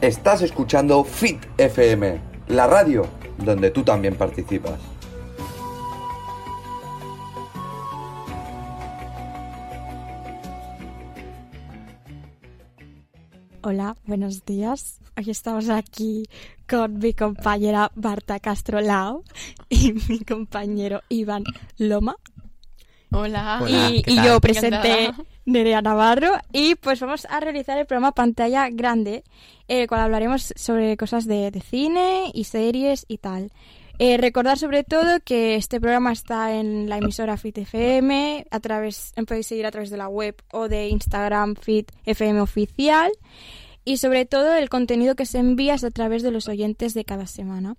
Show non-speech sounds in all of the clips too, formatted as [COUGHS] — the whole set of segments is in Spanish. Estás escuchando Fit FM, la radio donde tú también participas. Hola, buenos días. Hoy estamos aquí con mi compañera Marta Castro Lao y mi compañero Iván Loma. Hola. Hola, y, ¿qué y tal? yo presenté Encantada. Nerea Navarro y pues vamos a realizar el programa Pantalla Grande, en el cual hablaremos sobre cosas de, de cine y series y tal. Eh, recordar sobre todo que este programa está en la emisora Fit FM, a través, podéis seguir a través de la web o de Instagram Fit FM Oficial y sobre todo el contenido que se envía es a través de los oyentes de cada semana.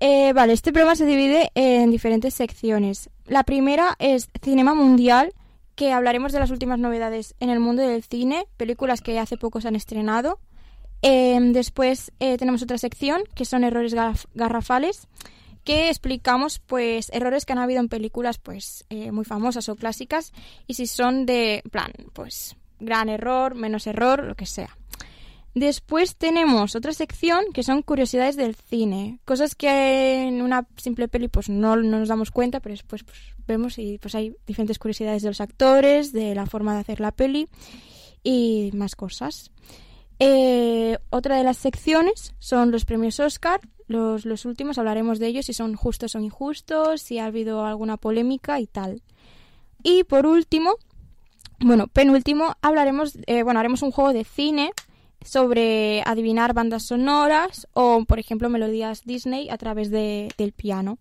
Eh, vale, este programa se divide en diferentes secciones. La primera es Cinema Mundial, que hablaremos de las últimas novedades en el mundo del cine, películas que hace poco se han estrenado. Eh, después eh, tenemos otra sección, que son errores garraf- garrafales, que explicamos pues errores que han habido en películas pues eh, muy famosas o clásicas y si son de en plan pues gran error, menos error, lo que sea. Después tenemos otra sección que son curiosidades del cine, cosas que en una simple peli pues no, no nos damos cuenta, pero después pues, vemos y pues hay diferentes curiosidades de los actores, de la forma de hacer la peli y más cosas. Eh, otra de las secciones son los premios Oscar, los, los últimos hablaremos de ellos, si son justos o injustos, si ha habido alguna polémica y tal. Y por último, bueno, penúltimo, hablaremos, eh, bueno, haremos un juego de cine sobre adivinar bandas sonoras o, por ejemplo, melodías Disney a través de- del piano.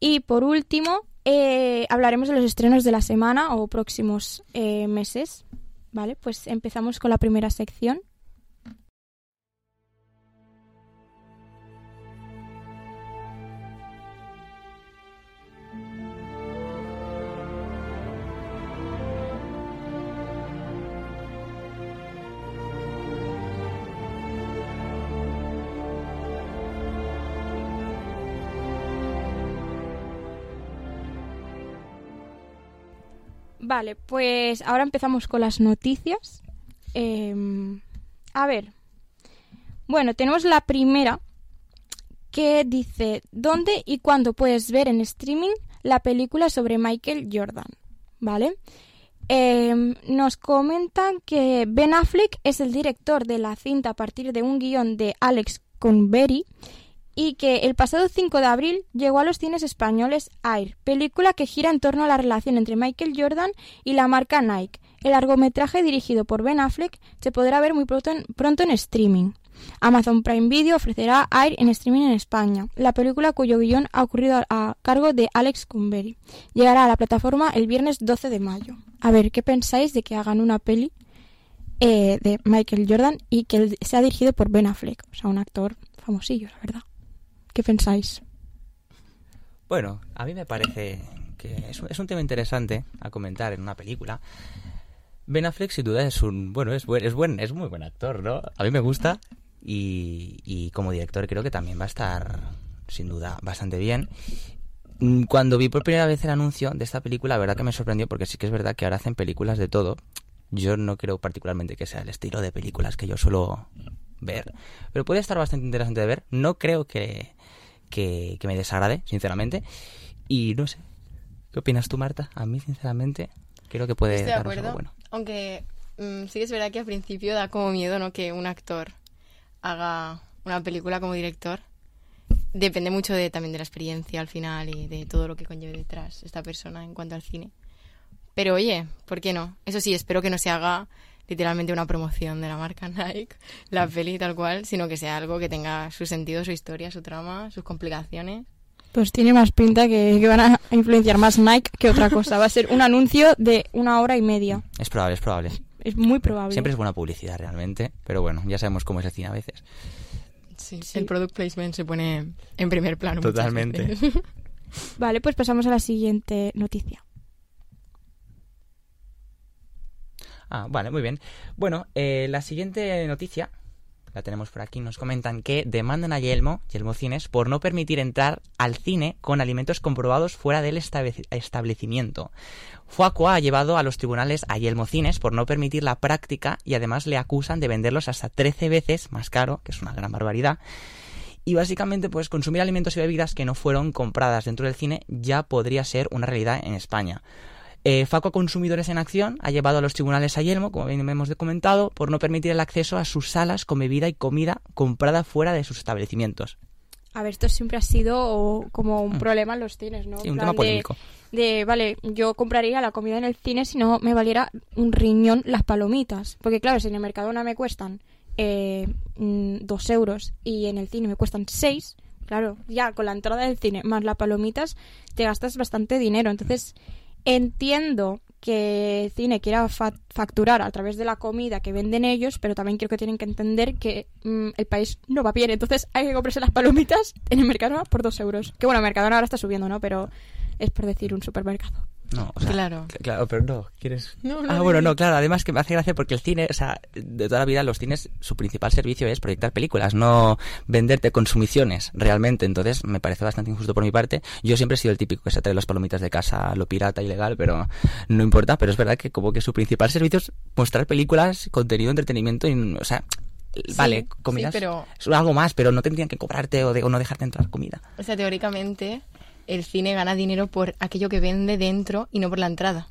Y por último, eh, hablaremos de los estrenos de la semana o próximos eh, meses. Vale, pues empezamos con la primera sección. Vale, pues ahora empezamos con las noticias. Em, a ver. Bueno, tenemos la primera que dice, ¿dónde y cuándo puedes ver en streaming la película sobre Michael Jordan? ¿Vale? Em, nos comentan que Ben Affleck es el director de la cinta a partir de un guión de Alex Conberry y que el pasado 5 de abril llegó a los cines españoles Air, película que gira en torno a la relación entre Michael Jordan y la marca Nike. El largometraje dirigido por Ben Affleck se podrá ver muy pronto en, pronto en streaming. Amazon Prime Video ofrecerá Air en streaming en España. La película cuyo guión ha ocurrido a, a cargo de Alex Cumberry llegará a la plataforma el viernes 12 de mayo. A ver, ¿qué pensáis de que hagan una peli eh, de Michael Jordan y que él sea dirigido por Ben Affleck? O sea, un actor famosillo, la verdad. ¿Qué pensáis? Bueno, a mí me parece que es, un- es un tema interesante a comentar en una película. Ben Affleck sin duda es un bueno es buen es buen es muy buen actor, ¿no? A mí me gusta y, y como director creo que también va a estar sin duda bastante bien. Mm, Cuando vi por primera vez el anuncio de esta película, la verdad que me sorprendió porque sí que es verdad que ahora hacen películas de todo. Yo no creo particularmente que sea el estilo de películas que yo suelo ver, pero puede estar bastante interesante de ver. No creo que que, que me desagrade, sinceramente. Y no sé, ¿qué opinas tú, Marta? A mí, sinceramente, creo que puede Estoy de darnos algo acuerdo. bueno. Aunque mm, sí que es verdad que al principio da como miedo, ¿no? Que un actor haga una película como director. Depende mucho de, también de la experiencia al final y de todo lo que conlleve detrás esta persona en cuanto al cine. Pero oye, ¿por qué no? Eso sí, espero que no se haga literalmente una promoción de la marca [LAUGHS] Nike, Mm. la peli tal cual, sino que sea algo que tenga su sentido, su historia, su trama, sus complicaciones. Pues tiene más pinta que, que van a influenciar más Nike que otra cosa. Va a ser un anuncio de una hora y media. Es probable, es probable. Es muy probable. Siempre es buena publicidad, realmente. Pero bueno, ya sabemos cómo es el cine a veces. Sí, Sí. El product placement se pone en primer plano. muchas Totalmente. veces. Vale, pues pasamos a la siguiente noticia. Ah, vale, muy bien. Bueno, eh, la siguiente noticia la tenemos por aquí, nos comentan que demandan a Yelmo, Yelmo Cines, por no permitir entrar al cine con alimentos comprobados fuera del estabe- establecimiento. Fuacua ha llevado a los tribunales a Yelmo Cines por no permitir la práctica y además le acusan de venderlos hasta 13 veces más caro, que es una gran barbaridad. Y básicamente, pues consumir alimentos y bebidas que no fueron compradas dentro del cine ya podría ser una realidad en España. Eh, Faco Consumidores en Acción ha llevado a los tribunales a Yelmo, como bien hemos documentado, por no permitir el acceso a sus salas con bebida y comida comprada fuera de sus establecimientos. A ver, esto siempre ha sido o, como un Mm. problema en los cines, ¿no? Sí, En un plan tema de- polémico. De, vale, yo compraría la comida en el cine si no me valiera un riñón las palomitas. Porque claro, si en el Mercadona me cuestan eh, mm, dos euros y en el cine me cuestan seis, claro, ya con la entrada del cine más las palomitas te gastas bastante dinero. Entonces, entiendo que el cine quiera fa- facturar a través de la comida que venden ellos, pero también creo que tienen que entender que mm, el país no va bien. Entonces hay que comprarse las palomitas en el Mercadona por dos euros. Que bueno, el Mercadona ahora está subiendo, ¿no? Pero es por decir un supermercado. No, o sea, Claro. cl- Claro, pero no, ¿quieres...? No, no, ah, no, bueno, no. no, claro, además que me hace gracia porque el cine, o sea, de toda la vida los cines, su principal servicio es proyectar películas, no venderte consumiciones, realmente. Entonces, me parece bastante injusto por mi parte. Yo siempre he sido el típico que se trae las palomitas de casa, lo pirata, ilegal, pero no importa. Pero es verdad que como que su principal servicio es mostrar películas, contenido, entretenimiento, y, o sea... Vale, comidas. sí, pero- es algo más, pero no tendrían que cobrarte o, de- o no dejarte entrar comida. O sea, teóricamente, el cine gana dinero por aquello que vende dentro y no por la entrada.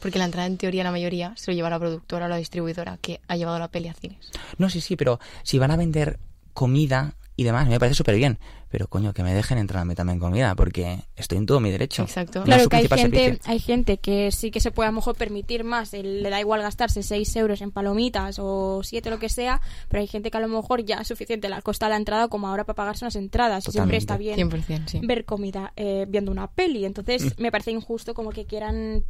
Porque la entrada, en teoría, la mayoría se lo lleva la productora o la distribuidora que ha llevado la peli a cines. No, sí, sí, pero si van a vender comida y demás, me parece súper bien. Pero coño, que me dejen entrar a mí también comida, porque estoy en todo mi derecho. Exacto. No es Claro su que hay principal gente, servicio. hay gente que sí que se puede a lo mejor permitir más, el- le da igual gastarse 6 euros en palomitas o 7 lo que sea, pero hay gente que a lo mejor ya es suficiente la costa de la entrada como ahora para pagarse unas entradas. y Siempre Totalmente. está bien 100%, sí. ver comida eh, viendo una peli, Mm. entonces me parece injusto como que quieran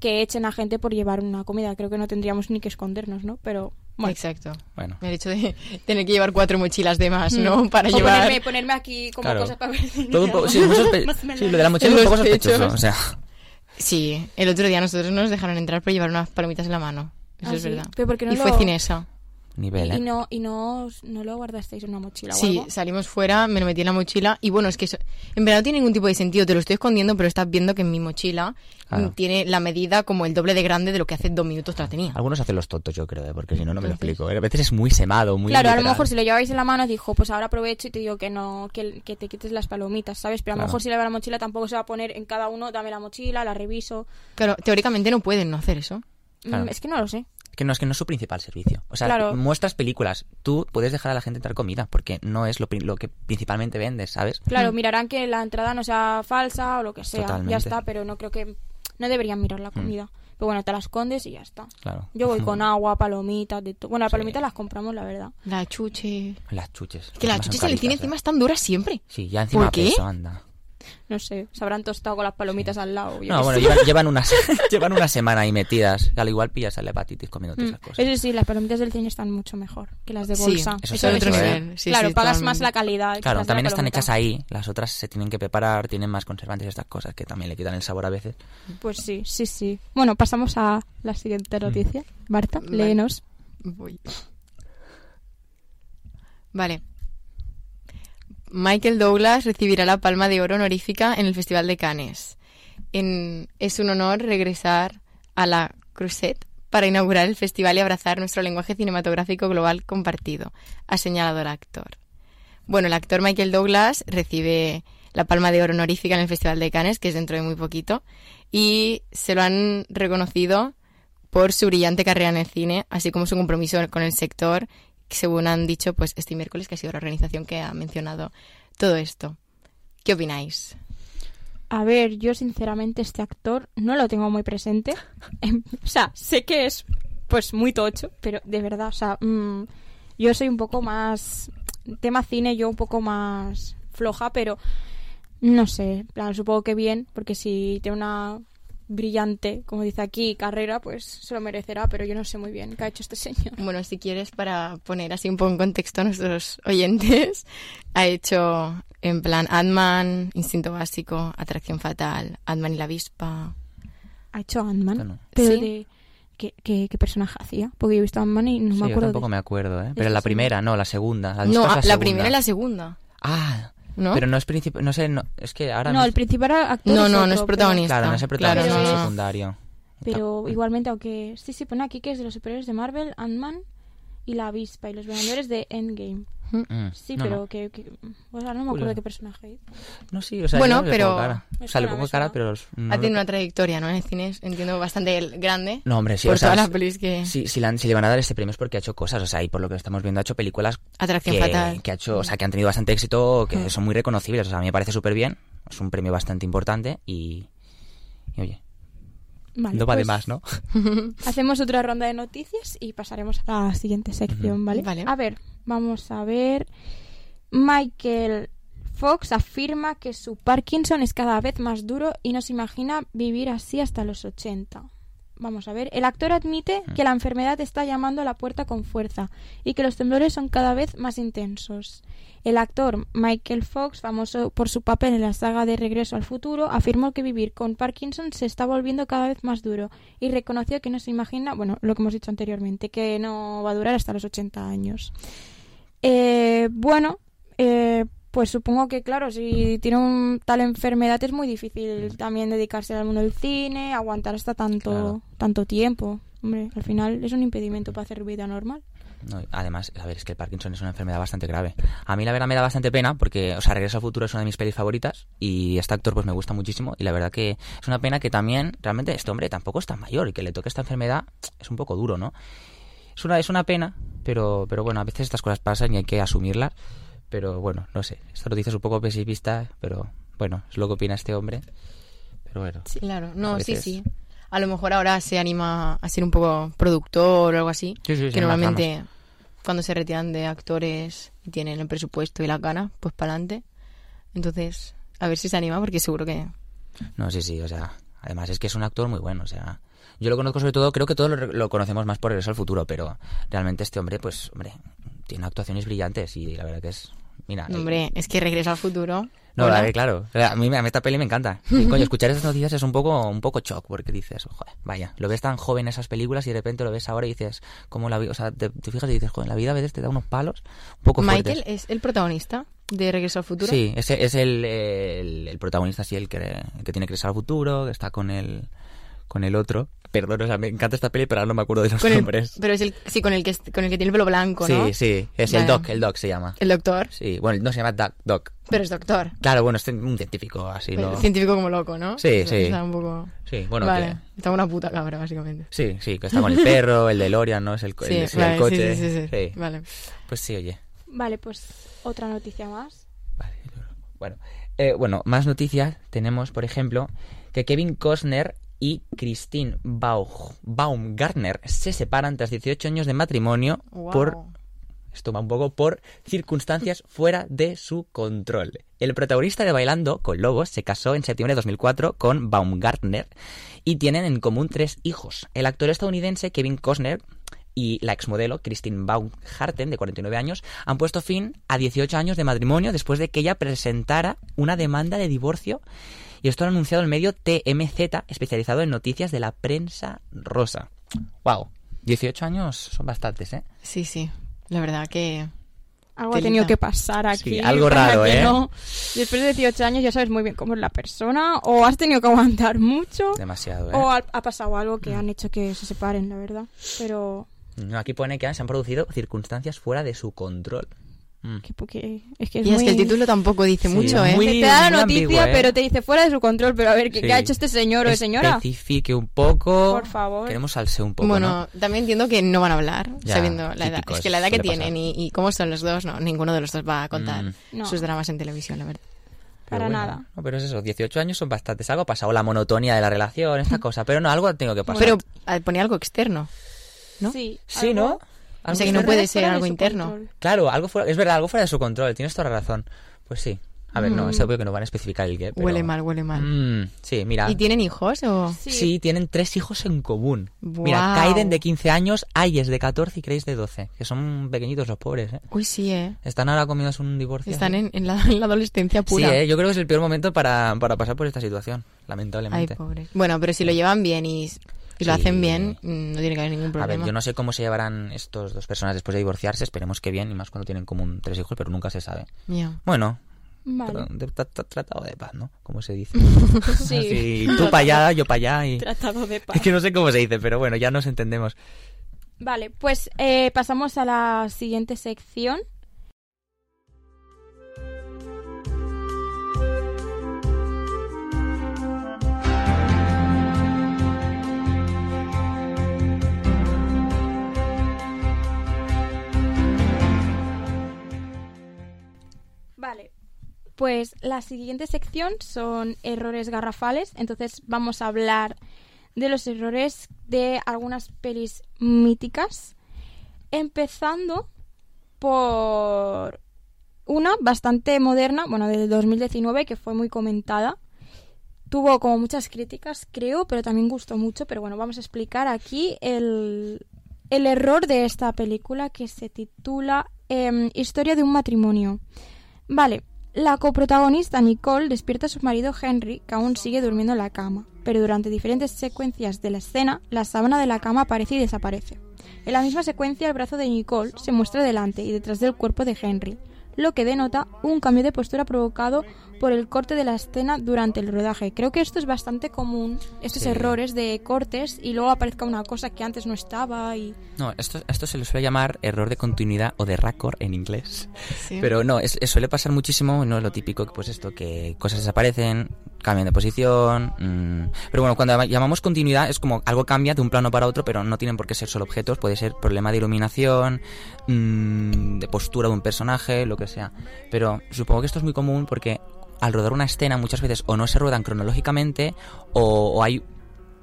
que echen a gente por llevar una comida. Creo que no tendríamos ni que escondernos, ¿no? Pero bueno. Exacto. Bueno. El hecho de tener que llevar cuatro mochilas de más, ¿no? Para O llevar... ponerme, ponerme aquí como Claro. cosas para ver. [LAUGHS] Todo un poco- sí, muy [LAUGHS] sospe- Más sí, melones. lo de la mochila es un En poco los pechos. sospechoso. O sea, [LAUGHS] Sí, el otro día nosotros nos dejaron entrar por llevar unas palomitas en la mano. Eso Ah, es ¿sí? verdad. Pero ¿por qué no y fue lo- cinesa. nivel, ¿eh? Y no, y no, os- no lo guardasteis en una mochila o Sí, algo. salimos fuera, me lo metí en la mochila y bueno, es que eso, en verdad no tiene ningún tipo de sentido, te lo estoy escondiendo, pero estás viendo que en mi mochila Claro. mm, tiene la medida como el doble de grande de lo que hace dos minutos te la tenía. Algunos hacen los tontos, yo creo, ¿eh? porque si no, no me lo Entonces- explico. ¿eh? A veces es muy semado, muy. claro, a lo literal. mejor si lo lleváis en la mano, dijo, pues ahora aprovecho y te digo que no, que, que te quites las palomitas, ¿sabes? Pero a lo Claro. mejor si le va la mochila tampoco se va a poner en cada uno, dame la mochila, la reviso. Claro, teóricamente no pueden no hacer eso. Claro. Mm, es que no lo sé. Que no, es que no es su principal servicio. O sea, Claro. muestras películas. Tú puedes dejar a la gente entrar comida, porque no es lo, pri- lo que principalmente vendes, ¿sabes? Claro, mirarán que la entrada no sea falsa o lo que sea. Mm. Totalmente. Mm. Ya está, pero no creo que. No deberían mirar la comida. Pero bueno, te la escondes y ya está. Claro. Yo voy Mm. con agua, palomitas, de todo. Bueno, las palomitas las compramos, la verdad. La chuche. Las chuches. Que las Encima son chuches en el cine caritas, ¿eh? encima están duras siempre. Sí, ya encima ¿Por qué? peso, anda. No sé, se habrán tostado con las palomitas al lado. yo No, qué bueno, sé. llevan, llevan, una, [LAUGHS] llevan una semana ahí metidas. Al igual pillas la hepatitis comiéndote Mm, esas cosas. Mm. Eso sí, las palomitas del cine están mucho mejor que las de Sí, bolsa. eso es otro nivel. Sí, claro, sí, pagas totalmente. más la calidad. que Claro, las de la también están palomita. hechas ahí. Las otras se tienen que preparar, tienen más conservantes y estas cosas que también le quitan el sabor a veces. Pues sí, sí, sí. Bueno, pasamos a la siguiente noticia. Mm. Marta, Vale. léenos. Voy. Vale. Michael Douglas recibirá la Palma de Oro honorífica en el Festival de Cannes. En- es un honor regresar a la Crusette para inaugurar el festival y abrazar nuestro lenguaje cinematográfico global compartido, ha señalado el actor. Bueno, el actor Michael Douglas recibe la Palma de Oro honorífica en el Festival de Cannes, que es dentro de muy poquito, y se lo han reconocido por su brillante carrera en el cine, así como su compromiso con el sector, que según han dicho, pues este miércoles que ha sido la organización que ha mencionado todo esto. ¿Qué opináis? A ver, yo sinceramente este actor no lo tengo muy presente. [LAUGHS] Em, o sea, sé que es pues muy tocho, pero de verdad, o sea, mm, yo soy un poco más... Tema cine, yo un poco más floja, pero no sé, en plan, supongo que bien, porque si tiene una brillante, como dice aquí, carrera, pues se lo merecerá, pero yo no sé muy bien qué ha hecho este señor. Bueno, si quieres, para poner así un poco en contexto a nuestros oyentes, [LAUGHS] ha hecho en plan Ant-Man, Instinto Básico, Atracción Fatal, Ant-Man y la Avispa. Ha hecho Ant-Man, Bueno. pero Sí. de... qué, qué- qué personaje hacía, porque yo he visto a Ant-Man y no Sí, me yo acuerdo. tampoco de- me acuerdo, ¿eh? Pero sí, la sí. primera, no, la segunda. La No, visto es ah, la, segunda. primera y la segunda, Ah, ¿no? pero no es principal. No sé, no, es que ahora. No, el principal actor no, es no, no es otro, pero- protagonista. Claro, no es el Claro, protagonista, es no, el no. secundario. Pero igualmente, aunque sí, sí, pone aquí que es de los superhéroes de Marvel, Ant-Man y la avispa y los vengadores de Endgame. Mm, Sí, no, pero no. que, que- pues ahora no me acuerdo Curioso. qué personaje es. No, sí, o sea, Bueno, yo no le pongo pero- cara. O sea, le Espera, pongo me cara, suena. pero. No, Ha tenido le- Ah, una trayectoria, ¿no? En el cine, es- entiendo, bastante el- grande. no, hombre, sí, por o sea, todas es- las pelis que... Sí, sí, le han- sí le van a dar este premio es porque ha hecho cosas, o sea, y por lo que estamos viendo ha hecho películas Atracción que, fatal. que ha hecho, o sea, que han tenido bastante éxito, que son muy reconocibles, o sea, a mí me parece súper bien, es un premio bastante importante y, y oye, Vale, no vale pues más, ¿no? Hacemos otra ronda de noticias y pasaremos a la siguiente sección, ¿vale? Vale. A ver, vamos a ver. Michael Fox afirma que su Parkinson es cada vez más duro y no se imagina vivir así hasta los 80. Vamos a ver, el actor admite que la enfermedad está llamando a la puerta con fuerza y que los temblores son cada vez más intensos. El actor Michael Fox, famoso por su papel en la saga de Regreso al Futuro, afirmó que vivir con Parkinson se está volviendo cada vez más duro y reconoció que no se imagina, bueno, lo que hemos dicho anteriormente, que no va a durar hasta los 80 años. Eh, bueno, eh, pues supongo que, claro, si tiene un, tal enfermedad es muy difícil también dedicarse al mundo del cine, aguantar hasta tanto, Claro. tanto tiempo. Hombre, al final es un impedimento para hacer vida normal. No, Además, a ver, es que el Parkinson es una enfermedad bastante grave. A mí la verdad me da bastante pena porque, o sea, Regreso al Futuro es una de mis pelis favoritas y este actor pues me gusta muchísimo y la verdad que es una pena que también, realmente este hombre tampoco es tan mayor y que le toque esta enfermedad es un poco duro, ¿no? Es una, es una pena, pero, pero bueno, a veces estas cosas pasan y hay que asumirlas. Pero bueno, no sé, esta noticia es un poco pesimista, pero bueno, es lo que opina este hombre. Pero bueno, Sí, claro, no, A sí, veces. sí. A lo mejor ahora se anima a ser un poco productor o algo así. Sí, sí, sí, que en las normalmente cuando se retiran de actores y tienen el presupuesto y las ganas, pues para adelante. Entonces, a ver si se anima porque seguro que... No, sí, sí, o sea, además es que es un actor muy bueno, o sea, yo lo conozco sobre todo, creo que todos lo, re- lo conocemos más por Regreso al Futuro, pero realmente este hombre, pues, hombre, tiene actuaciones brillantes y la verdad que es, mira, eh, Hombre, es que regresa al futuro. no, Hola. a ver, claro, o sea, a mí me- a mí esta peli [LAUGHS] me encanta. Y, coño, escuchar estas noticias es un poco, un poco shock porque dices, "Oh, joder, vaya, lo ves tan joven esas películas y de repente lo ves ahora y dices, como la vida, o sea, te, te fijas y dices, joder, la vida a veces te da unos palos un poco fuertes. Michael es el protagonista de Regreso al Futuro. Sí, es, es el, el, el protagonista, sí, el que, el que tiene que regresar al futuro, que está con el, con el otro. Perdón, o sea, me encanta esta peli, pero ahora no me acuerdo de los [LAUGHS] Con el- nombres. pero es el, sí, con el que con el que tiene el pelo blanco, ¿no? Sí, sí, es Ya, el ya. Doc, el Doc se llama. El doctor, Sí, bueno, no se llama Doc, Doc. pero es doctor. Claro, bueno, es un científico así, Pero ¿no? Científico como loco, ¿no? Sí, O sea, sí. Está un poco... Sí, bueno, vale, que... está una puta cabra, básicamente. Sí, sí, que está con el perro, el DeLorean, ¿no? Es el, co- el- sí, el vale, coche. Sí, sí, sí, sí. Sí. Vale. Pues sí, oye. Vale, pues otra noticia más. Vale, Bueno, eh, bueno, más noticias. Tenemos, por ejemplo, que Kevin Costner y Christine Baug- Baumgartner se separan tras 18 años de matrimonio Wow. por esto va un poco por circunstancias fuera de su control. El protagonista de Bailando con Lobos se casó en septiembre de 2004 con Baumgartner y tienen en común tres hijos. El actor estadounidense Kevin Costner y la exmodelo Christine Baumgarten, de 49 años, han puesto fin a 18 años de matrimonio después de que ella presentara una demanda de divorcio y esto lo ha anunciado el medio TMZ, especializado en noticias de la prensa rosa. ¡Wow! 18 años son bastantes, ¿eh? Sí, sí. La verdad que... Algo ha Telita. tenido que pasar aquí. Sí, algo para raro, que ¿eh? no- Después de 18 años ya sabes muy bien cómo es la persona, o has tenido que aguantar mucho, Demasiado, ¿eh? Mm. o ha, ha pasado algo que han hecho que se separen, la verdad. Pero No, Mm, aquí pone que se han producido circunstancias fuera de su control. Mm. que, porque es que es y es muy- que el título tampoco dice Sí, mucho, ¿eh? te muy- da la muy noticia, ambigua, ¿eh? pero te dice fuera de su control. Pero a ver, ¿qué, Sí. qué ha hecho este señor o señora? Especifique un poco. Por favor. Queremos salse un poco, bueno, también entiendo que no van a hablar, Ya, sabiendo la edad. típico, Es que la edad que suele tienen y, y cómo son los dos, no, ninguno de los dos va a contar Mm. No. sus dramas en televisión, la verdad. ¿no? Pero Para bueno, nada. No, pero es eso, 18 años son bastantes. Algo ha pasado, la monotonía de la [LAUGHS] relación, esta cosa. Pero no, algo tengo que pasar. Pero ah, ponía algo externo. ¿no? Sí, Sí, algo- ¿no? O sea Algo que no fuera- puede fuera ser de algo su interno. control. Claro, algo fuera... es verdad, algo fuera de su control. Tienes toda la razón. Pues sí. A ver, no, es obvio que no van a especificar el qué. pero- Mm. Huele mal, huele mal. Mm, sí, mira. ¿Y tienen hijos o...? Sí. tienen tres hijos en común. Mira, Guau. Kaiden de 15 años, Ayes de 14 y Grace de 12. Que son pequeñitos los pobres, ¿eh? Uy, sí, ¿eh? Están ahora comidos un divorcio. Están así. en, en la, [LAUGHS] en la adolescencia Sí, pura. eh, yo creo que es el peor momento para, para pasar por esta situación, Ay, lamentablemente. pobres. Bueno, pero si lo llevan bien y, y Si lo Sí. hacen bien, mm, no tiene que haber ningún A problema. ver, yo no sé cómo se llevarán estos dos personas después de divorciarse, esperemos que bien, y más cuando tienen común tres hijos, pero nunca se sabe. Ya. Bueno, Vale. tra- [LAUGHS] de- tra- tra- tratado de paz, ¿no? Como se dice. Sí. Así, tú para allá, yo para allá. Y... Tratado de paz. [LAUGHS] Es que no sé cómo se dice, pero bueno, ya nos entendemos. Vale, pues eh, pasamos a la siguiente sección. Vale, pues la siguiente sección son errores garrafales. Entonces vamos a hablar de los errores de algunas pelis míticas. Empezando por una bastante moderna, bueno, del 2019, que fue muy comentada. Tuvo como muchas críticas, creo, pero también gustó mucho. Pero bueno, vamos a explicar aquí el, el error de esta película que se titula em, Historia de un matrimonio. Vale, la coprotagonista Nicole despierta a su marido Henry, que aún sigue durmiendo en la cama, pero durante diferentes secuencias de la escena, la sábana de la cama aparece y desaparece. En la misma secuencia, el brazo de Nicole se muestra delante y detrás del cuerpo de Henry, lo que denota un cambio de postura provocado por el corte de la escena durante el rodaje. Creo que esto es bastante común, estos Sí. errores de cortes y luego aparezca una cosa que antes no estaba y... No, esto, esto se le suele llamar error de continuidad o de raccord en inglés. Sí. Pero no, es, es- suele pasar muchísimo, no es lo típico, pues esto, que cosas desaparecen, cambian de posición. mm. Pero bueno, cuando llamamos continuidad es como algo cambia de un plano para otro, pero no tienen por qué ser solo objetos, puede ser problema de iluminación, mm, de postura de un personaje, lo que sea. Pero supongo que esto es muy común porque al rodar una escena muchas veces o no se ruedan cronológicamente o, o hay...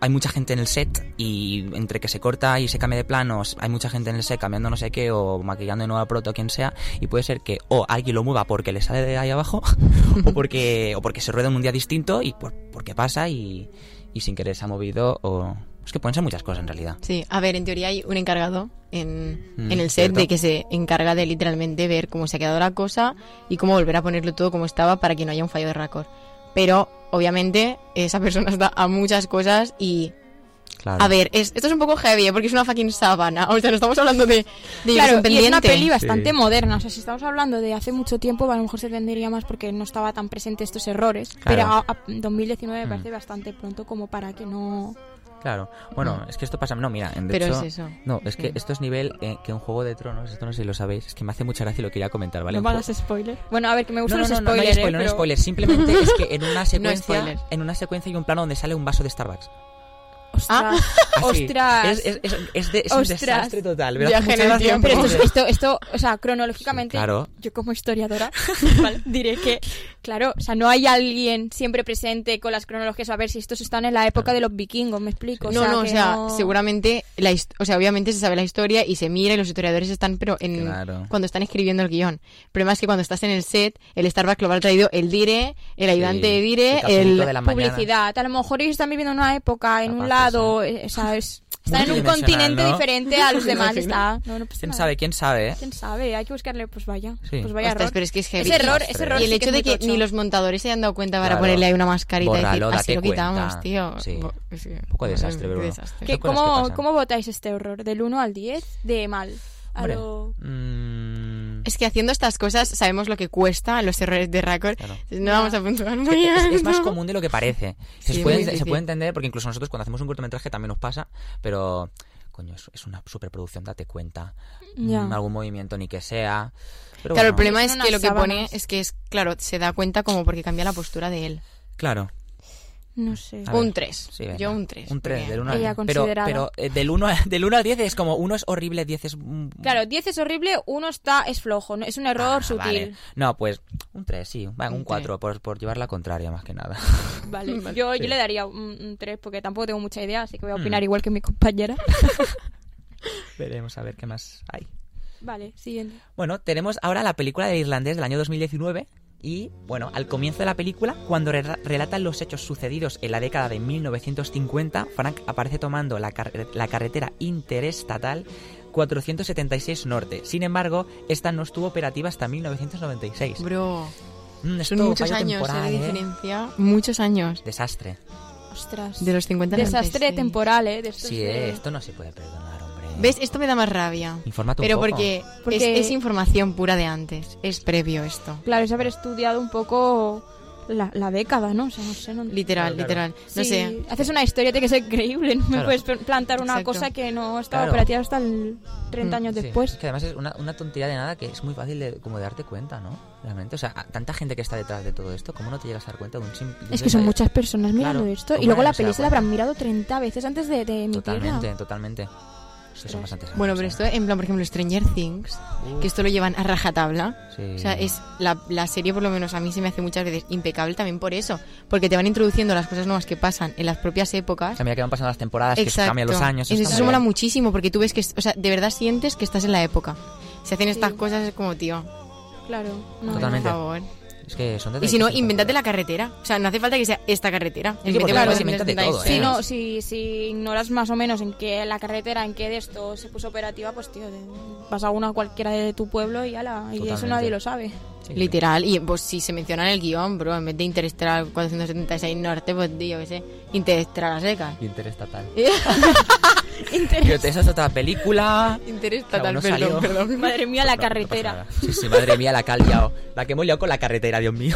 Hay mucha gente en el set y entre que se corta y se cambia de planos, hay mucha gente en el set cambiando no sé qué o maquillando de nuevo al proto, quien sea, y puede ser que o alguien lo mueva porque le sale de ahí [LAUGHS] abajo o porque o porque se rueda en un día distinto y por, porque pasa y, y sin querer se ha movido o es que pueden ser muchas cosas en realidad Sí, a ver, en teoría hay un encargado en, Mm, en el set cierto. de que se encarga de literalmente ver cómo se ha quedado la cosa y cómo volver a ponerlo todo como estaba para que no haya un fallo de récord. Pero obviamente esa persona está a muchas cosas y... claro A ver, es- esto es un poco heavy ¿eh? porque es una fucking sábana. O sea, no estamos hablando de... de Claro, un y es una pendiente. peli bastante Sí. moderna. O sea, si estamos hablando de hace mucho tiempo, a lo mejor se tendría más porque no estaba tan presente estos errores. Pero Claro. a, a 2019 me Mm. parece bastante pronto como para que no... claro bueno es que esto pasa no mira en de Pero hecho- es eso. no es que Sí. esto es nivel eh, que un juego de tronos esto no sé si lo sabéis es que me hace mucha gracia y lo quería comentar vale No Un van ju- a hacer spoiler. Bueno, a ver, que me no, gustan no, no, los no, no hay spoilers. spoiler, ¿eh? no hay Pero- spoiler. Simplemente es que en una secuencia, spoiler. en una secuencia hay un plano donde sale un vaso de Starbucks. [LAUGHS] Ostras. Así. Ostras. ah, Es, es- es- es de- es un Ostras. desastre total. ¿verdad? Viaje en Muchas el gracias tiempo. por- Pero esto, [LAUGHS] esto, esto, o sea, cronológicamente, Claro. yo como [LAUGHS] historiadora vale, diré que, claro, o sea, no hay alguien siempre presente con las cronologías. A ver, si estos están en la época de los vikingos, me explico. No, o sea, no, o que sea, no- seguramente, la his- o sea, obviamente se sabe la historia y se mira y los historiadores están, pero en Claro. cuando están escribiendo el guión. El problema es que cuando estás en el set, el Starbucks lo habrá traído el dire, el ayudante de dire, el cafecito el... de la mañana. publicidad. A lo mejor ellos están viviendo una época en Capaz, un lado, eh, o sea, [LAUGHS] es- están en un Multidimensional, continente ¿no? diferente [LAUGHS] a los demás. Está, no, no pasa ¿Quién nada. sabe? ¿Quién sabe? eh? ¿Quién sabe? Hay que buscarle, pues vaya. Sí. Pues vaya Ostras, error. pero es que es heavy. Ese error, Ostras. ese error. Y sí el que hecho es muy de que tocho. ni los montadores se hayan dado cuenta para Claro. ponerle ahí una mascarita y Bórralo, decir, así date lo quitamos, cuenta". tío. Sí. Bo- es que- Un poco de desastre, qué bro. desastre. ¿Qué- Son cosas que ¿Cómo, pasan. ¿Cómo votáis este error? ¿Del 1 al 10? De mal. A Hombre, lo- mm, Es que haciendo estas cosas sabemos lo que cuesta los errores de récord. Claro. No vamos a puntuar es, muy que es- [LAUGHS] es más alto. común de lo que parece. Se, Sí, puede, muy se difícil. puede entender, porque incluso nosotros cuando hacemos un cortometraje también nos pasa, pero coño, es, es una superproducción, date cuenta. Ya. Mm, algún movimiento ni que sea. Pero Claro, el bueno, problema es Son que unas lo que pone sábanas. es que es, claro, se da cuenta como porque cambia la postura de él. Claro. No sé. A ver. Un 3. Sí, venga. Yo un 3. Un 3, del 1 al Ella 10. Pero, considerada. pero eh, del 1 del uno al [LAUGHS] 10 es como uno es horrible, 10 es... un- Claro, 10 es horrible, 1 está, es flojo. ¿no? Es un Ah, error vale. sutil. No, pues un 3, sí. Venga, Un un tres. 4, por, por llevar la contraria más que nada. [LAUGHS] Vale. Yo, yo le daría un 3 porque tampoco tengo mucha idea, así que voy a opinar Mm. igual que mi compañera. [LAUGHS] Veremos a ver qué más hay. vale, siguiente. Bueno, tenemos ahora la película del irlandés del año 2019 y, bueno, al comienzo de la película, cuando re- relatan los hechos sucedidos en la década de 1950, Frank aparece tomando la, car- la carretera interestatal 476 Norte. Sin embargo, esta no estuvo operativa hasta 1996. Bro, Mm, son esto muchos fallo años eh, temporal, de ¿eh? diferencia. Muchos años. Desastre. Ostras. De los 50 en Desastre adelante, sí. temporal, ¿eh? De estos Sí, de- eh, esto no se puede perdonar, hombre. ¿Ves? Esto me da más rabia. Infórmate un Pero poco. porque, Porque- Es, es información pura de antes. Es previo esto. Claro, es haber estudiado un poco la, la década, ¿no? O sea, no sé. No... Literal, Claro, claro. literal. No Sí, sé. Haces una historia, tiene que ser creíble. No me Claro. puedes pl- plantar una Exacto. cosa que no estaba Claro. Mm, operativa hasta el 30 años Sí, después. es que además es una, una tontería de nada que es muy fácil de, como de darte cuenta, ¿no? Realmente, o sea, a- tanta gente que está detrás de todo esto, ¿cómo no te llegas a dar cuenta de un simple... Es que son muchas personas mirando eh, Claro, esto. Y ¿cómo luego nadie la se da peli se la cuenta? habrán mirado 30 veces antes de, de emitirla. Totalmente, totalmente. Es que son bastantes años, Bueno, pero ¿eh? esto, en plan, por ejemplo, Stranger Things, que esto lo llevan a rajatabla. Sí. O sea, es la, la serie, por lo menos a mí se me hace muchas veces impecable también por eso. Porque te van introduciendo las cosas nuevas que pasan en las propias épocas. También que van pasando las temporadas, que se Exacto. cambian los años. Eso, está se muy mola bien. muchísimo porque tú ves que, es- o sea, de verdad sientes que estás en la época. Si hacen estas Sí. cosas es como, tío, Claro. no, Totalmente. por favor. Es que son Y si no, detallitos invéntate la carretera. O sea, no hace falta que sea esta carretera. que por Invéntate ejemplo, una se cosa inventa de que todo, Si, ¿eh? Sí, no, si, si ignoras más o menos en qué la carretera, en qué de esto se puso operativa, pues tío, te- vas a una cualquiera de tu pueblo y, ala, y eso Totalmente. nadie lo [LAUGHS] sabe. Sí, sí. Literal, y pues si se menciona en el guión, bro, en vez de Interestelar 476 Norte, pues tío, que sé, Interestelar a secas. Interestatal. Interés. Pero esa es otra película. Interestelar, Aún no salió. perdón, [LAUGHS] perdón. Madre mía, la No, no pasa carretera. nada. sí, sí, madre mía, la que han liado. La que hemos liado con la carretera, Dios mío.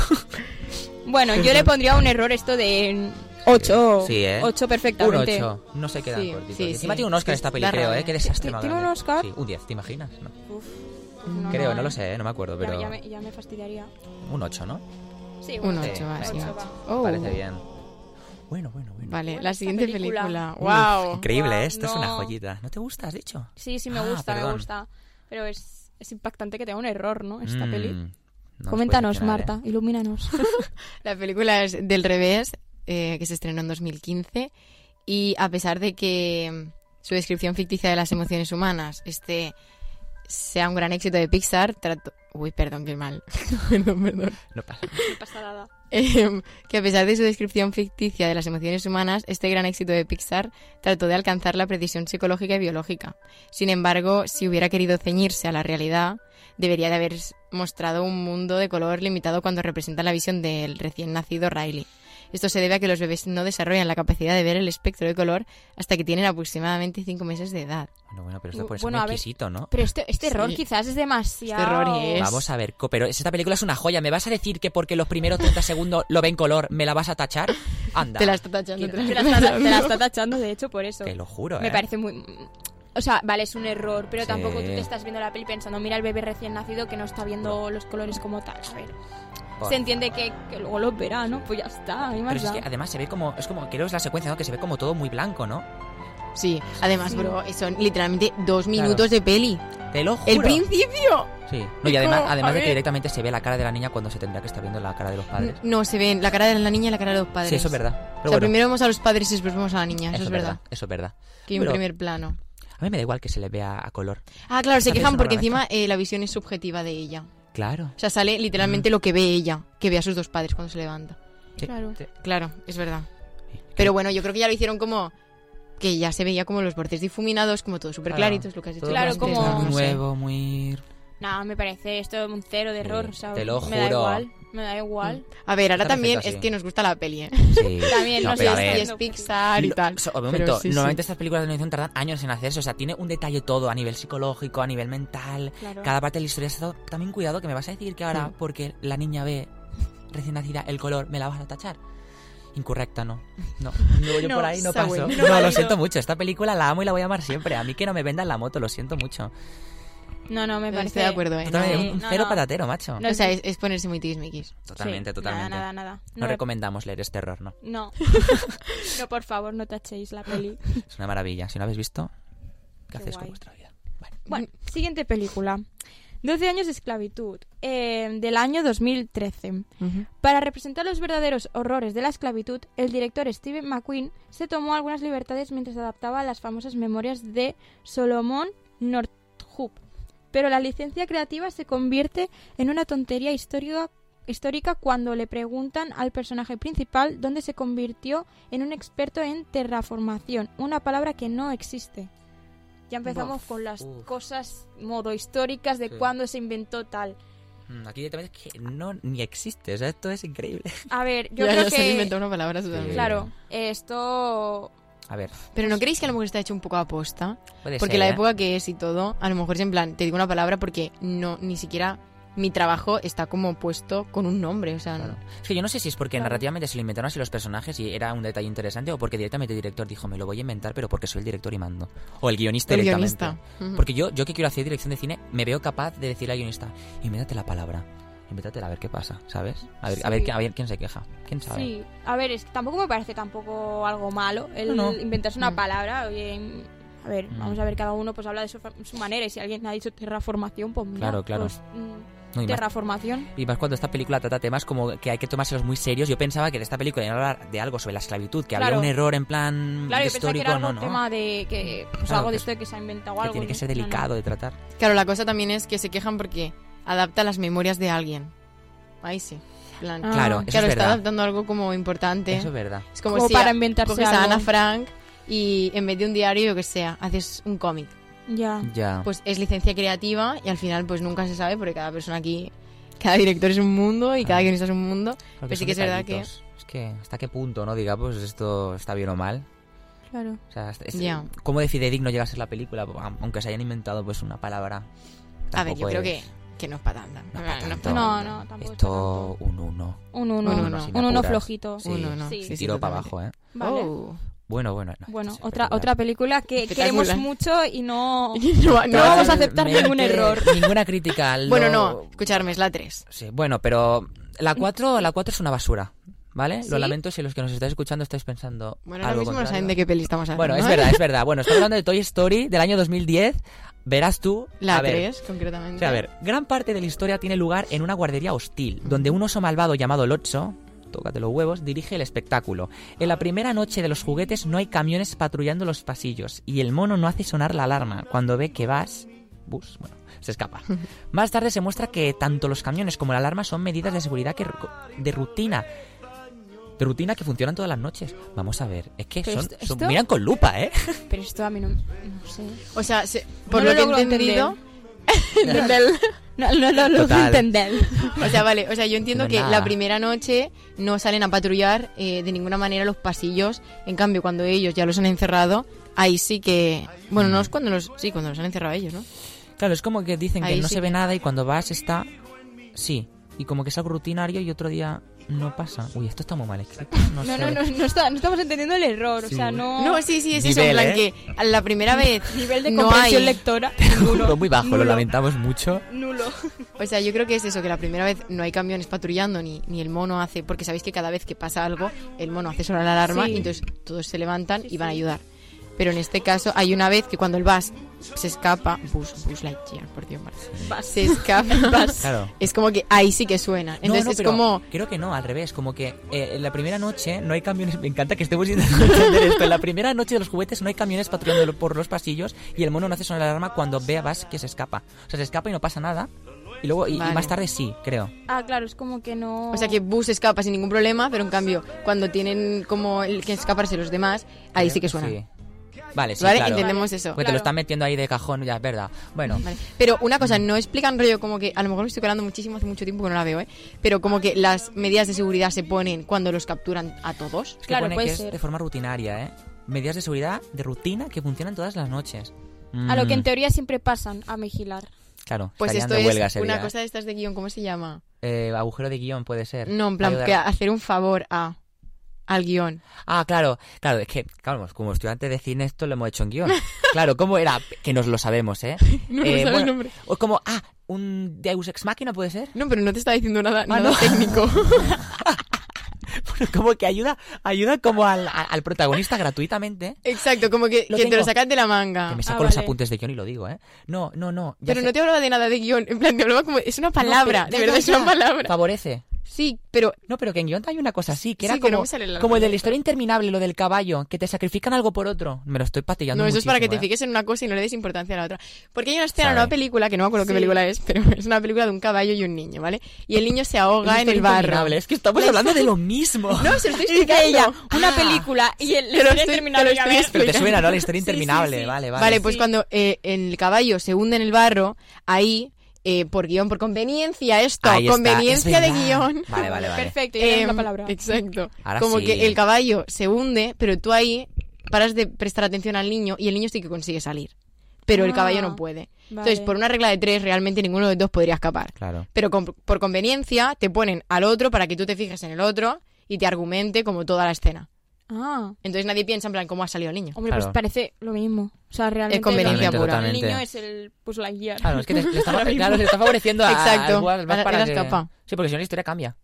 bueno, yo le pondría un error esto de 8. Sí, ¿eh? 8 Un perfectamente. 8. No se quedan Sí, cortitos. sí, Y encima sí. tiene un Oscar Es que esta peli, da creo, rabia. ¿eh? Qué desastre más ¿Tiene un grande. Oscar? Sí, un 10, ¿te imaginas? No. Uf, pues No, Creo, no lo sé, ¿eh? no me acuerdo, Ya, pero ya me, ya me fastidiaría. un 8, ¿no? Sí, Un bueno. Sí, 8, va, sí, ocho va. va. Oh. Parece bien. Bueno, bueno, bueno. Vale, Bueno, la esta siguiente película. película. Uf, ¡Wow! increíble, Guau, ¿eh? esto es una no. joyita. ¿No te gusta, has dicho? Sí, sí, me Ah, gusta, me perdón. gusta. Pero es, es impactante que tenga un error, ¿no? Esta Mm, no peli. nos puede Coméntanos, decepcionar, ¿eh? Marta, [LAUGHS] ilumínanos. La película es Del Revés, eh, que se estrenó en 2015, y a pesar de que mm, su descripción ficticia de las emociones humanas este, sea un gran éxito de Pixar, trato... Uy, perdón, qué mal. [LAUGHS] perdón, perdón. No pasa. No pasa nada. Em, que a pesar de su descripción ficticia de las emociones humanas, este gran éxito de Pixar trató de alcanzar la precisión psicológica y biológica. Sin embargo, si hubiera querido ceñirse a la realidad, debería de haber mostrado un mundo de color limitado cuando representa la visión del recién nacido Riley. Esto se debe a que los bebés no desarrollan la capacidad de ver el espectro de color hasta que tienen aproximadamente 5 meses de edad. Bueno, bueno, pero esto puede ser Bueno, muy a ver. exquisito, ¿no? Pero este, este error Sí. quizás es demasiado. error y es- pues- Vamos a ver, co- pero esta película es una joya. ¿Me vas a decir que porque los primeros 30 segundos lo ven color, me la vas a tachar? Anda. Te la está tachando, te la Te está la, está, tachando. te [LAUGHS] la está tachando, de hecho, por eso. Te lo juro, Me ¿eh? parece muy. O sea, vale, es un error, pero Sí. tampoco tú te estás viendo la peli pensando, mira el bebé recién nacido que no está viendo los colores como tal. A ver, Por- se entiende que, que luego lo verá, ¿no? Pues ya está, ahí Pero más si es da. que además se ve como, es como, creo que es la secuencia, ¿no? Que se ve como todo muy blanco, ¿no? Sí, además, Sí. bro, son literalmente dos Claro. minutos de peli. Te lo juro. ¡El principio! Sí. No, y además, No, a además de que ver. Mm, directamente se ve la cara de la niña cuando se tendría que estar viendo la cara de los padres. No, se ven la cara de la niña y la cara de los padres. Sí, eso es verdad. Pero o sea, bueno, primero vemos a los padres y después vemos a la niña, eso, es verdad. Eso es verdad. Que hay un Pero- primer plano. A mí me da igual que se le vea a color. Ah, claro, se Haces quejan una porque rareza. encima eh, la visión es subjetiva de ella. Claro. O sea, sale Mm. literalmente lo que ve ella, que ve a sus dos padres cuando se levanta. Sí. Claro. Sí. Claro, es verdad. Pero bueno, yo creo que ya lo hicieron como que ya se veía como los bordes difuminados, como todo súper claritos, lo que has dicho. Todo Claro, muy- como- Muy No sé. [LAUGHS] nuevo, muy... No, me parece esto un cero de error. Sí, o sea, te lo me da juro. Mm. igual, me da igual. A ver, ahora Está también perfecto es así. que nos gusta la peli, ¿eh? [LAUGHS] Sí. También, No, no pero sé a si ver. Y es Pixar y Lo- [LAUGHS] tal. so- Pero obviamente, sí, sí. normalmente estas películas de animación tardan años en hacerse, o sea, tiene un detalle todo a nivel psicológico, a nivel mental. Claro. Cada parte de la historia está todo- también cuidado que me vas a decir que ahora Mm. porque la niña ve recién nacida el color me la vas a tachar. Incorrecta, no. No, no yo No, por ahí no está paso. bueno. [LAUGHS] No, lo siento mucho. Esta película la amo y la voy a amar siempre. A mí que no me vendan la moto, lo siento mucho. No, no, me Estoy parece. de acuerdo, ¿eh? Totalmente, sí, un, un no, cero no. patatero, macho. Este, No, O sea, es, es ponerse muy tiquismiquis. Totalmente, Sí, totalmente. Nada, nada, nada. No, No, me- recomendamos leer este error, no. [LAUGHS] no. no, por favor, no tachéis la peli. Es una maravilla. Si no habéis visto, ¿qué, Qué hacéis con guay. vuestra vida? Vale. Bueno, siguiente película. 12 años de esclavitud, eh, del año 2013. Para representar los verdaderos horrores de la esclavitud, el director Steven McQueen se tomó algunas libertades mientras adaptaba las famosas memorias de Solomon Northup. Pero la licencia creativa se convierte en una tontería histórica, histórica cuando le preguntan al personaje principal dónde se convirtió en un experto en terraformación, una palabra que no existe. Ya empezamos Bof, con las uf. cosas modo históricas de Sí. cuándo se inventó tal. Mm, Aquí directamente es que no ni existe, o sea, esto es increíble. [LAUGHS] A ver, yo ya, creo ya se le inventó que... una palabra Eh, totalmente. Claro, esto... A ver, Pero ¿no creéis que a lo mejor está hecho un poco aposta? puede Porque ser, la ¿eh? época que es y todo, a lo mejor es en plan, te digo una palabra porque no, ni siquiera mi trabajo está como puesto con un nombre, o sea, no. Claro. Es que yo no sé si es porque Claro. narrativamente se lo inventaron así los personajes y era un detalle interesante o porque directamente el director dijo, me lo voy a inventar, pero porque soy el director y mando. O el guionista El directamente. guionista. Ujú. Porque yo, yo que quiero hacer dirección de cine, me veo capaz de decirle al guionista, invéntate la palabra, invéntatela a ver qué pasa, ¿sabes? A ver, a, ver, Sí. a ver quién se queja, quién sabe. Sí, a ver, es que tampoco me parece tampoco algo malo el No, no. inventarse una Mm. palabra. Oye, mm, a ver, Mm. vamos a ver, cada uno pues habla de su, fa- su manera y si alguien ha dicho terraformación, pues mira, Claro, claro. pues, mm, No, y, más, terraformación. y más cuando esta película trata temas como que hay que tomárselos muy serios. Yo pensaba que de esta película iba a hablar de algo sobre la esclavitud, que había Claro. un error en plan Claro, yo pensaba que histórico, era algo no, no. tema de que pues Claro, algo que de es- esto que se ha inventado Que algo. tiene que ¿no? ser No, no. delicado de tratar. Claro, la cosa también es que se quejan porque adapta las memorias de alguien. Ahí sí. en plan, Ah, Claro, claro, eso es está verdad. adaptando algo como importante. Eso es verdad. Es Como, como, si para a- inventarse coges a algo. Ana Frank y en vez de un diario, yo que sea, haces un cómic. Ya. Ya. Pues es licencia creativa y al final pues nunca se sabe porque cada persona aquí, cada director es un mundo y cada Ah. guionista es un mundo. Porque Pero sí son que es verdad que- detallitos. Es que hasta qué punto, ¿no? Diga, pues esto está bien o mal. Claro. O sea, hasta- es- Ya. ¿cómo de fidedigno llega a ser la película? Aunque se hayan inventado pues una palabra. A ver, yo Tampoco creo que, es- que no es para tanto. No es pa' es pa' tanto. No, tanto. no, tampoco está Esto un uno. Un uno. Un Un uno, uno, sin un uno apuras. flojito. Sí, Uno, no. sí. Sí, sí, Tiro para totalmente. abajo, ¿eh? Vale. Oh. Bueno, bueno. no, esto Bueno, es otra, espectacular. otra película que Espectacular. queremos mucho y [LAUGHS] no, [LAUGHS] No, no no, vamos a aceptar ningún Totalmente error. [LAUGHS] Ninguna crítica. al- Bueno, no, escucharme, es la 3. Sí, bueno, pero la 4 la cuatro es una basura, ¿vale? Lo ¿Sí? lamento si los que nos estáis escuchando estáis pensando Bueno, ahora algo mismo no saben contrario. de qué peli estamos hablando. Bueno, es ¿eh? verdad, es verdad. Bueno, estamos hablando de Toy Story del año 2010. Verás tú. La a ver, 3, O concretamente. sea, a ver, gran parte de la historia tiene lugar en una guardería hostil, donde un oso malvado llamado Lotso, tócate los huevos, dirige el espectáculo. En la primera noche de los juguetes no hay camiones patrullando los pasillos y el mono no hace sonar la alarma. Cuando ve que vas, bus, bueno, [LAUGHS] se escapa. Más tarde se muestra que tanto los camiones como la alarma son medidas de seguridad que ru- de rutina. De rutina que funcionan todas las noches. Vamos a ver, es que Pero son, esto- son- esto- miran con lupa, ¿eh? Pero esto a mí no, no sé. O sea, se- por No lo, lo que logro he [LAUGHS] entendido. No, no, no, lo Total. entender. O sea, vale, o sea, yo entiendo No que nada. la primera noche no salen a patrullar eh, de ninguna manera los pasillos. En cambio, cuando ellos ya los han encerrado, ahí sí que. Bueno, no es cuando los. Sí, cuando los han encerrado ellos, ¿no? Claro, es como que dicen Ahí que no sí se ve que- nada y cuando vas está... Sí, y como que es algo rutinario y otro día no pasa. Uy, esto está muy mal escrito. No, No, sé. no, [LAUGHS] no, no, está- no estamos entendiendo el error. O sea, no. No, sí, sí, es eso. Nivel, En plan ¿eh? que a la primera vez. Nivel de no comprensión hay. lectora. [LAUGHS] Nulo. muy bajo, nulo, lo lamentamos mucho. [LAUGHS] Nulo. O sea, yo creo que es eso, que la primera vez no hay camiones patrullando ni, ni el mono hace, porque sabéis que cada vez que pasa algo, el mono hace sonar la alarma Sí. y entonces todos se levantan y van a ayudar. Pero en este caso hay una vez que cuando el bus se escapa, bus, bus Lightyear, por Dios, Marta. Vas. se escapa, [LAUGHS] Claro. es como que ahí sí que suena. No, Entonces no, es pero como... Creo que no, al revés. Como que eh, en la primera noche no hay camiones... [LAUGHS] Me encanta que estemos intentando entender esto. En la primera noche de los juguetes no hay camiones patrullando por los pasillos y el mono no hace sonar la alarma cuando ve a Buzz que se escapa. O sea, se escapa y no pasa nada. Y luego, y- y Vale. más tarde sí, creo. Ah, claro, es como que no. O sea que Bus escapa sin ningún problema, pero en cambio, cuando tienen como el que escaparse los demás, ahí sí que suena. Sí. Vale, sí, ¿Vale? claro. Entendemos eso. Porque te lo Claro. están metiendo ahí de cajón, ya es verdad. Bueno, Vale. Pero una cosa, no explican rollo como que, a lo mejor me estoy colando muchísimo, hace mucho tiempo que no la veo, ¿eh? Pero como que las medidas de seguridad se ponen cuando los capturan a todos. es que Claro, pone puede que es ser. de forma rutinaria, ¿eh? Medidas de seguridad de rutina que funcionan todas las noches. A lo que Mm, en teoría siempre pasan a vigilar. Claro, Pues estarían esto de es huelga una ese día, ¿eh? cosa de estas de guión, ¿cómo se llama? Eh, agujero de guión puede ser. No, en plan, Ayudar- que hacer un favor a al guión. Ah, claro, claro, es que, claro, como estudiante de cine esto lo hemos hecho [LAUGHS] en guión. Claro, ¿cómo era? Que nos lo sabemos, ¿eh? No me Eh, sale el bueno, nombre. O como, ah, un Deus Ex Máquina puede ser. [LAUGHS] No, pero no te estaba diciendo nada, Ah, nada no. [LAUGHS] técnico. Bueno, como que ayuda, ayuda como al, a- al protagonista gratuitamente. Exacto, como que, Lo que te lo tengo. sacas de la manga. Que me Ah, saco los vale. apuntes de guión y lo digo, ¿eh? No, no, no. ya Pero sé- no te hablaba de nada de guión, en plan, te hablaba como... Es una palabra, No, de pero- verdad, es una palabra. Favorece. Sí, pero No, pero que en guion hay una cosa así, que Sí, era que no como, me sale la como el de la cabeza. historia interminable, lo del caballo, que te sacrifican algo por otro. Me lo estoy patillando No, eso es para que te muchísimo, ¿eh? fijes en una cosa y no le des importancia a la otra. Porque hay una escena en Sabe. una película, que no me acuerdo qué Sí. película es, [LAUGHS] pero es una película de un caballo y un niño, ¿vale? Y el niño se ahoga Es en el historia barro. interminable, Es que estamos hablando de lo mismo. [LAUGHS] No, se lo estoy Y explicando. que ella, una Ah. película y el. Te lo el estoy- terminado, te lo ya estoy ves. [LAUGHS] Pero te suena, ¿no? La Sí, historia sí, pues interminable. sí. Vale, vale. Vale, pues cuando eh, el caballo se hunde en el barro, ahí eh, por guión, por conveniencia, esto, Ahí está, conveniencia es de verdad. guión. Vale, vale, vale. Perfecto, ya tengo Em, la palabra. Exacto. Ahora Como sí. que el caballo se hunde, pero tú ahí paras de prestar atención al niño y el niño sí que consigue salir. Pero el Ah, caballo no puede. Entonces, vale. por una regla de tres, realmente ninguno de los dos podría escapar. Claro. Pero con- por conveniencia, te ponen al otro para que tú te fijes en el otro y te argumente como toda la escena. Ah, Entonces nadie piensa en plan cómo ha salido el niño. hombre, Claro. pues parece lo mismo. O sea, realmente. Es conveniencia el, pura. El niño Totalmente. es el. Pues la guía. Claro, es [LAUGHS] que te- le está, Ahora claro, mismo. le está favoreciendo a, Exacto. al Guas más Ahora- para era que- escapa. Sí, porque si no la historia cambia.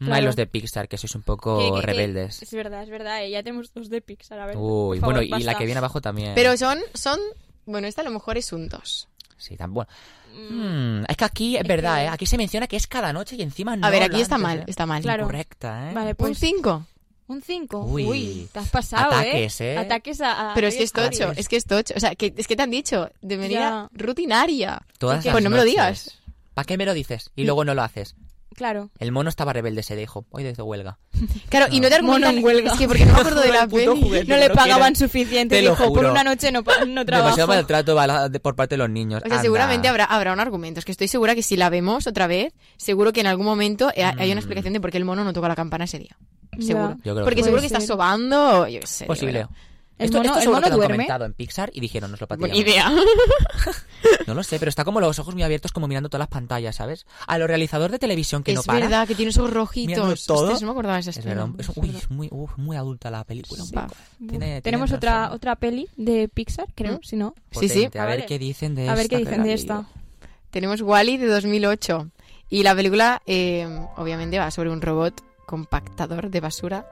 Hay Claro. los de Pixar, que sois un [LAUGHS] poco Que- que- que- rebeldes. es verdad, es verdad. eh, Ya tenemos dos de Pixar, a ver. Uy, por favor, bueno, y la basta. que viene abajo también. Pero son, son, bueno, esta a lo mejor es un 2. Sí, tan bueno. Mm, Mm, es que aquí, es, Es verdad, que- ¿eh? Aquí se menciona que es cada noche y encima no. A ver, lo aquí está antes, mal, ¿eh? está mal. Claro. Incorrecta, ¿eh? Vale, Un pues 5. un 5. Uy. Uy, te has pasado, Ataques, ¿eh? Ataques a. a- Pero es que es a- tocho, es que es tocho. O sea, que, es que te han dicho, de Ya. manera rutinaria. Todas Pues no me lo digas. ¿Para qué me lo dices? Y luego no lo haces. Claro. El mono estaba rebelde, se dijo. Hoy desde huelga. Claro, y no te Mono argumentan. en huelga. Es que porque no me acuerdo de la El puto peli. juguete. No que le no pagaban quieren. suficiente, Te lo dijo. Por juro. una noche no, pa- no Demasiado trabajo. maltrato va la- de- por parte de los niños. O sea, Anda. seguramente habrá, habrá un argumento. Es que estoy segura que si la vemos otra vez, seguro que en algún momento eh, hay una explicación de por qué el mono no toca la campana ese día. Ya. Seguro. Mm. Yo creo que Porque sí. seguro Puede que ser. está sobando. Yo qué sé. Posible. digo, El esto mono- esto el seguro mono que lo han duerme. comentado en Pixar y dijeron, nos lo bueno, Buena pateamos". idea. No lo sé, pero está como los ojos muy abiertos, como mirando todas las pantallas, ¿sabes? A los realizadores de televisión que no es para. verdad que tiene esos Mirando rojitos. todo. Ostras, no me acordaba de esa Es escena. verdad, es- es uy, verdad. es muy, uf, muy adulta la película. un Sí. poco. Tiene- tiene Tenemos razón. otra, otra peli de Pixar, creo, ¿Mm? si no. Sí, sí. Potente. A Ah, ver vale. qué dicen de A ver esta qué dicen de maravilla. esta. Tenemos Wally de 2008. Y la película, eh, obviamente, va sobre un robot compactador de basura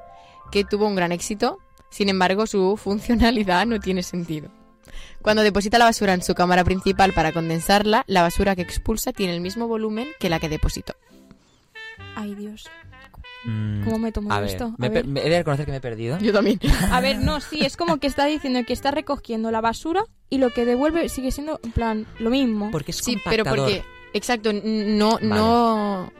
que tuvo un gran éxito. Sin embargo, su funcionalidad no tiene sentido. Cuando deposita la basura en su cámara principal para condensarla, la basura que expulsa tiene el mismo volumen que la que depositó. Ay, Dios. Mm, ¿Cómo me he a tomado ver, esto? me a, he ver. per- me- he de reconocer que me he perdido. Yo también. A ver, no, sí, es como que está diciendo que está recogiendo la basura y lo que devuelve sigue siendo, en plan, lo mismo. Porque es Sí, pero compactador. porque... Exacto, n- no, no...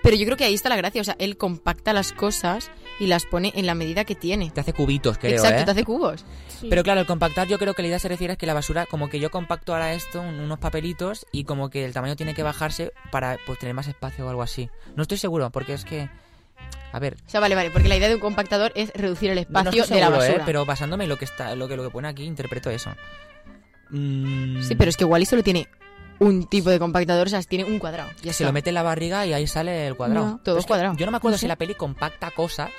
Pero yo creo que ahí está la gracia. O sea, él compacta las cosas y las pone en la medida que tiene. Te hace cubitos, creo, Exacto, ¿eh? te hace cubos. Sí. Pero claro, el compactar yo creo que la idea se refiere a que la basura, como que yo compacto ahora esto, un- unos papelitos, y como que el tamaño tiene que bajarse para pues tener más espacio o algo así. No estoy seguro, porque es que... A ver, O sea, vale, vale, porque la idea de un compactador es reducir el no, no espacio estoy de la seguro, ¿eh? basura. pero basándome en lo que, está, lo que, lo que pone aquí, interpreto eso. Mm, Sí, pero es que Wally solo tiene un tipo de compactador, o sea, tiene un cuadrado. Ya Se está. lo mete en la barriga y ahí sale el cuadrado. No. Todo Pero es que cuadrado. Yo no me acuerdo No si sé. la peli compacta cosas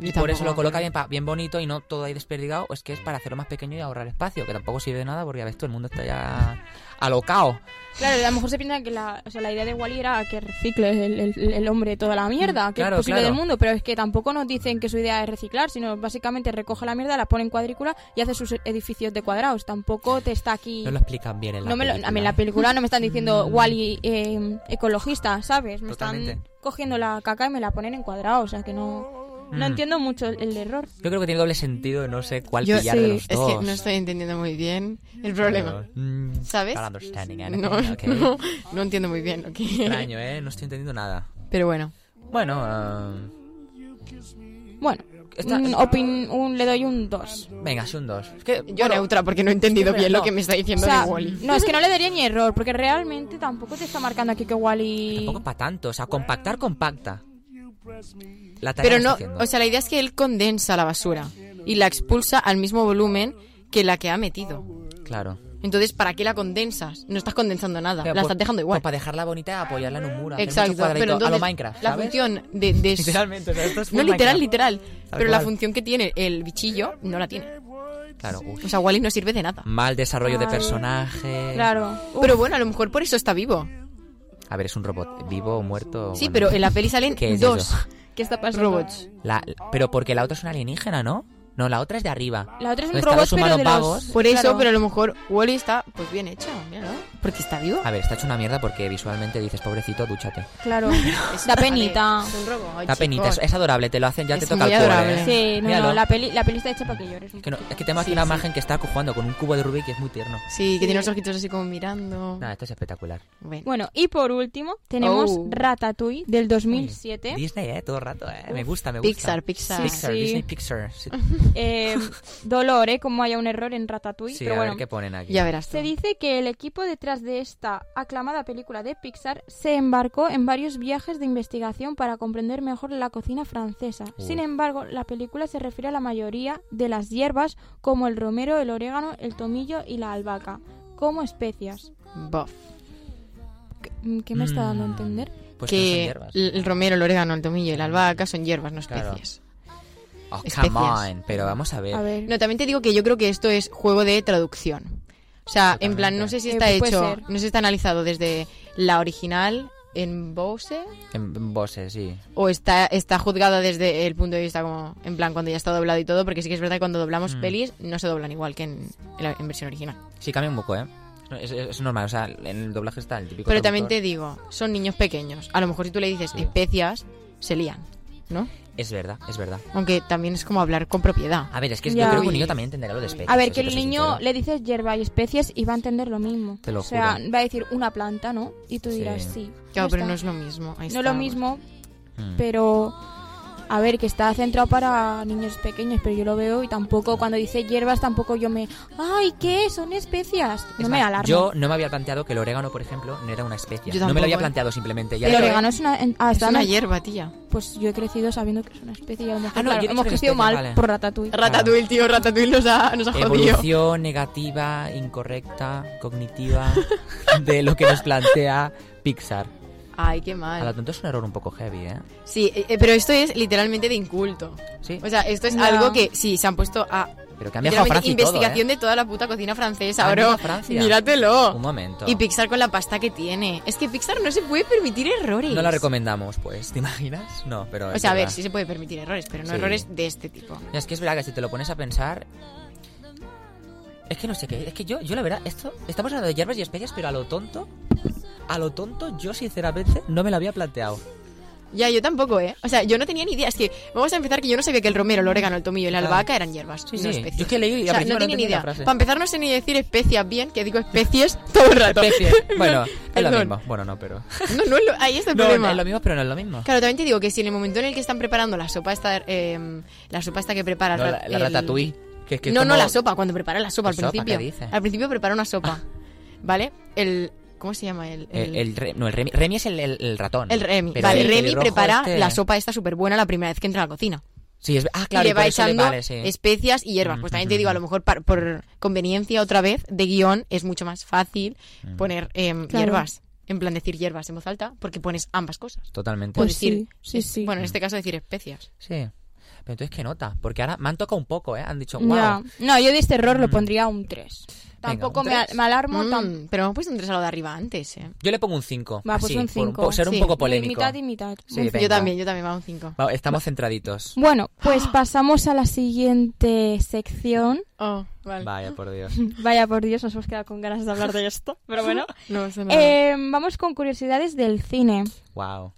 y Yo por eso tampoco lo me coloca acuerdo. bien, pa- bien bonito y no todo ahí desperdigado. o Es que es para hacerlo más pequeño y ahorrar espacio, que tampoco sirve de nada porque ya ves tú, el mundo está ya alocao. Claro, a lo mejor se piensa que la, o sea, la idea de Wally era que recicle el, el- el hombre toda la mierda que Claro, es posible claro. del mundo, pero es que tampoco nos dicen que su idea es reciclar, sino básicamente recoge la mierda, la pone en cuadrícula y hace sus edificios de cuadrados. Tampoco te está aquí. No lo explican bien en la No me lo- película. Mm. a mí en la película no me están [LAUGHS] diciendo Wally eh, ecologista, ¿sabes? Me Totalmente. están cogiendo la caca y me la ponen en cuadrados, o sea que no, no Mm. entiendo mucho el, el error. Yo creo que tiene doble sentido, no sé cuál Yo- pillar sí, de los Es dos. mm, que no estoy entendiendo muy bien el problema. ¿Sabes? No, no, [LAUGHS] no, no entiendo muy bien lo que... ¿eh? Extraño, ¿eh? No estoy entendiendo nada. [LAUGHS] Pero bueno, Bueno, eh, Bueno, Esta- un opin- un- le doy un 2. venga, sí, un dos. Es que, yo bueno, neutra porque no he entendido pero bien no. lo que me está O diciendo sea, de Wally. no, es que no le daría ni error, porque realmente tampoco te está marcando aquí que Wally... Tampoco para tanto, o sea, compactar, compacta. La tarea Pero que no, está haciendo. o sea, la idea es que él condensa la basura y la expulsa al mismo volumen que la que ha metido. Claro. Entonces, ¿para qué la condensas? No estás condensando nada, la estás dejando igual. para Pues dejarla bonita y apoyarla en un muro. hacer muchos Exacto, cuadraditos, pero entonces a lo Minecraft, la ¿sabes? función de, de su- [LAUGHS] Literalmente, o sea, esto es no full literal, Minecraft. literal, Tal pero la cual. función que tiene el bichillo no la tiene. Claro, uy. O sea, Wally no sirve de nada. Mal desarrollo de Ay. personaje. Claro. Mm. Pero bueno, a lo mejor por eso está vivo. A ver, es un robot vivo o muerto. Sí, Oh, bueno, pero en la peli salen ¿Qué es dos eso? ¿Qué está pasando? robots. La- la- pero porque la otra es una alienígena, ¿no? No, la otra es de arriba. La otra es Donde un están robot, los humanos pero de los- vagos. Por eso, Claro. pero a lo mejor Wally está pues bien hecho, míralo, porque está vivo. A ver, está hecho una mierda porque visualmente dices, pobrecito, dúchate. [LAUGHS] [LAUGHS] Claro. Es- Da penita. Es un robo. ay, Está penita, es, chicos. es adorable, te lo hacen, ya Es te toca el muy cuore. adorable. ¿eh? Sí, no, Míralo. no, la peli, la peli está hecha para que llores. un Que no- es poquito. que tengo aquí Sí, una sí. imagen que está jugando con un cubo de Rubik y es muy tierno. Sí, que tiene los ojitos así como mirando. Nada, esto es espectacular. Bueno. Bueno, y por último, tenemos Oh. Ratatouille del 2007. Disney, ¿eh? Todo el rato, ¿eh? Me gusta, me gusta. Pixar, Pixar. Pixar, Sí. Disney Pixar. Sí, [LAUGHS] Eh, dolor, ¿eh? Como haya un error en Ratatouille. Sí, pero a bueno, ver qué ponen aquí. Ya verás. tú. se dice que el equipo detrás detrás de esta aclamada película de Pixar, se embarcó en varios viajes de investigación para comprender mejor la cocina francesa. Uy. Sin embargo, la película se refiere a la mayoría de las hierbas como el romero, el orégano, el tomillo y la albahaca, como especias. Bof. ¿Qué, mm, qué me está dando a Mm, entender? Pues que son que hierbas. el el romero, el orégano, el tomillo y la albahaca son hierbas, no Claro. especies. Oh, especias. come on. Pero vamos a ver. A ver. No, también te digo que yo creo que esto es juego de traducción. O sea, en plan, no sé si Eh, está puede hecho, ser. no sé si está analizado desde la original en Bose En, en voces, sí. o está, está juzgada desde el punto de vista como, en plan, cuando ya está doblado y todo, porque sí que es verdad que cuando doblamos Mm. pelis no se doblan igual que en, en la en versión original. Sí, cambia un poco, ¿eh? No, Es, es- es normal, o sea, en el doblaje está el típico. Pero también te traductor. digo, son niños pequeños. A lo mejor si tú le dices Sí. especias, se lían, ¿no? Es verdad, es verdad. Aunque también es como hablar con propiedad. A ver, es que Ya. yo creo que un Uy. niño también entenderá lo de especias. A ver, si que te el soy niño sincero. le dices hierba y especias y va a entender lo mismo. Te lo o sea, juro. va a decir una planta, ¿no? Y tú dirás sí. Ya Claro, pero está. no es lo mismo. ahí No es lo está. mismo, Mm. pero a ver, que está centrado para niños pequeños, pero yo lo veo y tampoco cuando dice hierbas tampoco yo me, ay, ¿qué? Son especias. No Es me más, alarmo. Yo no me había planteado que el orégano, por ejemplo, no era una especie. Yo no me tampoco, lo había ¿eh? planteado simplemente. Ya el lo- orégano es una, en- ah, Es está en- una hierba, tía. pues yo he crecido sabiendo que es una especie y a lo mejor, Ah, no, claro, yo he dicho hemos que es crecido mal especie, vale. por ratatouille. Ratatouille, tío, Ratatouille nos ha, nos ha jodido. Evolución negativa, incorrecta, cognitiva de lo que nos plantea [LAUGHS] Pixar. Ay, qué A lo mal. tanto es un error un poco heavy, ¿eh? Sí, eh, eh, pero esto es literalmente de inculto. Sí, O sea, esto es Ya. algo que sí, se han puesto a pero que han viajado Pues, a literalmente Francia y todo, investigación ¿eh? de toda la puta cocina francesa, Han bro. ido a Francia. Míratelo. Un momento. Y Pixar con la pasta que tiene. Es que Pixar no se puede permitir errores. No la recomendamos, pues, ¿te imaginas? No, pero O es sea, a verdad. ver, sí se puede permitir errores, pero no Sí. errores de este tipo. No, es que es verdad que si te lo pones a pensar... Es que no sé qué, es que yo, yo la verdad, esto... Estamos hablando de hierbas y especias, pero a lo tonto... A lo tonto, yo sinceramente no me lo había planteado. Ya, yo tampoco, ¿eh? O sea, yo no tenía ni idea. Es que vamos a empezar que yo no sabía que el romero, el orégano, el tomillo y la Claro. albahaca eran hierbas. Ah. Sí, no sí. especies. Yo es que leí y O al sea, no principio no tenía ni entendí la idea. frase. Para empezar, no sé ni decir especias bien, que digo especies [LAUGHS] todo el rato. Especie. Bueno, es lo Perdón. mismo. Bueno, [LAUGHS] no, pero... No, no, es lo- ahí está el No, problema. no es lo mismo, pero no es lo mismo. Claro, también te digo que si en el momento en el que están preparando la sopa esta, eh, la sopa esta que prepara No, el la, rat- la el- ratatouille. Que, es que no, como- no la sopa, cuando prepara la sopa al ¿Qué sopa? principio. ¿Qué dice? Al principio prepara una [LAUGHS] sopa. ¿Vale? El ¿cómo se llama el eh, El, el re- no, el Remy, Remy es el, el- el ratón. el Remy, Pero vale, el Remy pelirrojo prepara este- la sopa esta súper buena la primera vez que entra a la cocina. Sí, es... Ah, y claro, le y por va eso le echando vale, sí. especias y hierbas. Pues también te digo, a lo mejor par- por conveniencia otra vez de guión es mucho más fácil Mm. poner em, Claro. hierbas. En plan decir hierbas en voz alta porque pones ambas cosas. Totalmente. O Pues decir, sí, sí, es- sí. bueno, en este caso decir especias. Sí. Pero entonces, ¿qué nota? Porque ahora me han tocado un poco, ¿eh? Han dicho, wow. Ya. No, yo de este error le pondría un 3. Tampoco Mm. un me, al- tres. me alarmo Mm, tan... pero hemos puesto un 3 a lo de arriba antes, ¿eh? Yo le pongo un 5. Va, pues un cinco. Por, ser un Sí. poco polémico. Mitad y mitad. Sí, Un venga. Yo también, yo también, va un 5. Va, estamos [LAUGHS] centraditos. Bueno, [GASPS] pues pasamos a la siguiente sección. Oh, vale. Vaya, por Dios. [LAUGHS] Vaya por Dios, nos hemos quedado con ganas de hablar de esto, pero [LAUGHS] bueno. No, eso no. Eh, vamos con curiosidades del cine. wow.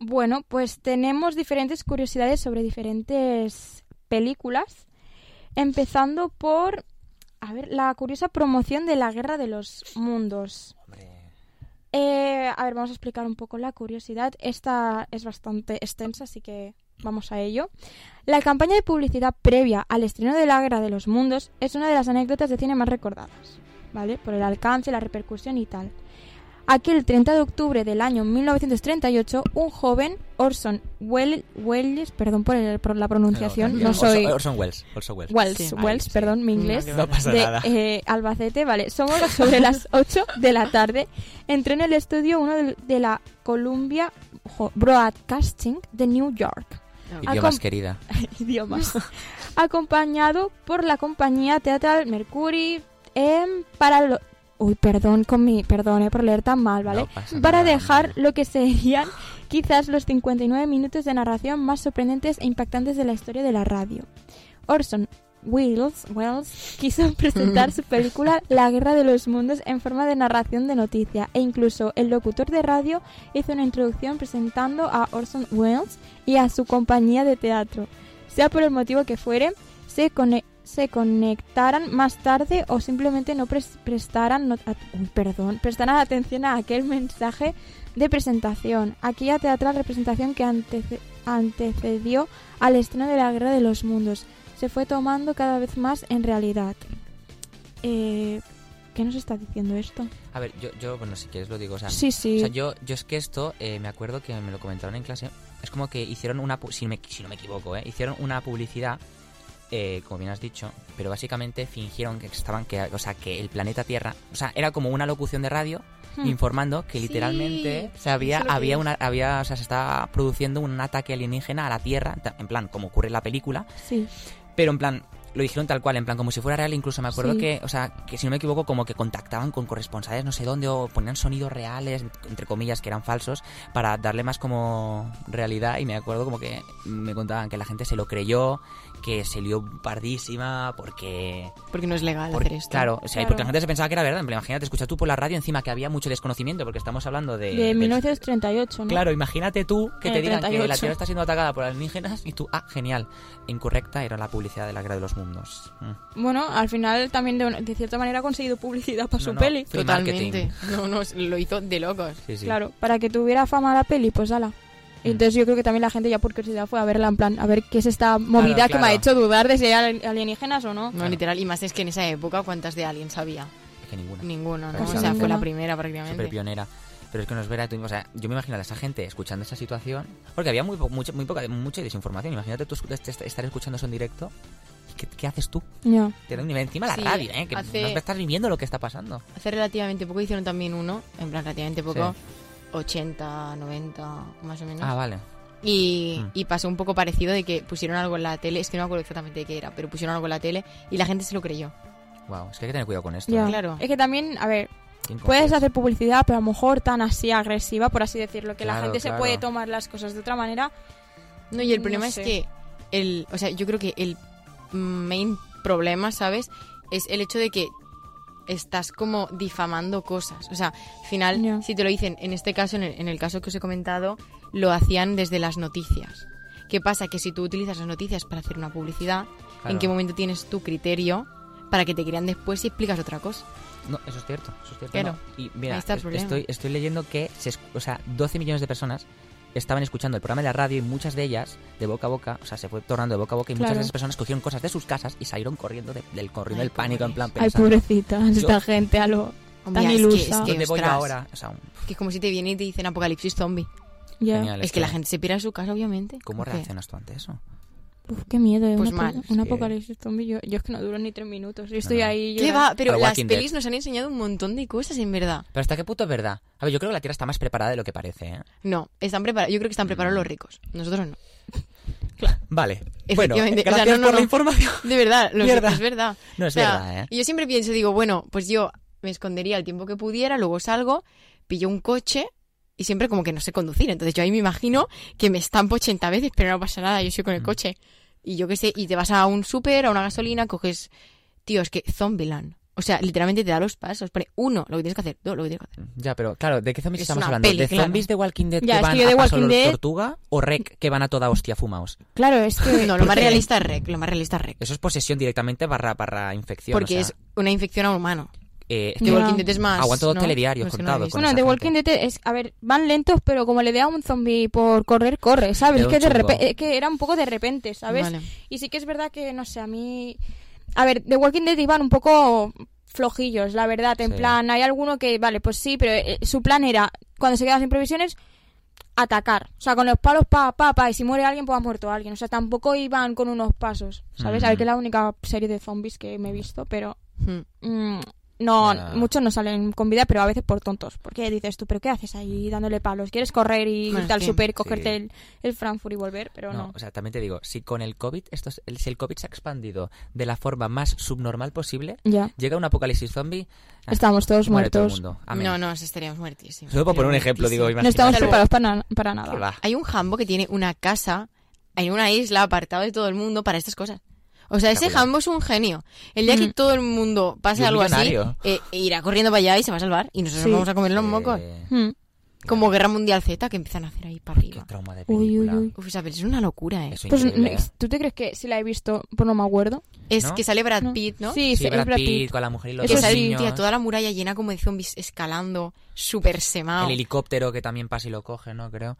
Bueno, pues tenemos diferentes curiosidades sobre diferentes películas, empezando por, a ver, la curiosa promoción de la Guerra de los Mundos. Eh, a ver, vamos a explicar un poco la curiosidad. Esta es bastante extensa, así que vamos a ello. La campaña de publicidad previa al estreno de la Guerra de los Mundos es una de las anécdotas de cine más recordadas, ¿vale? Por el alcance, la repercusión y tal. Aquel 30 de octubre del año 1938, un joven, Orson Welles, Welles, perdón por, el- por la pronunciación, no, soy... Orson, Orson Welles. Orson Welles. Wells, Sí. Wells, Ay, sí. perdón, mi No, inglés. qué No pasa de nada. eh, Albacete, vale. Somos sobre [LAUGHS] las 8 de la tarde. Entró en el estudio uno del- de, la Columbia ojo, Broadcasting de New York. Idiomas Acom- querida. [LAUGHS] Idiomas. Acompañado por la compañía teatral Mercury em, para lo- Uy, perdón con mi, perdón eh, por leer tan mal, ¿vale? No pasa para nada, dejar hombre. lo que serían [LAUGHS] quizás los 59 minutos de narración más sorprendentes e impactantes de la historia de la radio. Orson Welles, Welles [LAUGHS] quiso presentar su película La Guerra de los Mundos en forma de narración de noticia e incluso el locutor de radio hizo una introducción presentando a Orson Welles y a su compañía de teatro. Sea por el motivo que fuere, se cone- se conectaran más tarde o simplemente no pres- prestaran, no- at- uy, perdón, prestaran atención a aquel mensaje de presentación, aquella teatral representación que antece- antecedió al estreno de la Guerra de los Mundos. Se fue tomando cada vez más en realidad. Eh, ¿Qué nos está diciendo esto? A ver, yo, yo, bueno, si quieres lo digo. O sea, Sí, sí. O sea, yo, yo es que esto, eh, me acuerdo que me lo comentaron en clase, es como que hicieron una, pu- si, me- si no me equivoco, eh, hicieron una publicidad, eh, como bien has dicho, pero básicamente fingieron que estaban, que, o sea, que el planeta Tierra, o sea, era como una locución de radio Hmm. informando que Sí, literalmente o sea, había, eso lo había, vi. una, había, o sea, se estaba produciendo un ataque alienígena a la Tierra, ta- en plan, como ocurre en la película, Sí. pero en plan, lo dijeron tal cual, en plan, como si fuera real. Incluso me acuerdo Sí. que, o sea, que si no me equivoco, como que contactaban con corresponsales no sé dónde o ponían sonidos reales, entre comillas, que eran falsos, para darle más como realidad. Y me acuerdo como que me contaban que la gente se lo creyó, que se lió pardísima, porque. Porque no es legal porque- hacer esto. claro, o sea, y Claro. porque la gente se pensaba que era verdad. En plan, imagínate, escucha tú por la radio encima que había mucho desconocimiento, porque estamos hablando Eh, de. De del- 1938, ¿no? Claro, imagínate tú que En te el digan que la 38. Tierra está siendo atacada por alienígenas y tú, ah, genial. Incorrecta era la publicidad de la guerra de los mundos. Mm. Bueno, al final también de, una- de cierta manera ha conseguido publicidad para No, su no, peli. free Totalmente. marketing. No, no, lo hizo de locos. Sí, sí. Claro, para que tuviera fama la peli, pues ala. Y Mm. Entonces yo creo que también la gente ya por curiosidad fue a verla en plan, a ver qué es esta movida que me ha claro. hecho dudar de si hay ali- alienígenas o no. No, Claro. literal. Y más es que en esa época, ¿cuántas de Alien sabía? Es que ninguna. Ninguna, ¿no? Casi o sea, fue ninguna. la primera prácticamente. Súper pionera. Pero es que nos verá, tú- o sea, yo me imagino a esa gente escuchando esa situación, porque había muy, po- mucha, muy poca, mucha desinformación. Imagínate tú escu- est- est- estar escuchando eso en directo. ¿Qué, qué haces tú? Ya. Te da un nivel encima la Sí, radio, ¿eh? Que hace- no estás viviendo lo que está pasando. Hace relativamente poco hicieron también uno, en plan relativamente poco, 80, 90, más o menos. Ah, vale. y, Mm. y pasó un poco parecido de que pusieron algo en la tele, es que no me acuerdo exactamente de qué era, pero pusieron algo en la tele y la gente se lo creyó. Wow, es que hay que tener cuidado con esto. ya. ¿eh? Claro. Es que también, a ver, ¿Quién puedes confía? hacer publicidad, pero a lo mejor tan así agresiva, por así decirlo, que la Claro, gente se claro. puede tomar las cosas de otra manera. No, y el No problema sé. es que el, o sea, yo creo que el main problema, ¿sabes? Es el hecho de que estás como difamando cosas. O sea, al final, Ya. si te lo dicen, en este caso, en el, en el caso que os he comentado, lo hacían desde las noticias. ¿Qué pasa? Que si tú utilizas las noticias para hacer una publicidad, ¿en Claro. qué momento tienes tu criterio para que te crean después y explicas otra cosa? No, eso es cierto, eso es cierto. Claro. no. Y mira, Ahí está el es- problema. estoy, estoy leyendo que se, es- o sea, 12 millones de personas estaban escuchando el programa de la radio y muchas de ellas, de boca a boca, o sea, se fue tornando de boca a boca y muchas Claro. de esas personas cogieron cosas de sus casas y salieron corriendo de- del corriendo Ay, del pánico en plan Ay, pensando, pobrecita, [LAUGHS] esta gente, a lo. Tan ya, es que- ilusa. es que, ¿Dónde voy yo ostras, ahora? O sea, un- Que es como si te vienen y te dicen apocalipsis zombie. Ya. genial, este, Es que la gente se pira a su casa, obviamente. ¿Cómo Porque- reaccionas tú ante eso? Uf, qué miedo, eh, Pues una mal, peli- es un que- apocalipsis zombie. Yo, yo es que no duro ni tres minutos. Yo estoy no. ahí. ¿Qué llorando. va? Pero Para las Walking Dead. pelis nos han enseñado un montón de cosas, en verdad. Pero hasta qué punto es verdad. A ver, yo creo que la Tierra está más preparada de lo que parece, ¿eh? No, están preparados. Yo creo que Mm. están preparados los ricos. Nosotros no. Vale. Bueno, Efectivamente. O sea, gracias no, no, por no. la información. [LAUGHS] De verdad, los Mierda. ricos, es verdad. No, es O sea, verdad, ¿eh? y Yo siempre pienso, digo, bueno, pues yo me escondería el tiempo que pudiera, luego salgo, pillo un coche y siempre como que no sé conducir. Entonces yo ahí me imagino que me estampo 80 veces, pero no pasa nada, yo soy con el Mm. coche. Y yo qué sé, y te vas a un súper, a una gasolina, coges... Tío, es que Zombieland. O sea, literalmente te da los pasos. Pone uno, lo que tienes que hacer, dos, lo que tienes que [LAUGHS] hacer. Ya, pero claro, ¿de qué zombies Es estamos una hablando? peli, ¿De claro. zombies de Walking Dead Ya, es que van que yo de a paso Walking los Dead- tortuga o rec que van a toda hostia fumaos? Claro, es [LAUGHS] que. No, lo más Porque- pues realista es rec, lo más realista es rec. Eso es posesión directamente barra barra infección. Porque o sea, es una infección a un humano. eh, es The que Ya. Walking Dead es más. Aguanto dos ¿no? Pues telediarios No sé, no lo he contados visto. con Bueno, esa The gente. Walking Dead es, a ver, van lentos, pero como le dé a un zombie por correr, corre, ¿sabes? Le Es da que, un de chungo. repe- eh, que era un poco de repente, ¿sabes? Vale. Y sí que es verdad que, no sé, a mí... A ver, The Walking Dead iban un poco flojillos, la verdad, en Sí. plan, hay alguno que, vale, pues sí, pero eh, su plan era, cuando se quedan sin provisiones, atacar. O sea, con los palos, pa, pa, pa, y si muere alguien, pues ha muerto alguien. O sea, tampoco iban con unos pasos, ¿sabes? A ver, Mm. que es la única serie de zombies que me he visto, pero... Hmm. Mm, no, Ya. muchos no salen con vida, pero a veces por tontos. Porque dices tú, ¿pero qué haces ahí dándole palos? ¿Quieres correr y Bueno, irte al sí. super, cogerte Ah, Sí. el, el Frankfurt y volver? Pero No, no. o sea, también te digo, si con el COVID, esto es- el- si el COVID se ha expandido de la forma más subnormal posible, Ya. llega un apocalipsis zombie, Ah, Estamos todos muere todo el muertos. mundo. Amén. No, no, estaríamos muertísimos. Solo por poner un ejemplo, digo, Muertísimos. No estamos preparados imagínate. para, na- para ¿Qué nada. va? Hay un jambo que tiene una casa en una isla apartado de todo el mundo para estas cosas. O sea, ese Espectacular. jambo es un genio. El día que Mm. todo el mundo Y pase es algo así, millonario. eh, irá corriendo para allá y se va a salvar. Y nosotros Sí. nos vamos a comer los Eh, mocos. Mm. Como Guerra Mundial Z que empiezan a hacer ahí para Qué arriba. trauma de Uy, uy, película. uy. Uf, esa peli es una locura, ¿eh? Eso Pues, increíble. no, ¿tú te crees que si la he visto, pues no me acuerdo? Es ¿No? que sale Brad No. Pitt, ¿no? Sí, Sí, es Brad Brad Pitt Pitt. con la mujer y los Eso que dos sí. sale, niños. tía, toda la muralla llena como de zombies escalando, súper semao. El helicóptero que también pasa y lo coge, ¿no? Creo.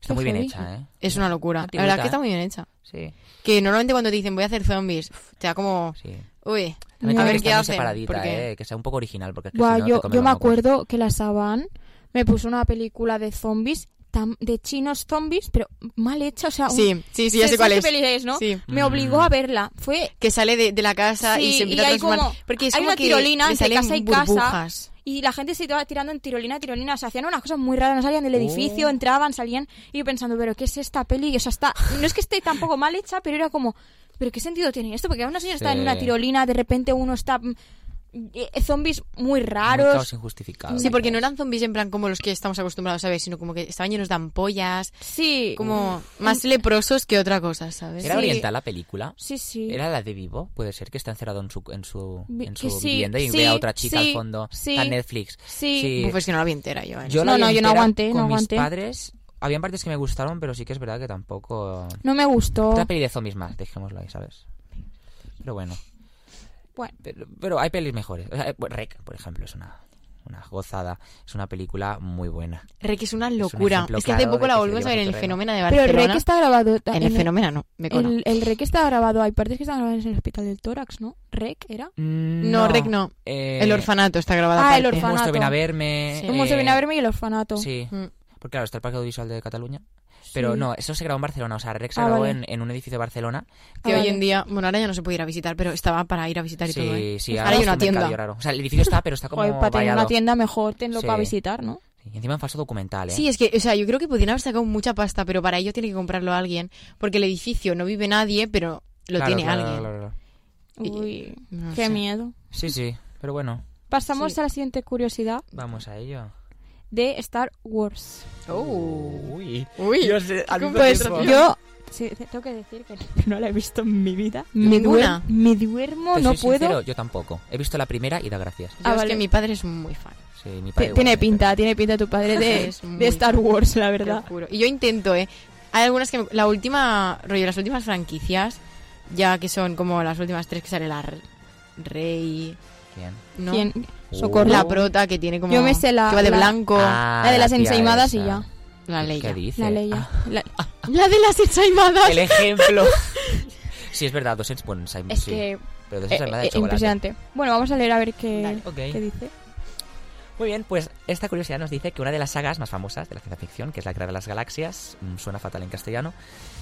Está muy bien heavy. hecha, ¿eh? Es una locura. La Antigüita, verdad es que ¿eh? está muy bien hecha. Sí, Que normalmente cuando te dicen voy a hacer zombies, uf, te da como... sí. Uy, También A tiene ver que qué estar muy hacen, separadita, porque- ¿eh? Que sea un poco original, porque es que Buah, si no yo, te come yo me los mocos. acuerdo que la Saban me puso una película de zombies, tam- de chinos zombies, pero mal hecha, o sea... un- sí, sí, sí, ya ¿Sabes sé cuál qué es. peli es, no? Sí. Me obligó Mm. a verla. Fue Que sale de, de la casa y Sí, se empieza y a hay transformar. como- porque es hay como una que tirolina le entre salen casa y casa. burbujas. Y la gente se iba tirando en tirolina, tirolina. Se hacían unas cosas muy raras. No salían del edificio, Oh. entraban, salían. Y yo pensando, ¿pero qué es esta peli? O sea, está. No es que esté tampoco mal hecha, pero era como. ¿Pero qué sentido tiene esto? Porque una señora está en Sí. una tirolina, de repente uno está. mm, eh, zombies muy Un caos raros. injustificado. Sí, porque no eran zombies en plan como los que estamos acostumbrados a ver, sino como que estaban llenos de ampollas, Sí. como más leprosos que otra cosa, ¿sabes? ¿Era Sí. oriental la película? Sí, sí. ¿Era la de Vivo? Puede ser que está encerrado en su, en su, Vi- en que su sí, vivienda y sí, vea a otra chica sí, al fondo. sí, Está en Netflix. sí. Uf, es que no la vi entera yo. ¿eh? Yo la No, vi no, yo no entera aguanté, con no mis aguanté. padres. Habían partes que me gustaron, pero sí que es verdad que tampoco... No me gustó. Otra peli de zombies más, dejémoslo ahí, ¿sabes? Pero bueno. Bueno. Pero, pero hay pelis mejores. O sea, eh, bueno, Rec, por ejemplo, es una, una gozada. Es una película muy buena. Re que es una un locura. ejemplo Es, que hace claro poco de la que se volvimos a ver lleva en su el terreno. fenómeno de Pero el rey Barcelona. que está grabado. ta- En el el- fenómeno no, me cono. El, el rec está grabado, hay partes que están grabadas en el hospital del tórax, ¿no? ¿Rec era? Mm, No, Rec no. Eh, El orfanato está grabado Ah, el aparte. Un orfanato. monstruo viene a verme. Sí. El monstruo eh, viene a verme y el orfanato. Sí. Mm. Porque claro, está el Parque Audiovisual de Cataluña. Pero Sí. no, eso se grabó en Barcelona. O sea, Rex se Ah, grabó vale. en, en un edificio de Barcelona. Que Ah, hoy vale. en día, bueno, ahora ya no se puede ir a visitar, pero estaba para ir a visitar y sí, todo. ¿eh? sí, Ahora hay es una un mercadillo tienda. raro. O sea, el edificio está, pero está [LAUGHS] como Joder, para tener una vallado. tienda mejor, tenlo Sí. para visitar, ¿no? Sí, y encima en falso documental, ¿eh? Sí, es que, o sea, yo creo que podrían haber sacado mucha pasta, pero para ello tiene que comprarlo alguien. Porque el edificio no vive nadie, pero lo Claro, tiene claro, alguien. claro, claro. Y- Uy, no qué sé. miedo. Sí, sí. Pero bueno, Pasamos Sí. a la siguiente curiosidad vamos a ello. de Star Wars. Oh. Uy. Uy. Yo sé, al mismo Pues tiempo. Yo sí, te- tengo que decir que [LAUGHS] no la he visto en mi vida. Me, Ninguna. duer- me duermo, Te no soy puedo. sincero, yo tampoco. He visto la primera y da gracias. Yo Ah, es vale. que mi padre es muy fan. Sí, mi Te- padre igual, tiene eh, pinta, tiene pinta tu padre de, [LAUGHS] Es muy de Star Wars, la Te lo verdad. juro. Y yo intento, ¿eh? Hay algunas que... me- La última... Rollo, las últimas franquicias, ya que son como las últimas tres que sale la r- Rey... pero- ¿Quién? ¿no? ¿Quién? Uh. Socorro. La prota que tiene como... Yo me sé la- Que va de la- blanco. Ah, la de las tía ensaimadas y esa. ya. La ¿Qué- ley. ¿Qué dice? La ley. Ah, la- La de las ensaimadas. el ejemplo. [LAUGHS] sí, es verdad. Dos ens- bueno, ensaim- es sí, que eh, Pero dos eh, ensaimadas de chocolate. impresionante. Bueno, vamos a leer a ver qué, Dale. Ok. qué dice. [LAUGHS] Muy bien, pues esta curiosidad nos dice que una de las sagas más famosas de la ciencia ficción, que es la Guerra de las Galaxias, mm, suena fatal en castellano,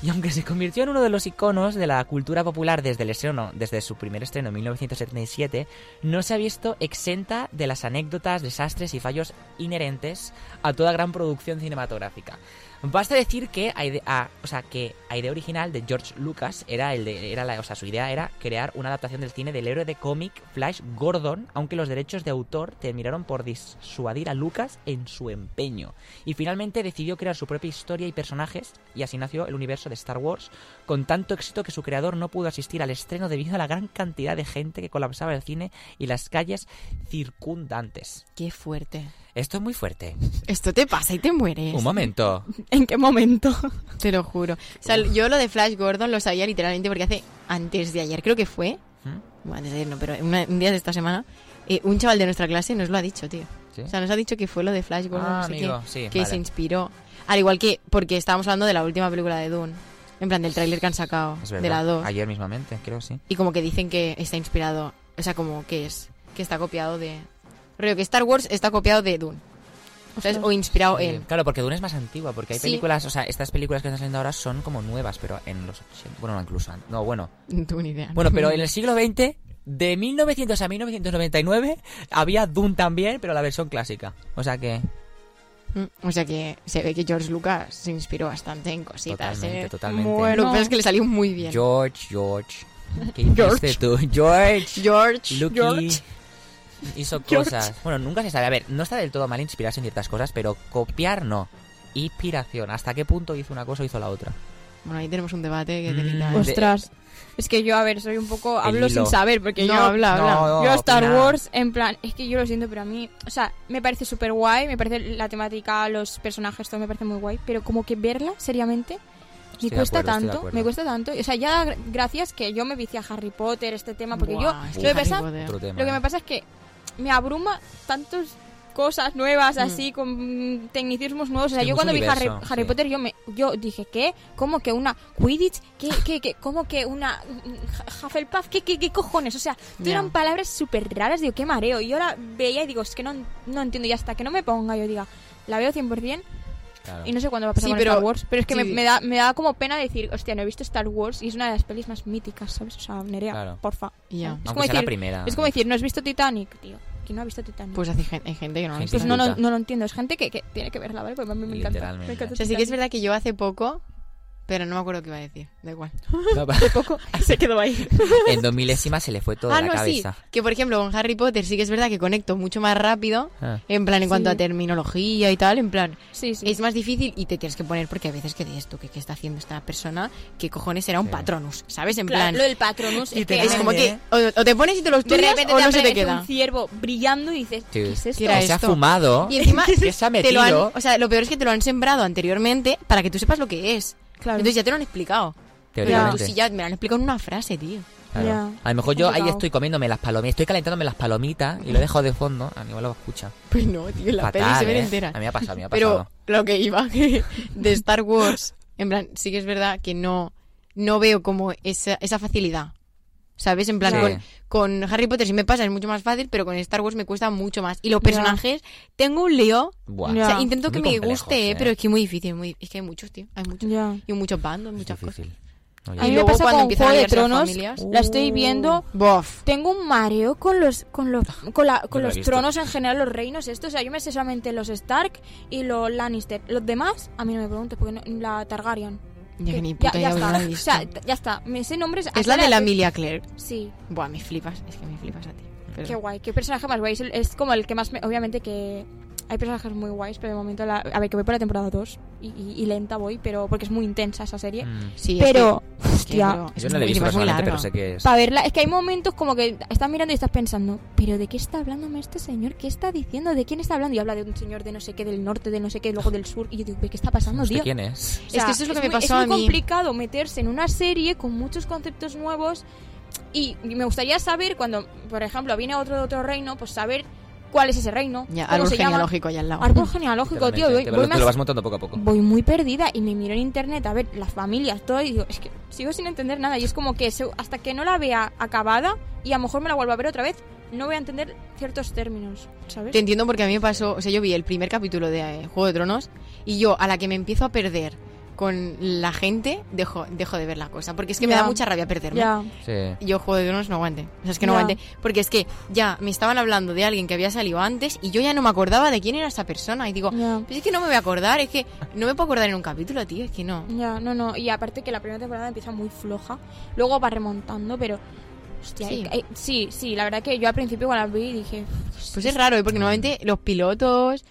y aunque se convirtió en uno de los iconos de la cultura popular desde, el estreno, desde su primer estreno en 1977, no se ha visto exenta de las anécdotas, desastres y fallos inherentes a toda gran producción cinematográfica. Basta decir que a ide- a- o sea, que a idea original de George Lucas era el de, era la, o sea, su idea era crear una adaptación del cine del héroe de cómic Flash Gordon, aunque los derechos de autor terminaron por disuadir a Lucas en su empeño. Y finalmente decidió crear su propia historia y personajes, y así nació el universo de Star Wars, con tanto éxito que su creador no pudo asistir al estreno debido a la gran cantidad de gente que colapsaba el cine y las calles circundantes. Qué fuerte. Esto es muy fuerte. Esto te pasa y te mueres. [LAUGHS] Un momento. ¿En qué momento? Te lo juro. O sea, yo lo de Flash Gordon lo sabía literalmente porque hace antes de ayer, creo que fue. ¿Mm? Bueno, antes de ayer no, pero una- un día de esta semana. eh, un chaval de nuestra clase nos lo ha dicho, tío. ¿Sí? O sea, nos ha dicho que fue lo de Flash Gordon. Ah, no sé amigo, qué, sí, que vale. se inspiró. Al igual que porque estábamos hablando de la última película de Dune. En plan, del tráiler que han sacado. Es verdad. De la 2. Ayer mismamente, creo, sí. Y como que dicen que está inspirado. O sea, como que es. Que está copiado de. Rollo, que Star Wars está copiado de Dune. ¿Sabes? O inspirado Sí, en. Eh, [LAUGHS] Claro, porque Dune es más antigua, porque hay Sí. películas, o sea, estas películas que están saliendo ahora son como nuevas, pero en los 80, bueno, no incluso, an- no, bueno, Dune idea. bueno, pero en el siglo XX, de 1900 a 1999, había Dune también, pero la versión clásica, o sea que... Mm, O sea que se ve que George Lucas se inspiró bastante en cositas. totalmente, ¿eh? totalmente. Bueno. Lo que pasa es que le salió muy bien. George, George, ¿qué George. hiciste tú? George, George. Lucky... George. Hizo George. cosas. Bueno, nunca se sabe. A ver, no está del todo mal inspirarse en ciertas cosas, pero copiar no. Inspiración. ¿Hasta qué punto hizo una cosa o hizo la otra? Bueno, ahí tenemos un debate que te Mm, quita. Hostia. Ostras. Es que yo, a ver, soy un poco. El Hablo sin hilo. saber, porque No, yo. habla, habla. No, no, yo Star opina. Wars, en plan. Es que yo lo siento, pero a mí. O sea, me parece súper guay, me parece la temática, los personajes, todo me parece muy guay, pero como que verla seriamente. Estoy Me de cuesta acuerdo, estoy de tanto, acuerdo. me cuesta tanto. O sea, ya gra- gracias que yo me vicié a Harry Potter, este tema, porque Buah, es yo. que Lo que, Harry pasa, Potter. Otro tema. lo que me pasa es que me abruma tantas cosas nuevas, Mm. así, con tecnicismos nuevos. O sea, Sí, yo mucho cuando vi Este universo, Harry, Harry sí. Potter, yo me yo dije, ¿qué? ¿Cómo que una Quidditch? [LAUGHS] ¿Qué, qué, qué? ¿Cómo que una mm, Hufflepuff? ¿Qué, qué, qué cojones? O sea, tú Ya. eran palabras súper raras, digo, qué mareo. Y yo la veía y digo, es que no, no entiendo. Y hasta que no me ponga, yo diga, la veo 100%. Claro. Y no sé cuándo va a pasar Sí, con pero- Star Wars, pero es que me, sí. me da, me da como pena decir, hostia, no he visto Star Wars y es una de las pelis más míticas, ¿sabes? O sea, Nerea, Claro. porfa. Ya. Es, Aunque como sea la decir, primera. es como decir, ¿no has visto Titanic, tío? ¿Quién no ha visto Titanic? Pues hay gen- hay gente que no lo Gente Pues entiende. no, no, Disfruta. no lo entiendo, es gente que, que tiene que verla, ¿vale? Porque a mí me encanta. Literalmente. Me encanta O sea, sí que es Titanic. verdad que yo hace poco, pero no me acuerdo qué iba a decir. Da igual. No, va- [LAUGHS] [LAUGHS] poco [LAUGHS] se quedó ahí. en dos milésimas se le fue todo ah, de no, la sí. cabeza. Que por ejemplo con Harry Potter sí que es verdad que conecto mucho más rápido. Ah. En plan, en cuanto Sí. a terminología y tal, en plan, Sí, sí. es más difícil y te tienes que poner porque a veces que dices tú que qué está haciendo esta persona, que cojones era un Sí. patronus, ¿sabes? En Claro, plan, lo del Patronus es, que es me- como que ¿eh? o, o te pones y te los de tuyas repente o te no se te aparece queda. un ciervo brillando y dices, Sí. ¿qué es esto? ¿Qué era Que se ha esto? fumado. [LAUGHS] Y encima que [LAUGHS] se ha te lo han, metido. o sea, lo peor es que te lo han sembrado anteriormente para que tú sepas lo que es. Claro. Entonces ya te lo han explicado. Pero tú Teóricamente. sí ya me lo han explicado en una frase, tío. [LAUGHS] Claro. Ya. A lo mejor yo ahí Complicado. estoy comiéndome las palomitas, estoy calentándome las palomitas y lo he dejado de fondo. A mí igual lo escucha. Pues no, tío, la Fatal, peli se ¿eh? ven entera. A mí me ha pasado, a mí me ha Pero pasado. lo que iba [LAUGHS] que de Star Wars, en plan, sí que es verdad que no, no veo como esa, esa facilidad. ¿Sabes? En plan, Sí. con, con Harry Potter sí me pasa, es mucho más fácil, pero con Star Wars me cuesta mucho más. Y los Ya. personajes, tengo un lío. Buah. Ya. O sea, intento Muy que me complejos, guste, eh, eh. pero es que es muy difícil. muy- es que hay muchos, tío. Hay muchos. Ya. Y muchos bandos, Es muchas cosas. difícil. No, A mí me luego pasó cuando con empiezan a Juego de liarse las Tronos, familias. Uh, la estoy viendo, Bof. tengo un mareo con los con los Ah, con, la- con lo he los visto. tronos en general, los reinos estos, o sea, yo me sé solamente los Stark y los Lannister. Los demás a mí no me preguntes porque no- la Targaryen. Ya que ni Ya- puta ya ya, está. lo [LAUGHS] he O visto. sea, t- ya está. Me sé nombres Es hasta la de la que- Emilia Clarke. Sí. Buah, me flipas. Es que me flipas a ti. Pero- Qué guay, qué personaje más guay. Es, el- es como el que más me. Obviamente que hay personajes muy guays, pero de momento. La, a ver, que voy por la temporada 2 y, y- y lenta voy, pero porque es muy intensa esa serie. Mm. Sí, es Pero, que- es que, hostia. bro, es Yo no la he muy- visto es muy personalmente, larga. pero sé que es. Para verla, es que hay momentos como que estás mirando y estás pensando, ¿pero de qué está hablándome este señor? ¿Qué está diciendo? ¿De quién está hablando? Y habla de un señor de no sé qué, del norte, de no sé qué, luego del sur. Y yo digo, ¿qué está pasando, No sé tío? quién es. O Es que eso es lo que me muy- pasó a muy mí. complicado meterse en una serie con muchos conceptos nuevos y me gustaría saber cuando, por ejemplo, viene otro de otro reino, pues saber cuál es ese reino, Ya, cómo árbol se llama. genealógico allá al lado. [LAUGHS] Árbol genealógico, tío. Voy, Literalmente, te voy lo- te lo más- vas montando poco a poco. voy muy perdida y me miro en internet a ver las familias, todo, y digo, es que sigo sin entender nada. Y es como que se- hasta que no la vea acabada y a lo mejor me la vuelvo a ver otra vez, no voy a entender ciertos términos, ¿sabes? Te entiendo porque a mí me pasó, o sea, yo vi el primer capítulo de eh, Juego de Tronos y yo a la que me empiezo a perder con la gente, dejo, dejo de ver la cosa, porque es que me Ya. da mucha rabia perderme. Ya, Sí. Yo Juego de Tronos no aguante, o sea, es que no Ya. aguante, porque es que ya me estaban hablando de alguien que había salido antes y yo ya no me acordaba de quién era esa persona y digo, ya. pues es que no me voy a acordar, es que no me puedo acordar en un capítulo, tío, es que no. Ya, no, no. Y aparte que la primera temporada empieza muy floja. Luego va remontando, pero. Hostia, Sí. sí. sí, sí, la verdad que yo al principio cuando la vi dije. Pues es raro, ¿eh? porque normalmente Mm. los pilotos,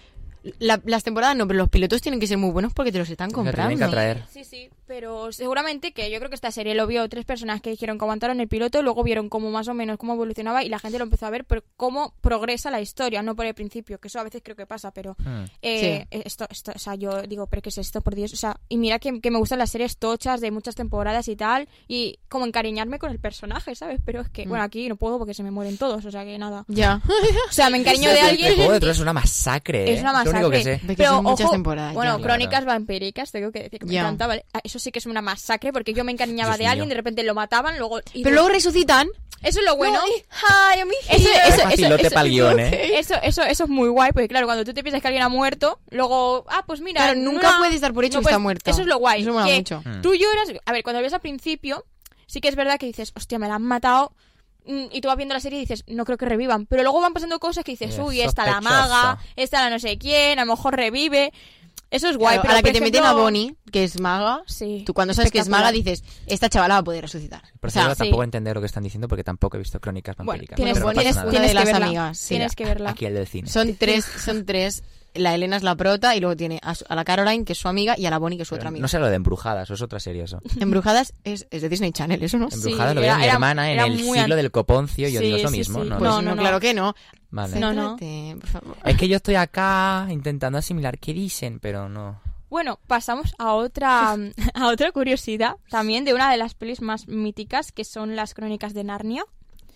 la- las temporadas no, pero los pilotos tienen que ser muy buenos porque te los están Lo tienen que comprando. atraer. Sí, sí, pero seguramente que yo creo que esta serie lo vio tres personas que dijeron que aguantaron el piloto, luego vieron cómo más o menos cómo evolucionaba y la gente lo empezó a ver por cómo progresa la historia, no por el principio, que eso a veces creo que pasa, pero Mm. Eh, esto, esto, o sea, yo digo, pero ¿qué es esto? Por Dios, o sea, y mira que, que me gustan las series tochas de muchas temporadas y tal, y como encariñarme con el personaje, ¿sabes? Pero es que, Mm. bueno, aquí no puedo porque se me mueren todos, o sea que nada. [LAUGHS] Ya. O sea, me encariño de El juego de alguien. Tronos es una masacre. ¿eh? Es una Lo único que masacre. sé. Ve que Pero son muchas ojo, temporadas. Bueno, ya. claro. crónicas vampíricas, tengo que decir que me Ya. encantaba. ¿vale? Ah, Eso sí que es una masacre porque yo me encariñaba Dios de mío. alguien, de repente lo mataban, luego. y Pero de- luego resucitan. Eso es lo bueno. Hi, I'm Eso, Es eso, eso, facilote eso- pa'l guión, ¿eh? Eso, eso, eso es muy guay, porque claro, cuando tú te piensas que alguien ha muerto, luego, ah, pues mira. Claro, nunca no- puedes dar por hecho que puedes- está muerto. Eso es lo guay. Eso mola que mucho. Mm. Tú lloras, a ver, cuando lo ves al principio, sí que es verdad que dices, hostia, me la han matado. mm, Y tú vas viendo la serie y dices, no creo que revivan. Pero luego van pasando cosas que dices, Es uy, esta la sospechosa. maga, esta la no sé quién, a lo mejor revive. Eso es guay. Claro, pero a la por que te ejemplo- meten a Bonnie, que es maga, Sí. tú cuando sabes que es maga espectacular. dices, esta chavala va a poder resucitar. Por O eso sea, sí. tampoco entender lo que están diciendo porque tampoco he visto crónicas Bueno, vampíricas. tienes, pero no Bonnie pasa tienes, nada. Una tienes que de las verla. amigas, sí. Tienes que verla. Aquí el del cine. son tres, son tres la Elena es la prota y luego tiene a, su- a la Caroline, que es su amiga, y a la Bonnie, que es su otra Pero amiga. No sé lo de embrujadas, eso es otra serie eso. Embrujadas es, es de Disney Channel, eso no. Sí, Embrujadas lo era- veía mi era- hermana era en el muy siglo an- del coponcio y yo Sí, digo, es lo sí, mismo. sí. No, Pues No, no, no, no. claro que no. Vale. No, no. Céntrate, por favor. Es que yo estoy acá intentando asimilar qué dicen, pero no. Bueno, pasamos a otra, [LAUGHS] a otra curiosidad también de una de las pelis más míticas que son las crónicas de Narnia.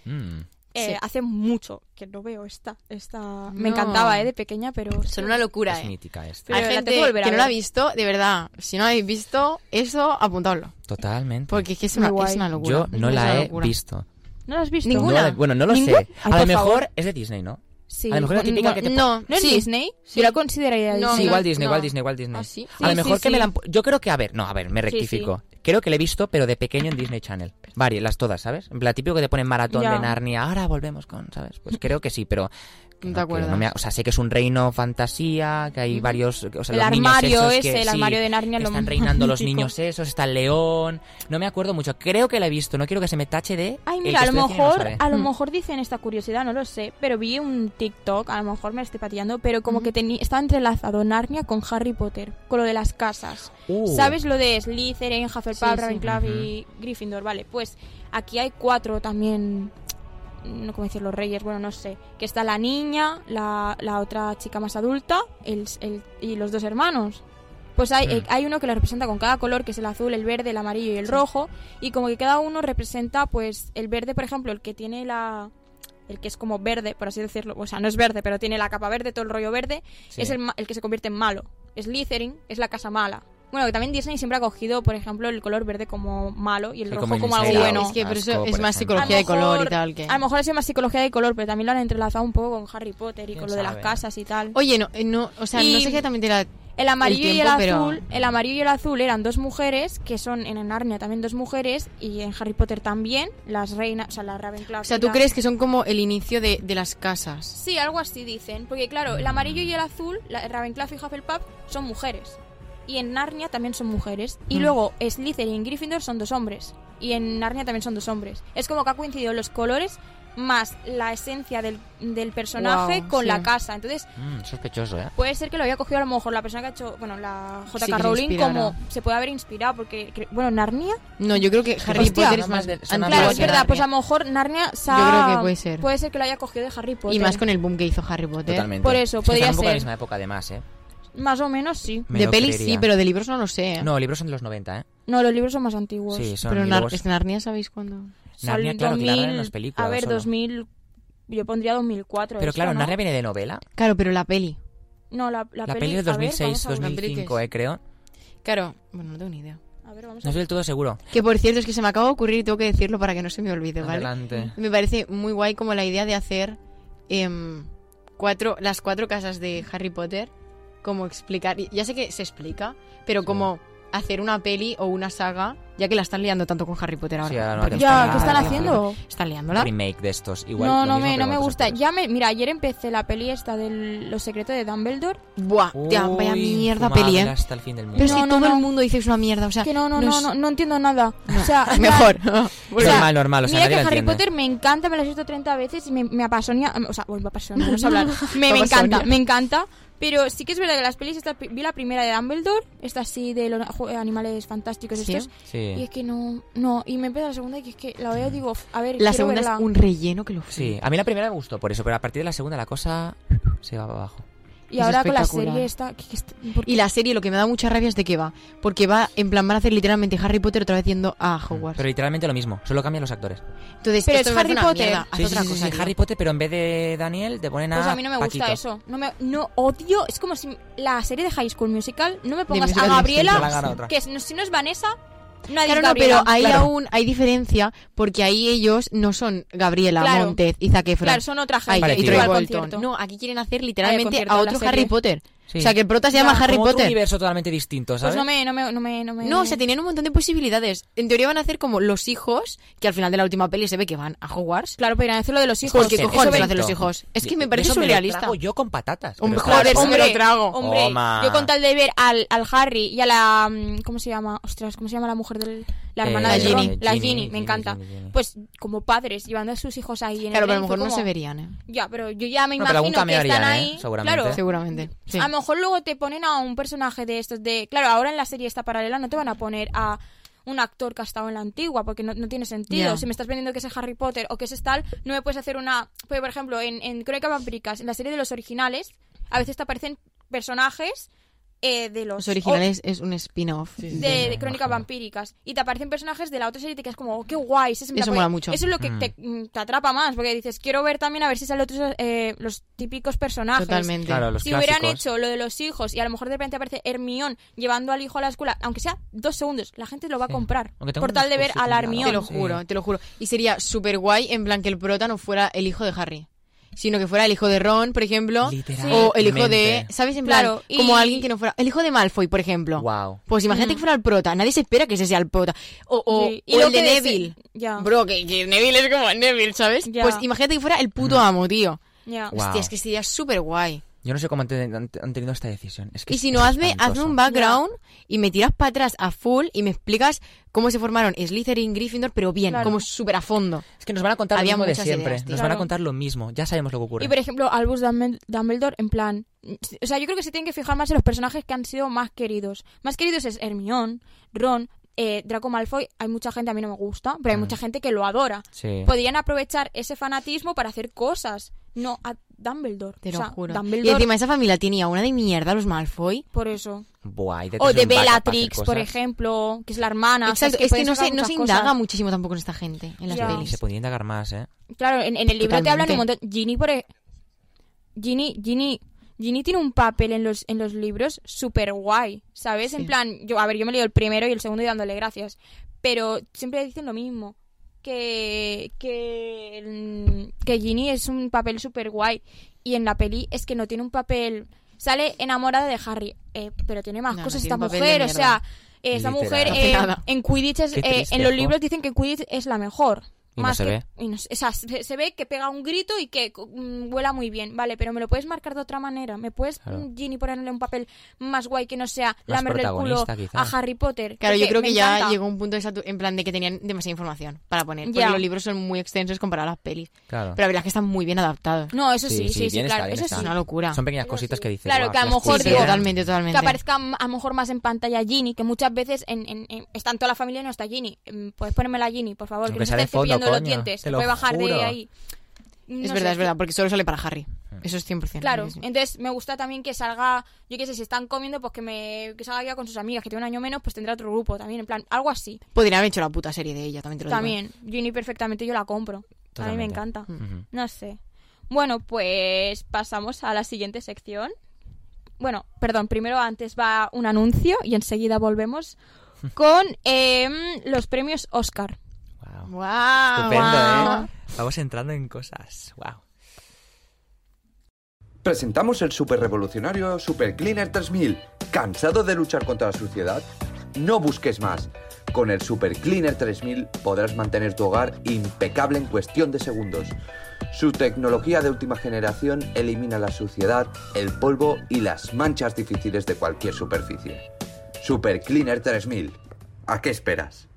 Mm. Eh, Sí. Hace mucho que no veo esta. esta... Me No. encantaba, ¿eh? De pequeña, pero... Son una locura, Es eh. mítica esta. Pero Hay la gente tengo que volver a que no la ha ver. visto, de verdad. Si no la habéis visto, eso, apuntadlo. Totalmente. Porque es que es Muy una, guay. es una locura. yo no Es una la he locura. visto. ¿No la has visto? Ninguna. No la- bueno, no lo ¿Ninguna? sé. Ay, A lo por mejor favor. es de Disney, ¿no? Sí. A lo mejor la típica que te pon- No, ¿No es sí. Disney? Sí. Yo la consideraría No, Disney. Sí, no, igual Disney, no. igual Disney, igual Disney. Ah, sí. a lo Sí, mejor sí, que me sí. la... han pu- Yo creo que, a ver, no, a ver, me Sí, sí. rectifico. Creo que la he visto, pero de pequeño en Disney Channel. Varias, las todas, ¿sabes? En plan, típico que te ponen maratón Ya. de Narnia, ahora volvemos con, ¿sabes? Pues creo que sí, pero... No te que acuerdas. me ha- o sea, sé que es un reino fantasía, que hay varios... O sea, El los niños armario esos ese, que, el sí, armario de Narnia. lo Están [LAUGHS] reinando los mítico. niños esos, está el león... No me acuerdo mucho, creo que la he visto, no quiero que se me tache de... Ay, el mira, a que lo estoy haciendo no mejor, sabe. a lo Mm. mejor dicen esta curiosidad, no lo sé, pero vi un TikTok, a lo mejor me estoy pateando, pero como Ujú. que teni- estaba entrelazado Narnia con Harry Potter, con lo de las casas. Uh, ¿Sabes lo de Slytherin, Hufflepuff, Sí, sí. Ravenclaw y Gryffindor? Vale, pues aquí hay cuatro también, no como decir los reyes, bueno, no sé, que está la niña, la, la otra chica más adulta el, el- y los dos hermanos. Pues hay, Mm. eh, hay uno que la representa con cada color, que es el azul, el verde, el amarillo y el rojo, y como que cada uno representa, pues, el verde, por ejemplo, el que tiene la... El que es como verde, por así decirlo. O sea, no es verde, pero tiene la capa verde, todo el rollo verde sí. es el, ma- el que se convierte en malo. Slytherin es la casa mala. Bueno, que también Disney siempre ha cogido, por ejemplo, el color verde como malo y el Sí, rojo como como, el algo Inside Out. bueno. es que por eso Asco, es por más ejemplo. psicología de A lo mejor- color y tal. que A lo mejor ha sido más psicología de color, pero también lo han entrelazado un poco con Harry Potter y ¿Quién con lo de las sabe? casas y tal. Oye, no, eh, no, o sea, no Y- sé exactamente la... El amarillo el tiempo, y el pero- azul, el amarillo y el azul eran dos mujeres que son en Narnia también dos mujeres y en Harry Potter también las reinas, o sea, la Ravenclaw. O sea, y ¿tú la- crees que son como el inicio de, de las casas? Sí, algo así dicen, porque claro, el amarillo y el azul, la Ravenclaw y Hufflepuff son mujeres. Y en Narnia también son mujeres. Y Mm. luego Slytherin y Gryffindor son dos hombres. Y en Narnia también son dos hombres. Es como que ha coincidido los colores más la esencia del, del personaje Guau, con sí. la casa. Entonces, Mm, sospechoso, ¿eh? puede ser que lo haya cogido a lo mejor la persona que ha hecho, bueno, la JK Sí, que se Rowling, inspirara. como se puede haber inspirado, porque, cre- bueno, Narnia. No, yo creo que Harry Hostia. Potter es Son más más de- son más antiguo Ah, Claro, pues es que verdad, Narnia. pues a lo mejor Narnia se Yo ha- creo que puede ser. Puede ser que lo haya cogido de Harry Potter. Y más con el boom que hizo Harry Potter. Totalmente. Por eso, Es que podría están un poco en ser. la misma época, además, ¿eh? Más o menos sí. Me de lo pelis sí, creería. pero de libros no lo sé. ¿eh? No, libros son de los 90, ¿eh? No, los libros son más antiguos. Sí, son pero y Nar- luego- es que Narnia, ¿sabéis cuándo? Narnia, Son claro, que la 2000, narran en las películas A ver, solo. 2000. Yo pondría 2004. Pero esto, claro, ¿no? Narnia viene de novela. Claro, pero la peli. No, la, la, La, peli es a ver, vamos a ver. 2006-2005, eh, creo. Claro, bueno, no tengo ni idea. A ver, vamos a No estoy del todo seguro. Que por cierto, es que se me acaba de ocurrir y tengo que decirlo para que no se me olvide, ¿vale? Adelante. Me parece muy guay como la idea de hacer em, cuatro, las cuatro casas de Harry Potter, como explicar, y ya sé que se explica, pero Sí. como hacer una peli o una saga, ya que la están liando tanto con Harry Potter ahora. Sí, ahora no porque Ya, hacen Está- ¿qué están está- haciendo? Están liándola. Remake de estos. Igual, no, lo no mismo, me, pero no me con otras gusta. cosas. Ya me, mira, ayer empecé la peli esta de Los secretos de Dumbledore. Buah, tía, Uy, vaya mierda infumable peli, ¿eh? hasta el fin del mundo. Pero si No, no, todo no. el mundo dice que es una mierda, o sea, Que no, no, no no, es- no, no entiendo nada. O [LAUGHS] sea, [LAUGHS] mejor. o sea, normal, normal, o sea, Pues mira que nadie la Harry entiende. Potter me encanta, me lo he visto 30 veces y me, me apasiona. O sea, uy, me apasiona, no sé hablar. Me, me [LAUGHS] Me encanta, apasiona. me encanta. Pero sí que es verdad que las pelis, esta, vi la primera de Dumbledore, esta así de los jo- animales fantásticos Sí. estos. Y Sí. es que no, no, y me empieza la segunda y es que la veo y digo, "Uf, a ver, la quiero segunda es verla". un relleno que lo Sí, a mí la primera me gustó por eso, pero a partir de la segunda la cosa se va abajo. Y es ahora con la espectacular. serie esta, que- que est- ¿por qué? Y la serie lo que me da mucha rabia es de qué va. Porque va, en plan, van a hacer literalmente Harry Potter otra vez yendo a Hogwarts. Mm. Pero literalmente lo mismo, solo cambian los actores. Entonces, Pero esto es me parece Harry una Potter. mierda. Haz Sí, sí, otra sí, sí, cosa. tío. Harry Potter, pero en vez de Daniel te ponen a Pues a mí no me gusta Paquito. eso. No, me, no odio. Es como si la serie de High School Musical no me pongas a Musical, sí, te la Gabriela, gana otra. que es- no- si no es Vanessa, nadie Claro, es no, Gabriela. pero ahí Claro. aún hay diferencia porque ahí ellos no son Gabriela Claro. Montez y Zac Efron. Claro, son otra Ay, gente. Vale, y tío. Yo Troy al Bolton. concierto. No, aquí quieren hacer literalmente concierto, a la otro serie. Harry Potter. Sí. O sea, que el prota se llama Ya, Harry Como otro Potter. universo totalmente distinto, Pues ¿sabes? no me, no me, no me, no me. No, o sea, tenían un montón de posibilidades. En teoría van a hacer como los hijos, que al final de la última peli se ve que van a Hogwarts. Claro, pero irán a decirlo de los hijos. ¿Por qué Eso cojones ven- lo hacen los hijos? Es que me parece eso surrealista. Me lo trago yo con patatas. Hombre, pero joder, claro, hombre. me lo trago. Hombre, Toma. yo con tal de ver al, al Harry y a la. mm, ¿Cómo se llama? Ostras, ¿cómo se llama la mujer del. la Eh, hermana de la Ron, Ginny. la Ginny, Ginny, Ginny, me encanta. Ginny, Ginny. Pues como padres llevando a sus hijos ahí en Claro, el pero a tren, lo fue mejor no como- se verían, ¿eh? Ya, pero yo ya me No, pero algún imagino que cameo están harían, ¿eh? ahí. Seguramente. Claro. Seguramente. Sí. Ah, A lo mejor luego te ponen a un personaje de estos de... Claro, ahora en la serie esta paralela no te van a poner a un actor que ha estado en la antigua, porque no, no tiene sentido. Ya. Si me estás vendiendo que ese es Harry Potter o que ese es tal, no me puedes hacer una... Pues, por ejemplo, en, en Crónica Vampíricas, en la serie de los originales, a veces te aparecen personajes eh, de los... Los originales es un spin-off. o- sí, de, me de Crónica imagino. Vampíricas y te aparecen personajes de la otra serie y te quedas como, oh, qué guay. ese es en Eso plan, mola porque mucho. Eso es lo que Mm. te, mm, te atrapa más, porque dices, quiero ver también a ver si salen otros, eh, los típicos Ah, personajes Totalmente. Claro, los si clásicos. hubieran hecho lo de los hijos y a lo mejor de repente aparece Hermión llevando al hijo a la escuela, aunque sea dos segundos, la gente lo va a Sí. comprar. Aunque tenga Por un tal de ver a la discursito muy Hermión. Te largo. lo Sí. juro, te lo juro. Y sería súper guay en plan que el prota no fuera el hijo de Harry, sino que fuera el hijo de Ron, por ejemplo, o el hijo de... Literalmente. ¿Sabes? En plan, Claro, y- como alguien que no fuera... El hijo de Malfoy, por ejemplo. Wow. Pues imagínate que fuera el prota. Nadie se espera que ese sea el prota. O, o, Sí. o lo el de que dese- Neville. Ya. Bro, que, que Neville es como Neville, ¿sabes? Ya. Pues imagínate que fuera el puto amo, tío. ya. Mm. Guau. Hostia, es que sería súper guay. Yo no sé cómo han, ten- han- han tenido esta decisión. Es que Y es- si no, es hazme, hazme espantoso. un background y me tiras para atrás a full y me explicas cómo se formaron Slytherin, Gryffindor, pero bien, Claro. como súper a fondo. Es que nos van a contar Había lo mismo de muchas siempre. ideas, tío. nos van Claro. a contar lo mismo. Ya sabemos lo que ocurre. Y por ejemplo, Albus Dumbel- Dumbledore, en plan. O sea, yo creo que se tienen que fijar más en los personajes que han sido más queridos. Más queridos es Hermión, Ron, eh, Draco Malfoy. Hay mucha gente, a mí no me gusta, pero hay Mm. mucha gente que lo adora. Sí. Podrían aprovechar ese fanatismo para hacer cosas. No a Dumbledore. Te O lo sea, juro. Y Dumbledore, encima esa familia tenía una de mierda, los Malfoy. por eso. Buah, hay O detrás de un backup para hacer Bellatrix, por cosas. ejemplo, que es la hermana. o sea, Exacto, es que pueden no sacar se, no muchas se cosas. indaga muchísimo tampoco con esta gente en las Ya. Y pelis. se podría indagar más, ¿eh? Claro, en, en el libro te hablan un Totalmente. montón. Ginny, por ejemplo. Ginny, Ginny, Ginny tiene un papel en los, en los libros súper guay, ¿sabes? Sí. En plan, yo, a ver, yo me leo el primero y el segundo y dándole gracias. Pero siempre dicen lo mismo. Que, que, mm, que Ginny es un papel súper guay. Y en la peli es que no tiene un papel. Sale enamorada de Harry, eh, pero tiene más No, no cosas tiene esta un papel de mujer. O mierda. sea, eh, esta mujer Literal. No hace eh, [LAUGHS] nada. en Quidditch, es, Qué eh, triste, en los jo. libros dicen que Quidditch es la mejor. Y no más se que, ve. y no se- o sea, se, se ve que pega un grito y que mm, vuela muy bien, vale, pero me lo puedes marcar de otra manera. ¿Me puedes, Claro. mm, Ginny, ponerle un papel más guay que no sea Más lamerle el culo protagonista, quizá. a Harry Potter? Claro, yo Porque creo me que ya encanta. llegó un punto de satu- en plan de que tenían demasiada información para poner. Porque Ya. los libros son muy extensos comparado a las pelis. Claro. Pero la verdad es que están muy bien adaptados. No, eso Sí, sí, sí, sí, sí, bien está, claro, bien eso está. sí. Es una locura. Son pequeñas cositas que dices. Claro, "Guau, que a lo las mejor cosas Sí, digo- eran". totalmente, Que totalmente. aparezca m- a lo mejor más en pantalla Ginny, que muchas veces en, en- en- está en toda la familia y no está Ginny. Mm, Puedes ponérmela a Ginny, por favor, Aunque que no se sea de esté fondo, cepillando los coño, dientes. te que lo puede bajar juro. de ahí. es No verdad, sé, es verdad, porque solo sale para Harry. Hmm. Eso es 100%. Claro, Sí, sí. entonces me gusta también que salga, yo qué sé, si están comiendo, pues que me que salga ya con sus amigas, que tiene un año menos, pues tendrá otro grupo también, en plan, algo así. Podrían haber hecho la puta serie de ella, también te lo digo. También, Ginny perfectamente yo la compro. A mí me Totalmente. Hmm. encanta. Ujú. No sé. Bueno, pues pasamos a la siguiente sección. Bueno, perdón, primero antes va un anuncio y enseguida volvemos con em, los premios Oscar. ¿eh? Guau. ¡Guau! Estupendo, guau. ¿eh? Vamos entrando en cosas. Wow. Presentamos el super revolucionario Super Cleaner 3000. ¿Cansado de luchar contra la suciedad? No busques más. Con el Super Cleaner 3000 podrás mantener tu hogar impecable en cuestión de segundos. Su tecnología de última generación elimina la suciedad, el polvo y las manchas difíciles de cualquier superficie. Super Cleaner 3000. ¿A qué esperas?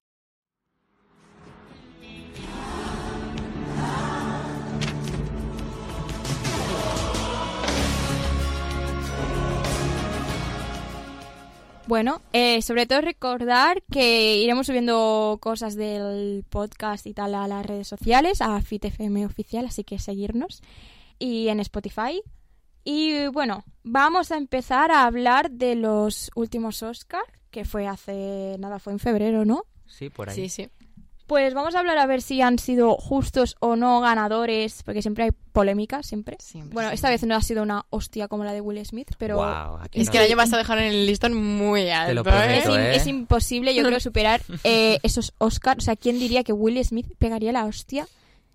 Bueno, eh, sobre todo recordar que iremos subiendo cosas del podcast y tal a las redes sociales, a FitFM Oficial, así que seguirnos, y en Spotify. Y bueno, vamos a empezar a hablar de los últimos Oscar, que fue hace nada, fue en febrero, ¿no? Sí, por ahí. Sí, sí. Pues vamos a hablar a ver si han sido justos o no ganadores, porque siempre hay polémica, siempre. Siempre, bueno, siempre. esta vez no ha sido una hostia como la de Will Smith, pero... Guau, aquí Es no- que el año pasado dejaron el listón muy alto. ¿eh? lo Es, prometo. Pero, im- ¿eh? es imposible, yo creo, superar eh, esos Oscars. O sea, ¿quién diría que Will Smith pegaría la hostia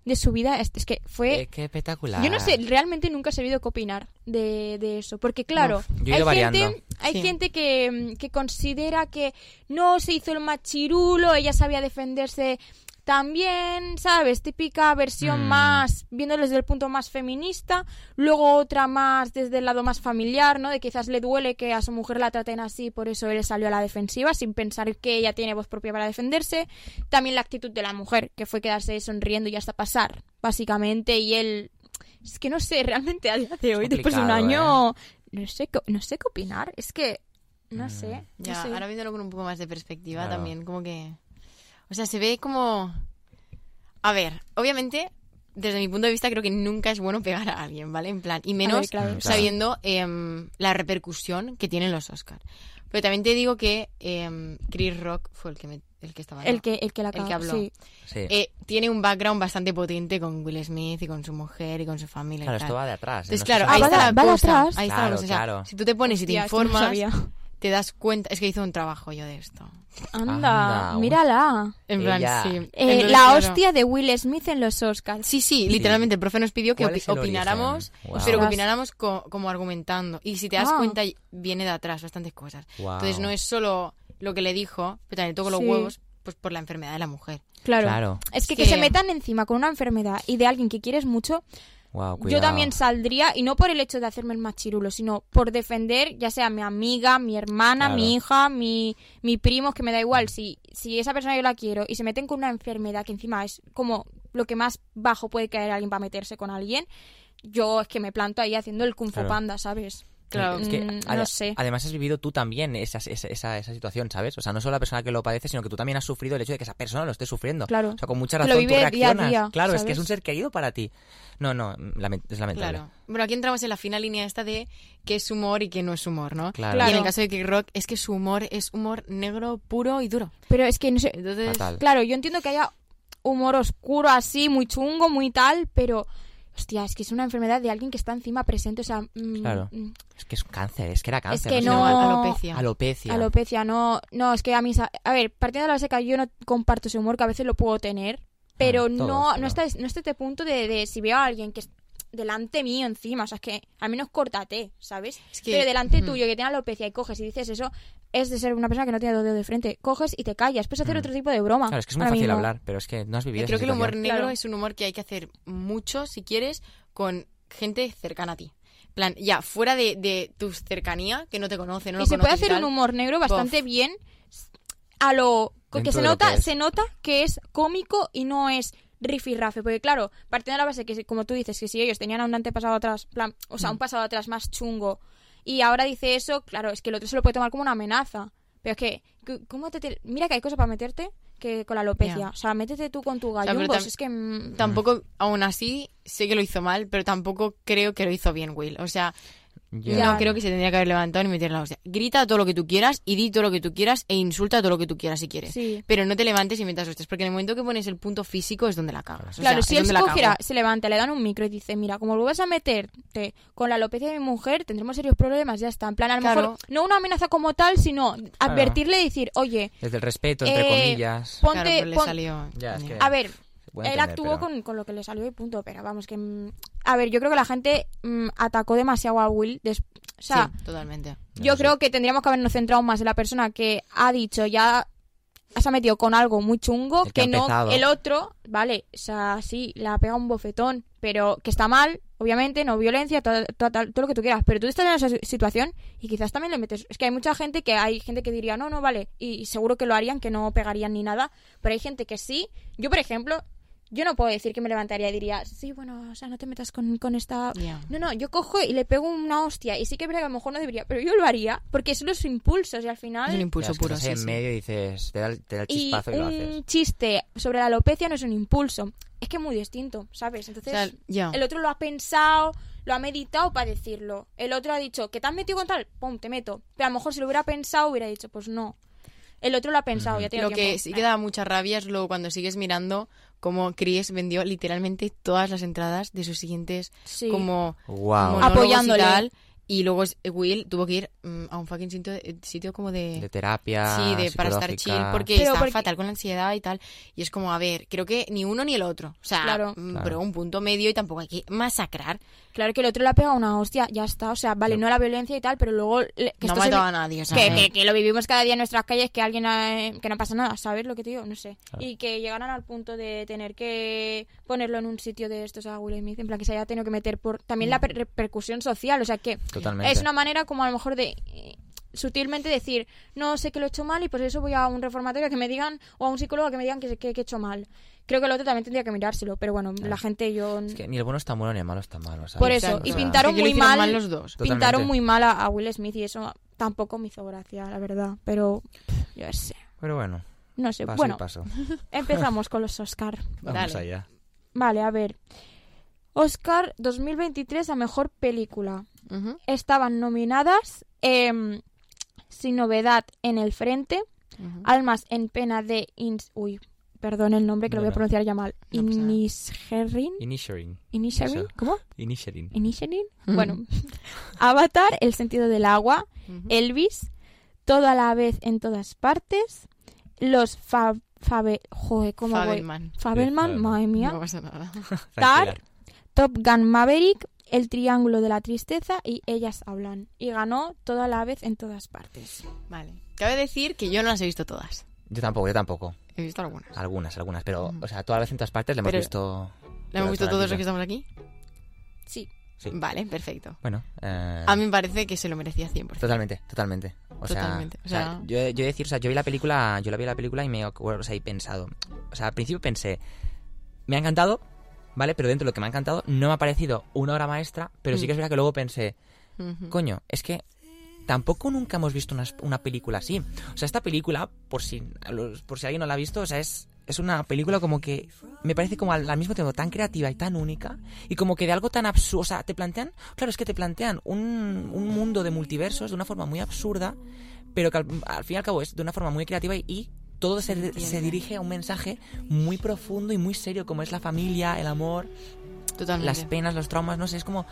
de su vida? Es, es que fue... Eh, qué espectacular. Yo no sé, realmente nunca he sabido qué opinar de, de eso. Porque, claro, Uf, yo he ido hay, variando. gente, hay Sí. gente que, mm, que considera que no se hizo el machirulo, ella sabía defenderse También, ¿sabes? Típica versión Mm. más, viéndolo desde el punto más feminista, luego otra más desde el lado más familiar, ¿no? De quizás le duele que a su mujer la traten así, por eso él salió a la defensiva, sin pensar que ella tiene voz propia para defenderse. También la actitud de la mujer, que fue quedarse sonriendo y hasta pasar, básicamente, y él... Es que no sé, realmente a día de hoy, después de un año, complicado, ¿eh? no sé, qué- no sé qué opinar. Es que, no Mm. sé. no Ya, sé. ahora viéndolo con un poco más de perspectiva Claro. también, como que... O sea, se ve como... A ver, obviamente, desde mi punto de vista creo que nunca es bueno pegar a alguien, ¿vale? En plan, y A menos ver, claro. Mm, claro. sabiendo em, la repercusión que tienen los Oscars. Pero también te digo que em, Chris Rock fue el que, me- el que estaba... El que, el que la que cagó, habló. sí. Sí. Eh, tiene un background bastante potente con Will Smith y con su mujer y con su familia. y claro, tal. esto va de atrás. ¿eh? Entonces, No claro, se sabe Ah, ahí va está de- la va de cosa. atrás. Ahí está la Claro, cosa. O sea, claro. Si tú te pones y te Hostia, esto no informas, sabía. te das cuenta... Es que hizo un trabajo yo de esto. Anda, Anda, mírala. En plan, Ella. sí. Eh, Entonces, la claro. hostia de Will Smith en los Oscars. Sí, sí, literalmente. El profe nos pidió que ¿Cuál opi- es el opináramos, origen? Wow. pero que Ostras. opináramos co- como argumentando. Y si te das Ah. cuenta, viene de atrás bastantes cosas. Wow. Entonces no es solo lo que le dijo, pero también toco los Sí. huevos pues por la enfermedad de la mujer. Claro. Claro. Es que, Que- que se metan encima con una enfermedad y de alguien que quieres mucho, Wow, yo también saldría, y no por el hecho de hacerme el machirulo, sino por defender, ya sea mi amiga, mi hermana, Claro. mi hija, mi, mi primo, que me da igual. Si, si esa persona yo la quiero y se meten con una enfermedad que encima es como lo que más bajo puede caer alguien para meterse con alguien, yo es que me planto ahí haciendo el Kung Fu Claro. Panda, ¿sabes? Claro. Es que, Mm, ade- no sé. Además, has vivido tú también esa, esa, esa, esa situación, ¿sabes? O sea, no solo la persona que lo padece, sino que tú también has sufrido el hecho de que esa persona lo esté sufriendo. Claro. O sea, con mucha Que lo razón tú vive día a reaccionas. día, claro, es que es ¿sabes? un ser querido para ti. No, no, lament- es lamentable. Claro. Bueno, aquí entramos en la fina línea esta de qué es humor y qué no es humor, ¿no? Claro. Y en Claro. el caso de Kick Rock es que su humor es humor negro, puro y duro. Pero es que no sé, Entonces, Fatal. Claro, yo entiendo que haya humor oscuro así, muy chungo, muy tal, pero hostia, es que es una enfermedad de alguien que está encima presente, o sea, mm, Claro. mm, Es que es un cáncer, es que era cáncer. que sé, no- alopecia. Alopecia. alopecia, no, no, es que a mí, sa- a ver, partiendo de la base que yo no comparto ese humor, que a veces lo puedo tener, pero Ah, todos, no, pero- no está, no está este punto de, de si veo a alguien que es delante mío encima, o sea, es que al menos córtate, ¿sabes? Es que- Pero delante Mm. Ujú. tuyo que tiene alopecia y coges y dices eso, es de ser una persona que no tiene dos dedos de frente, coges y te callas, puedes hacer Mm. otro tipo de broma. Claro, es que es muy ahora fácil mismo. hablar, pero es que no has vivido creo que esa el humor situación. negro Claro. es un humor que hay que hacer mucho, si quieres, con gente cercana a ti. En plan, ya, fuera de, de tu cercanía, que no te conoce, no lo y se puede conoce y hacer tal. un humor negro bastante bien a lo que Dentro se de lo nota que es. se nota que es cómico y no es rifirrafe porque claro partiendo de la base que si- como tú dices que si ellos tenían a un antepasado atrás plan o Mm. sea un pasado atrás más chungo y ahora dice eso claro es que el otro se lo puede tomar como una amenaza pero es que c- cómo te, te- mira que hay cosas para meterte que con la alopecia Ya. o sea métete tú con tu sea, pero gallumbos tam- es que mm, Tampoco, aún así, sé que lo hizo mal, pero tampoco creo que lo hizo bien Will. O sea, Ya. no creo que se tendría que haber levantado ni meter la hostia. Grita todo lo que tú quieras y di todo lo que tú quieras e insulta todo lo que tú quieras si quieres. sí Pero no te levantes y metas hostias, porque en el momento que pones el punto físico es donde la cagas. O Claro, sea, si es él donde se la cogiera, cago. se levanta, le dan un micro y dice, mira, como vuelvas a meterte con la alopecia de mi mujer, tendremos serios problemas, ya está. En plan, a lo Claro. mejor, no una amenaza como tal, sino advertirle y decir, oye, Desde el respeto, entre eh, comillas. ponte... Claro, pero le pon- salió. Ya, es que- A ver, Se puede él entender, actuó pero- con, con lo que le salió y punto, pero vamos, que... mm, A ver, yo creo que la gente mm, atacó demasiado a Will. des- O Sí, sea, totalmente. yo creo que tendríamos que habernos centrado más en la persona que ha dicho ya se ha metido con algo muy chungo El que, que ha no empezado. el otro, vale, o sea, sí, le ha pegado un bofetón, pero que está mal, obviamente, no violencia, to- to- tal- todo lo que tú quieras, pero tú estás en esa si- situación y quizás también le metes, es que hay mucha gente que hay gente que diría, "No, no, vale", y, y seguro que lo harían, que no pegarían ni nada, pero hay gente que sí. Yo, por ejemplo, yo no puedo decir que me levantaría y diría, sí, bueno, o sea, no te metas con, con esta Ya. no, no, yo cojo y le pego una hostia. Y sí que es verdad que a lo mejor no debería, pero yo lo haría porque son los impulsos y al Es un final. Ya, impulso es que puro, estás sí, ahí en sí. medio y dices, te da, el- te da el Y chispazo y, lo haces. un chiste sobre la alopecia no es un impulso. Es que es muy distinto, ¿sabes? O Entonces, sea, ya. el otro lo ha pensado, lo ha meditado para decirlo. El otro ha dicho, que te has metido con tal, pum, te meto. Pero a lo mejor si lo hubiera pensado, hubiera dicho, pues no. El otro lo ha pensado, ya tiene Lo tiempo. que sí que da mucha rabia es luego cuando sigues mirando cómo Chris vendió literalmente todas las entradas de sus siguientes Sí. como Wow. monólogos y Apoyándole. tal, Y luego es- eh, Will tuvo que ir mm, a un fucking sitio, sitio como de... De terapia. sí, de para estar chill, psicológica. porque Pero está porque- fatal con la ansiedad y tal. Y es como, a ver, creo que ni uno ni el otro. O sea, Claro. mm, Claro. pero un punto medio y tampoco hay que masacrar. Claro que el otro le ha pegado una hostia, ya está. O sea, vale, no la violencia y tal, pero luego... le- que no esto ha se- matado a nadie, o sea, que, eh. que- que lo vivimos cada día en nuestras calles, que alguien eh, que no pasa nada, ¿sabes lo que te digo? No sé. Y que llegaran al punto de tener que ponerlo en un sitio de estos a Will Smith, en plan que se haya tenido que meter por también la per- repercusión social, o sea que Mm. Totalmente. es una manera como a lo mejor de eh, sutilmente decir, no sé que lo he hecho mal y por eso voy a un reformatorio que me digan o a un psicólogo que me digan que, sé que, que he hecho mal. Creo que el otro también tendría que mirárselo, pero bueno, la gente yo Es que ni el bueno está bueno ni el malo está malo, ¿sabes? Por O sea, eso, O y sea, pintaron que lo muy hicieron mal- los dos. Totalmente. pintaron muy mal a, a Will Smith y eso tampoco me hizo gracia, la verdad, pero pff, yo qué sé. Pero bueno, No sé, paso bueno, [LAUGHS] y paso. empezamos con los Oscar. Vamos Dale. allá. Vale, a ver. Oscar 2023 a mejor película. Ujú, Estaban nominadas em, Sin novedad en el frente, ujú. Almas en pena de Ins... Uy, perdón el nombre que lo No, voy a no. pronunciar ya mal. No pasa nada. Inisherin. Inisherin. Inisherin. Eso. ¿Cómo? Inisherin. Inisherin. Ujú. Bueno. [LAUGHS] Avatar, El sentido del agua, Ujú. Elvis, Todo a la vez en todas partes, Los Fa... Fabe... Joder, ¿cómo voy? Fabelman. Fabelman, Fabelman. madre mía. No pasa nada. Tranquila. Top Gun Maverick, El Triángulo de la Tristeza y Ellas Hablan. Y ganó toda la vez en todas partes. Vale. Cabe decir que yo no las he visto todas. Yo tampoco, yo tampoco. He visto algunas. Algunas, algunas. Pero, o sea, todas las en todas partes le hemos Mm. Pero- visto. ¿La hemos visto toda la todos los vida. que estamos aquí? Sí. Sí. Vale, perfecto. Bueno, eh, A mí me parece que se lo merecía 100%. Totalmente, totalmente. O sea, Totalmente, o o sea, sea- yo, yo he decir, o sea, yo vi la película, yo la vi la película y me acuerdo, o sea, he pensado, o sea, al principio pensé, me ha encantado, ¿vale? Pero dentro de lo que me ha encantado no me ha parecido una obra maestra, pero Mm. sí que es verdad que luego pensé, Ujú. coño, es que tampoco nunca hemos visto una, una película así. O sea, esta película, por si, a los- por si alguien no la ha visto, o sea, es, es una película como que me parece como al, al mismo tiempo tan creativa y tan única y como que de algo tan absurdo. O sea, te plantean, claro, es que te plantean un, un mundo de multiversos de una forma muy absurda, pero que al, al fin y al cabo es de una forma muy creativa y... y todo se, se dirige a un mensaje muy profundo y muy serio, como es la familia, el amor, las Totalmente. penas, los traumas, no sé, es como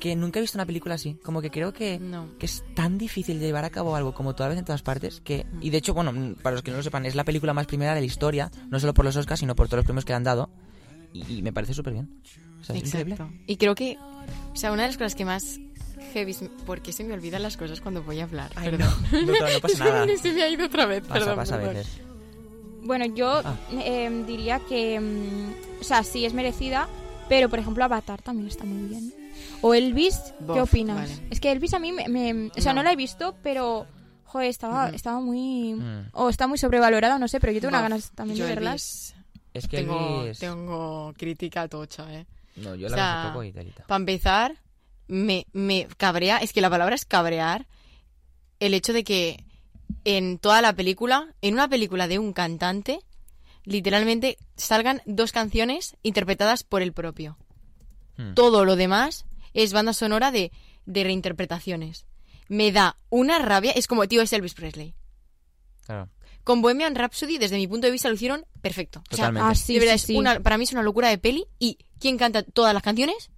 que nunca he visto una película así. Como que creo que, No. que es tan difícil de llevar a cabo algo como toda vez en todas partes que... Y de hecho, bueno, mm, para los que no lo sepan, es la película más primera de la historia, no solo por los Oscars, sino por todos los premios que le han dado. Y, y me parece súper bien. O sea, es increíble. Exacto. Y creo que, o sea, una de las cosas que más heavy... es- ¿Por qué se me olvidan las cosas cuando voy a hablar? Ay, Perdón. no, no, no, no pasa nada. [LAUGHS] se me ha ido otra vez, Pasa, perdón. pasa a perdón. veces. Bueno, yo Ah. eh, diría que, mm, o sea, sí es merecida, pero por ejemplo Avatar también está muy bien. O Elvis, ¿qué Bof, opinas? vale. Es que Elvis a mí me, me- o sea, no. No. la he visto, pero joder, estaba, Mm. estaba muy Mm. o está muy sobrevalorada, no sé, pero yo tengo unas Buff, ganas también yo de Elvis, verlas. Es que Tengo, Elvis- tengo crítica tocha, ¿eh? No, yo o la sea, vi hace poco y telita. Para empezar, me, me cabrea, es que la palabra es cabrear, el hecho de que en toda la película, en una película de un cantante, literalmente salgan dos canciones interpretadas por el propio. Mm. Todo lo demás es banda sonora de, de reinterpretaciones. Me da una rabia, es como, tío, es Elvis Presley. Claro. Con Bohemian Rhapsody, desde mi punto de vista, lo hicieron perfecto. O sea, Totalmente. Ah, sí, de verdad, sí, es sí. una- para mí es una locura de peli. ¿Y quién canta todas las canciones?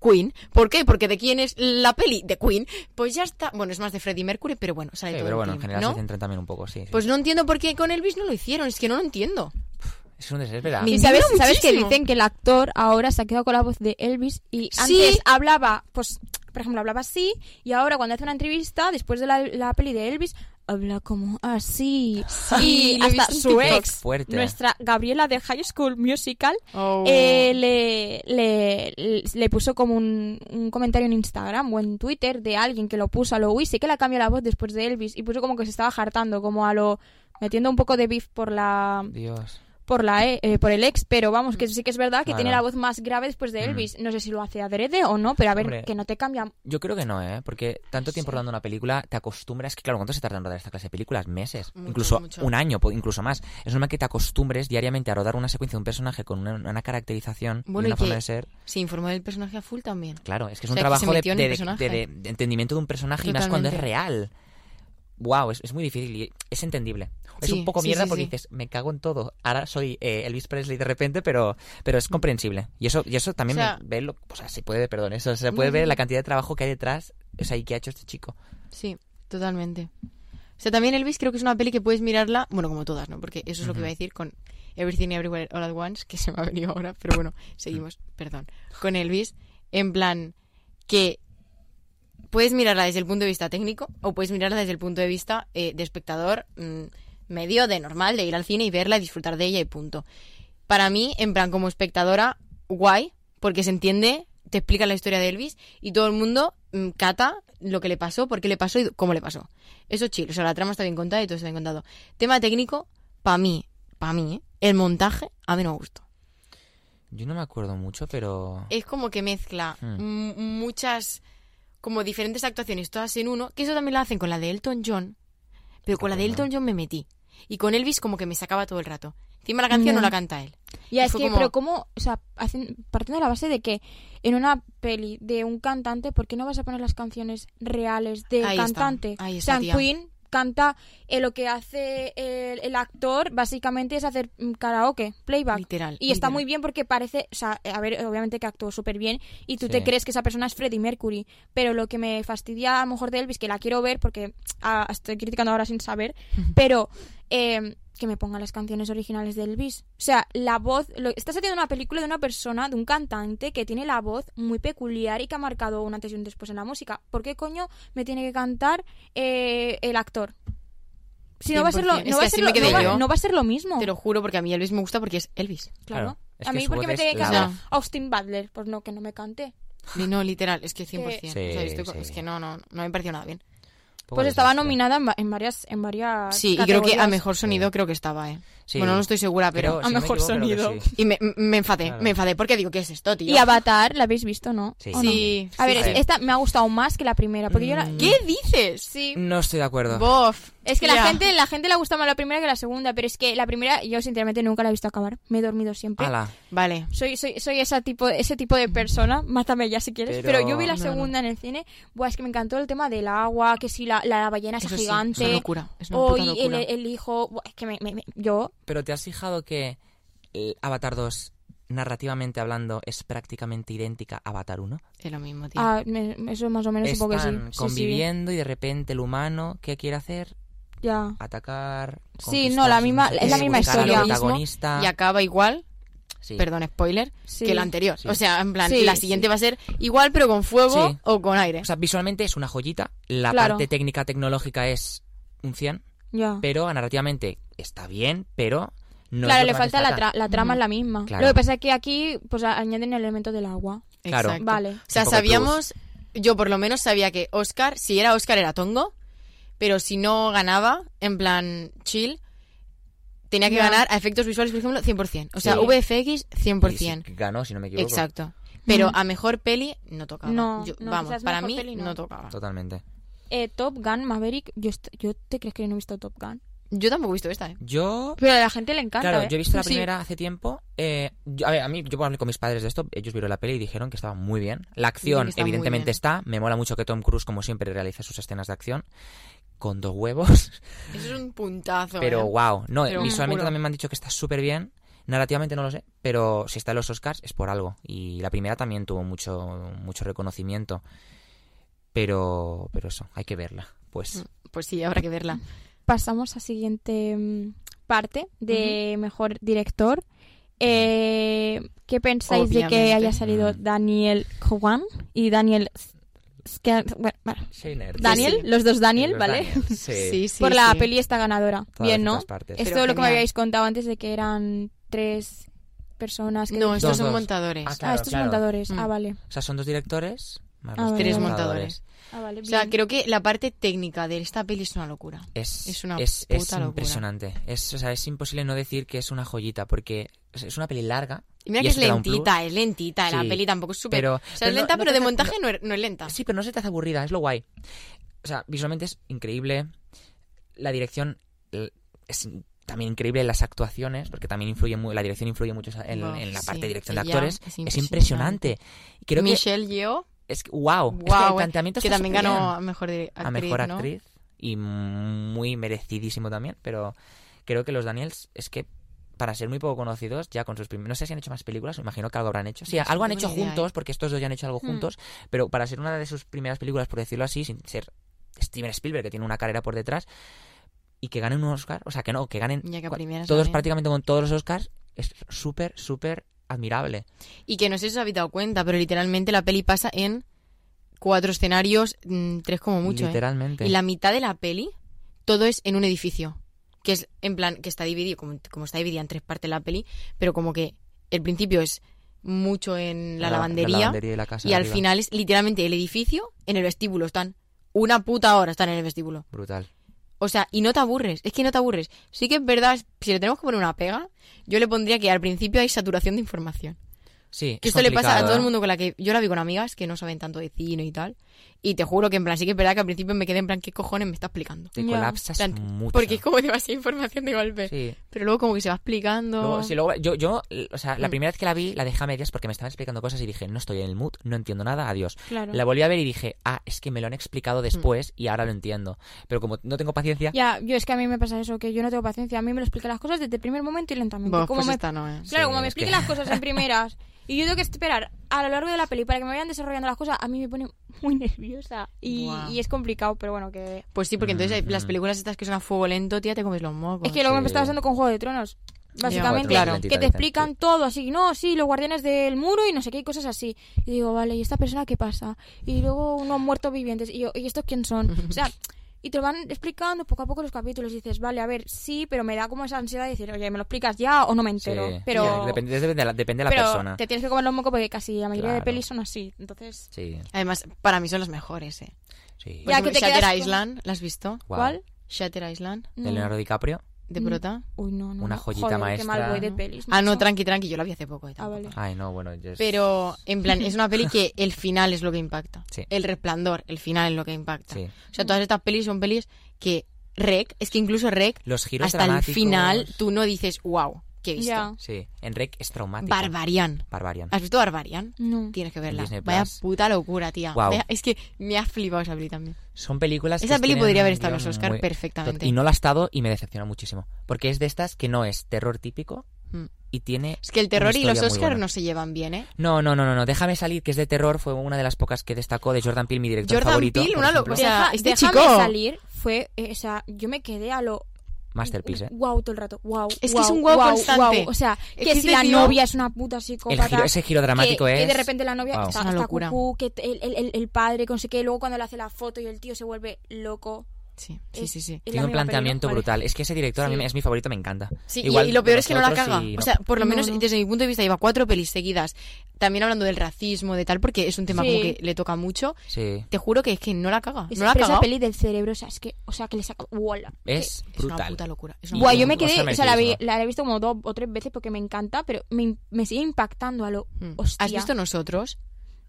Queen. ¿Por qué? Porque de quién es la peli? De Queen. Pues ya está. Bueno, es más de Freddie Mercury, pero bueno, Sí, sale todo pero el bueno, en team, general ¿no? se centran también un poco, sí. sí. Pues no entiendo por qué con Elvis no lo hicieron. Es que no lo entiendo. es un desastre, ¿verdad? Y Mi- sabes, Mira, sabes que muchísimo. dicen que el actor ahora se ha quedado con la voz de Elvis y Sí. antes hablaba, pues, por ejemplo, hablaba así y ahora cuando hace una entrevista, después de la, la peli de Elvis, habla como así. Sí, y lo he hasta visto en su TikTok. ex, Fuerte. nuestra Gabriela de High School Musical, Oh. eh, le, le, le puso como un, un comentario en Instagram o en Twitter de alguien que lo puso a lo uy, sí que la cambia la voz después de Elvis y puso como que se estaba hartando, como a lo metiendo un poco de beef por la Dios. por la E, eh, por el ex, pero vamos, que sí que es verdad que Mm. Claro. tiene la voz más grave después de Mm. Elvis. No sé si lo hace adrede o no, pero a ver, Hombre. que no te cambia. Yo creo que no, ¿eh? Porque tanto tiempo rodando una película te acostumbras. Que claro, ¿cuánto se tarda en rodar esta clase de películas? Meses. Mucho, incluso mucho. un año, po- incluso más. Es normal que te acostumbres diariamente a rodar una secuencia de un personaje con una, una caracterización Bueno, y y una forma que- de ser. Se informó del personaje a full también. Claro, es que es O un sea, que se trabajo de, metió en el de- de- personaje. de- de entendimiento de un personaje y más cuando es Totalmente. real. Wow, es, es muy difícil y es entendible. Es Sí, un poco sí, mierda sí, porque sí. dices, me cago en todo. Ahora soy eh, Elvis Presley de repente, pero, pero es comprensible. Y eso, y eso también O sea- me- ve lo- o sea, se puede, perdón, eso se puede No, ver no. la cantidad de trabajo que hay detrás o sea, ¿y qué ha hecho este chico? Sí, totalmente. O sea, también Elvis creo que es una peli que puedes mirarla, bueno, como todas, ¿no? Porque eso es lo que iba a decir con Everything Everywhere All at Once, que [LAUGHS] se me ha venido ahora, pero bueno, seguimos, perdón. Con Elvis, en plan, que puedes mirarla desde el punto de vista técnico o puedes mirarla desde el punto de vista eh, de espectador mm, medio, de normal, de ir al cine y verla y disfrutar de ella y punto. Para mí, en plan, como espectadora, guay, porque se entiende, te explica la historia de Elvis y todo el mundo mm, cata lo que le pasó, por qué le pasó y cómo le pasó. Eso chill, o sea, la trama está bien contada y todo está bien contado. Tema técnico, para mí, para mí, ¿eh? el montaje a mí no me gustó. Yo no me acuerdo mucho, pero... Es como que mezcla Hmm. m- muchas, como diferentes actuaciones, todas en uno, que eso también lo hacen con la de Elton John, pero con la de Ajá. Elton John me metí. Y con Elvis como que me sacaba todo el rato. Encima la canción Ya. no la canta él. Ya, Y es fue que, como- pero ¿cómo? O sea, hacen- partiendo de la base de que en una peli de un cantante, ¿por qué no vas a poner las canciones reales del Ahí está, cantante? ahí o está, sea, tía. Queen canta eh, lo que hace el, el actor, básicamente es hacer mm, karaoke, playback. Literal. Y está literal. muy bien porque parece, o sea, eh, a ver, obviamente que actuó súper bien y tú Sí. te crees que esa persona es Freddie Mercury, pero lo que me fastidia a lo mejor de Elvis, que la quiero ver porque ah, estoy criticando ahora sin saber, [LAUGHS] pero eh, que me ponga las canciones originales de Elvis. O sea, la voz, lo- estás haciendo una película de una persona, de un cantante que tiene la voz muy peculiar y que ha marcado un antes y un después en la música. ¿Por qué coño me tiene que cantar eh, el actor? Si no va a ser lo, 100%. no Es que va a así ser me lo, quedé no va- yo. no va a ser lo mismo. Te lo juro porque a mí Elvis me gusta porque es Elvis. Claro. Claro, es a que mí, su porque voz me es tiene que la cantar voz. Austin Butler? Pues no, que no me cante. Y No, literal, es [LAUGHS] que 100%. Sí, o sea, yo estoy con- sí. Es que no, no, no me pareció nada bien. Poco Pues estaba desastre. nominada en, va- en varias en varias Sí, y creo que a categorías. mejor sonido creo que estaba, ¿eh? Sí. Bueno, no estoy segura, pero... Creo- si a no me mejor equivoco, creo que sonido. sí. Y me, me enfadé, Claro. me enfadé porque digo, ¿qué es esto, tío? Y Avatar, ¿la habéis visto, no? Sí. ¿O no? Sí, A ver, sí, es- sí. esta me ha gustado más que la primera, porque yo la- Mm. ¿Qué dices? Sí. No estoy de acuerdo. Bof. Es que la tía. gente la gente le ha gustado más la primera que la segunda, pero es que la primera yo sinceramente nunca la he visto acabar. Me he dormido siempre. Ala. Vale. Soy soy soy esa tipo ese tipo de persona, [LAUGHS] mátame ya si quieres, Pero- pero, yo vi la No, no. segunda en el cine, buah, es que me encantó el tema del agua, que si la, la ballena es Eso sí, gigante. es una locura. Es una o puta y el, locura. el hijo, buah, es que me- me- me- yo Pero ¿te has fijado que eh, Avatar 2, narrativamente hablando, es prácticamente idéntica a Avatar 1? Es lo mismo, tío. Ah, me- eso más o menos supongo que sí. Están Sí, conviviendo y de repente el humano, ¿qué quiere hacer? sí, ya. Atacar. Sí, conquistar, no, la sé misma- qué, es la misma buscar al historia. protagonista. Y acaba igual, Ah. Sí. perdón, spoiler, Sí. que la anterior. Sí. O sea, en plan, Sí, la sí. siguiente va a ser igual, pero con fuego Sí. o con aire. O sea, visualmente es una joyita. La Claro. parte técnica tecnológica es un 100, ya. pero narrativamente está bien, pero no claro, es le lo que más falta la, destaca. tra- la trama es la misma. Claro. Lo que pasa es que aquí pues a- añaden el elemento del agua. claro. Exacto. Vale. O sea, Un poco de sabíamos, yo por lo menos sabía que Oscar, si era Oscar era Tongo, pero si no ganaba, en plan chill, tenía que Ya. ganar a efectos visuales, por ejemplo, 100%. O sea, Sí. VFX, Y 100%. sí, ganó, si no me equivoco. Exacto. Pero Mm. a mejor peli no tocaba. No, Yo- no, vamos, quizás para mejor mí peli no. no. tocaba. Totalmente. Eh, Top Gun, Maverick, yo, est- yo te crees que yo no he visto Top Gun. Yo tampoco he visto esta, ¿eh? Yo Pero a la gente le encanta. Claro, ¿eh? yo he visto la Sí. primera hace tiempo. eh, yo- a ver, a mí, yo hablé con mis padres de esto. Ellos vieron la peli y dijeron que estaba muy bien. La que acción, está muy evidentemente, bien. está. Me mola mucho que Tom Cruise, como siempre, realiza sus escenas de acción con dos huevos. Eso es un puntazo. Pero ¿eh? wow. No, Pero visualmente juro. también me han dicho que está súper bien. Narrativamente no lo sé, pero si está en los Oscars es por algo. Y la primera también tuvo mucho, mucho reconocimiento. Pero, pero eso, hay que verla. Pues Pues sí, habrá que verla. Pasamos a siguiente mm, parte de mejor director. Eh, ¿Qué pensáis de que Obviamente. haya salido Mm. Daniel Kwan y Daniel... S- Sca- bueno, bueno, Shiner. Daniel, sí. los dos Daniel, Los ¿vale? Daniel, Sí. Sí, sí. por la sí. peli esta ganadora. Todas Bien, ¿no? estas partes. Es Pero todo lo que me genial. habéis contado antes de que eran tres personas. Que No, Ah, estos Dos, son dos. montadores. Ah, claro, estos claro. montadores. Mm. Ah, vale. O sea, son dos directores más Ah, los vale, tres vale. montadores. Ah, vale. O sea, bien. creo que la parte técnica de esta peli es una locura. Es, Es una es- puta es locura. impresionante. Es, o sea, es imposible no decir que es una joyita porque es, es una peli larga. Y mira y que es eso te da un plus. lentita, es lentita. La Sí, peli tampoco es súper. pero- o sea, pero es no- lenta, no pero te de hace- montaje no, es- no es lenta. Sí, pero no se te hace aburrida, es lo guay. O sea, visualmente es increíble. La dirección eh, es in- también increíble. Las actuaciones, porque también influye muy, la dirección influye mucho esa- en, Buah, en la sí, parte de dirección de ella actores. es Es impresionante. Creo Michelle Yeoh, que es wow. Guau, eh, el planteamiento que está también superbién. ganó a mejor dire- actriz. a mejor ¿no? actriz y muy merecidísimo también, pero creo que los Daniels es que para ser muy poco conocidos, ya con sus primeros. No sé si han hecho más películas, me imagino que algo habrán hecho. Sí, algo han tengo hecho ni idea, juntos, ¿eh? porque estos dos ya han hecho algo juntos, pero para ser una de sus primeras películas, por decirlo así, sin ser Steven Spielberg, que tiene una carrera por detrás, y que ganen un Oscar, o sea, que no, que ganen Ya que a cua- primeras todos, ganen. prácticamente con todos los Oscars, es súper, súper admirable. Y que no sé si os habéis dado cuenta, pero literalmente la peli pasa en cuatro escenarios, mm, tres como mucho. ¿eh? literalmente. Y la mitad de la peli, todo es en un edificio. Que es en plan, que está dividido, como, como está dividida en tres partes la peli, pero como que el principio es mucho en la, lavandería. y la casa y de al arriba. final es literalmente el edificio, en el vestíbulo están. Una puta hora están en el vestíbulo. Brutal. O sea, y no te aburres, es que no te aburres. Sí que es verdad, si le tenemos que poner una pega, yo le pondría que al principio hay saturación de información. Sí, Que es esto le pasa a complicado, todo el ¿eh? mundo con la que yo la vi con amigas que no saben tanto de cine y tal. Y te juro que en plan, sí que es verdad que al principio me quedé en plan, ¿qué cojones me está explicando? Te Ya. colapsas En plan, mucho. Porque es como demasiada información de golpe. Sí. Pero luego como que se va explicando. Luego, sí, luego- yo, yo, l- o sea, la Mm. primera vez que la vi la dejé a medias porque me estaban explicando cosas y dije, no estoy en el mood, no entiendo nada, adiós. Claro. La volví a ver y dije, ah, es que me lo han Mm. explicado después y ahora lo entiendo. Pero como no tengo paciencia, Ya, yo es que a mí me pasa eso, que yo no tengo paciencia. A mí me lo explica las cosas desde el primer momento y lentamente. Vos, Como pues me- esta no, eh. Claro, Sí, como me es que- expliquen las cosas en [LAUGHS] primeras y yo tengo que esperar a lo largo de la peli para que me vayan desarrollando las cosas, a mí me pone muy nerviosa y, Buah. y es complicado, pero bueno, que... Pues sí, porque entonces Mm, las mm. películas estas que son a fuego lento, tía, te comes los mocos. es que luego me Pues sí. está pasando con Juego de Tronos, básicamente, Juego de Tronos, que te lentita, explican lentita. todo, así, no, sí, los guardianes del muro y no sé qué, y cosas así. Y digo, vale, ¿y esta persona qué pasa? Y luego unos muertos vivientes, y yo, ¿y estos quién [LAUGHS] son? O sea... Y te lo van explicando poco a poco los capítulos y dices, vale, a ver, sí, pero me da como esa ansiedad de decir, oye, ¿me lo explicas ya o no me sí, entero? sí, Pero... depende, depende de la, depende de la pero persona. te tienes que comer los mocos porque casi la mayoría de Claro. pelis son así. Entonces, Sí, Además, para mí son los mejores, eh. sí. Por Ya, ejemplo, que te Shutter quedas con- Island, ¿la has visto? Guau. ¿cuál? Shutter Island, De Leonardo DiCaprio. de Mm. prota. Uy, no, no. Una no. joyita Joder, maestra. Qué mal voy de pelis. Ah, no, macho. tranqui, tranqui, yo la vi hace poco. eh, Ah, tampoco. vale. Ay, no, bueno, yo es- Pero, en plan, es una peli que el final es lo que impacta. Sí. El resplandor, el final es lo que impacta. Sí. O sea, todas estas pelis son pelis que Rec, es que incluso Rec, Los giros hasta el dramáticos- final, tú no dices, wow, qué he visto. Ya. Sí, Enric es traumático. Barbarian. Barbarian. ¿Has visto Barbarian? No. Tienes que verla. Disney Vaya Plus. puta locura, tía. Guau. Vaya- es que me ha flipado esa peli también. Son películas. que Esa peli tienen podría haber un estado en los guión Oscar muy- perfectamente. Y no la ha estado y me decepcionó muchísimo. Porque es de estas que no es terror típico Mm. y tiene. Es que el una terror y los historia muy Oscars buena. no se llevan bien, ¿eh? No, no, no, no, no, déjame salir, que es de terror, fue una de las pocas que destacó de Jordan Peele, mi director Jordan favorito. Peele, por una ejemplo. O locura. sea, Pues Deja- este déjame chico- salir fue, eh, o sea, yo me quedé a lo Masterpiece, ¿eh? wow todo el rato, wow. Es que es un guau constante. O sea, Es que que si este la tío- novia es una puta El psicópata. giro, ese giro dramático que, es... que de repente la novia Wow. está, Es una está locura. cucú, que el, el- el- el padre, con sé qué, luego cuando le hace la foto y el tío se vuelve loco. Sí, sí, Es- sí. sí. es Tiene la un misma planteamiento película, brutal. vale. Es que ese director a mí Sí. es mi favorito, me encanta. Sí, y- Igual y, lo peor es que no la nosotros caga. y O no- sea, por lo No, menos no. desde mi punto de vista lleva cuatro pelis seguidas. También hablando del racismo, de tal, porque es un tema como Sí. que le toca mucho. sí. Te juro que es que no la caga. Es no la pero caga. esa peli del cerebro, o sea, es que, o sea, que le saca. Uala, que- Es Es una brutal. puta locura. es una Buah, puta yo me Oscar quedé, o sea, la, vi- merecidísimo. la he visto como dos o tres veces porque me encanta, pero me, me sigue impactando a lo Mm. hostia. ¿Has visto nosotros?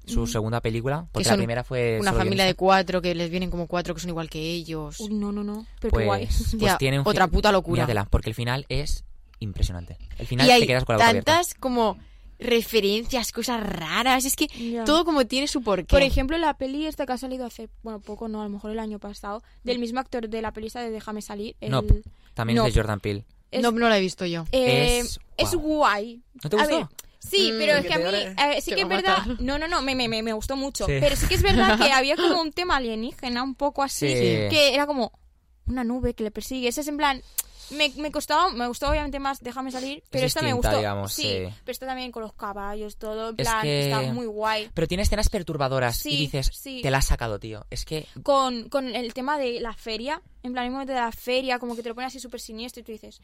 Su segunda película, porque la son primera fue... Una solo familia de guionista. cuatro que les vienen como cuatro que son igual que ellos. Uy, no, no, no, pero qué Pues, guay. pues Tía, tiene un otra gi- puta locura. Míratela, porque el final es impresionante. El final y hay te quedas con la boca abierta. tantas como referencias, cosas raras. Es que Ya. todo como tiene su porqué. Por ejemplo, la peli esta que ha salido hace, bueno, poco, no, a lo mejor el año pasado, del mismo actor de la peli esta de Déjame salir. El, Nope. También Nope. es de Jordan Peele. es, no, no la he visto yo. eh, Es es, guau. guay. ¿No te A gustó? ver, sí, Mm. pero es que a mí, Porque eh, sí te que es va a verdad, matar. no, no, no, me, me, me- me gustó mucho, Sí. pero sí que es verdad [LAUGHS] que había como un tema alienígena, un poco así, Sí. que era como una nube que le persigue, ese es en plan... Me, me costaba, me gustó obviamente más Déjame salir, pero esta me distinta, gustó. digamos, sí, sí. pero esta también con los caballos, todo, en Es plan, que- está muy guay. Pero tiene escenas perturbadoras y Sí, dices, sí. te la has sacado, tío. Es que con, con el tema de la feria, en plan, el momento de la feria, como que te lo pones así súper siniestro y tú dices,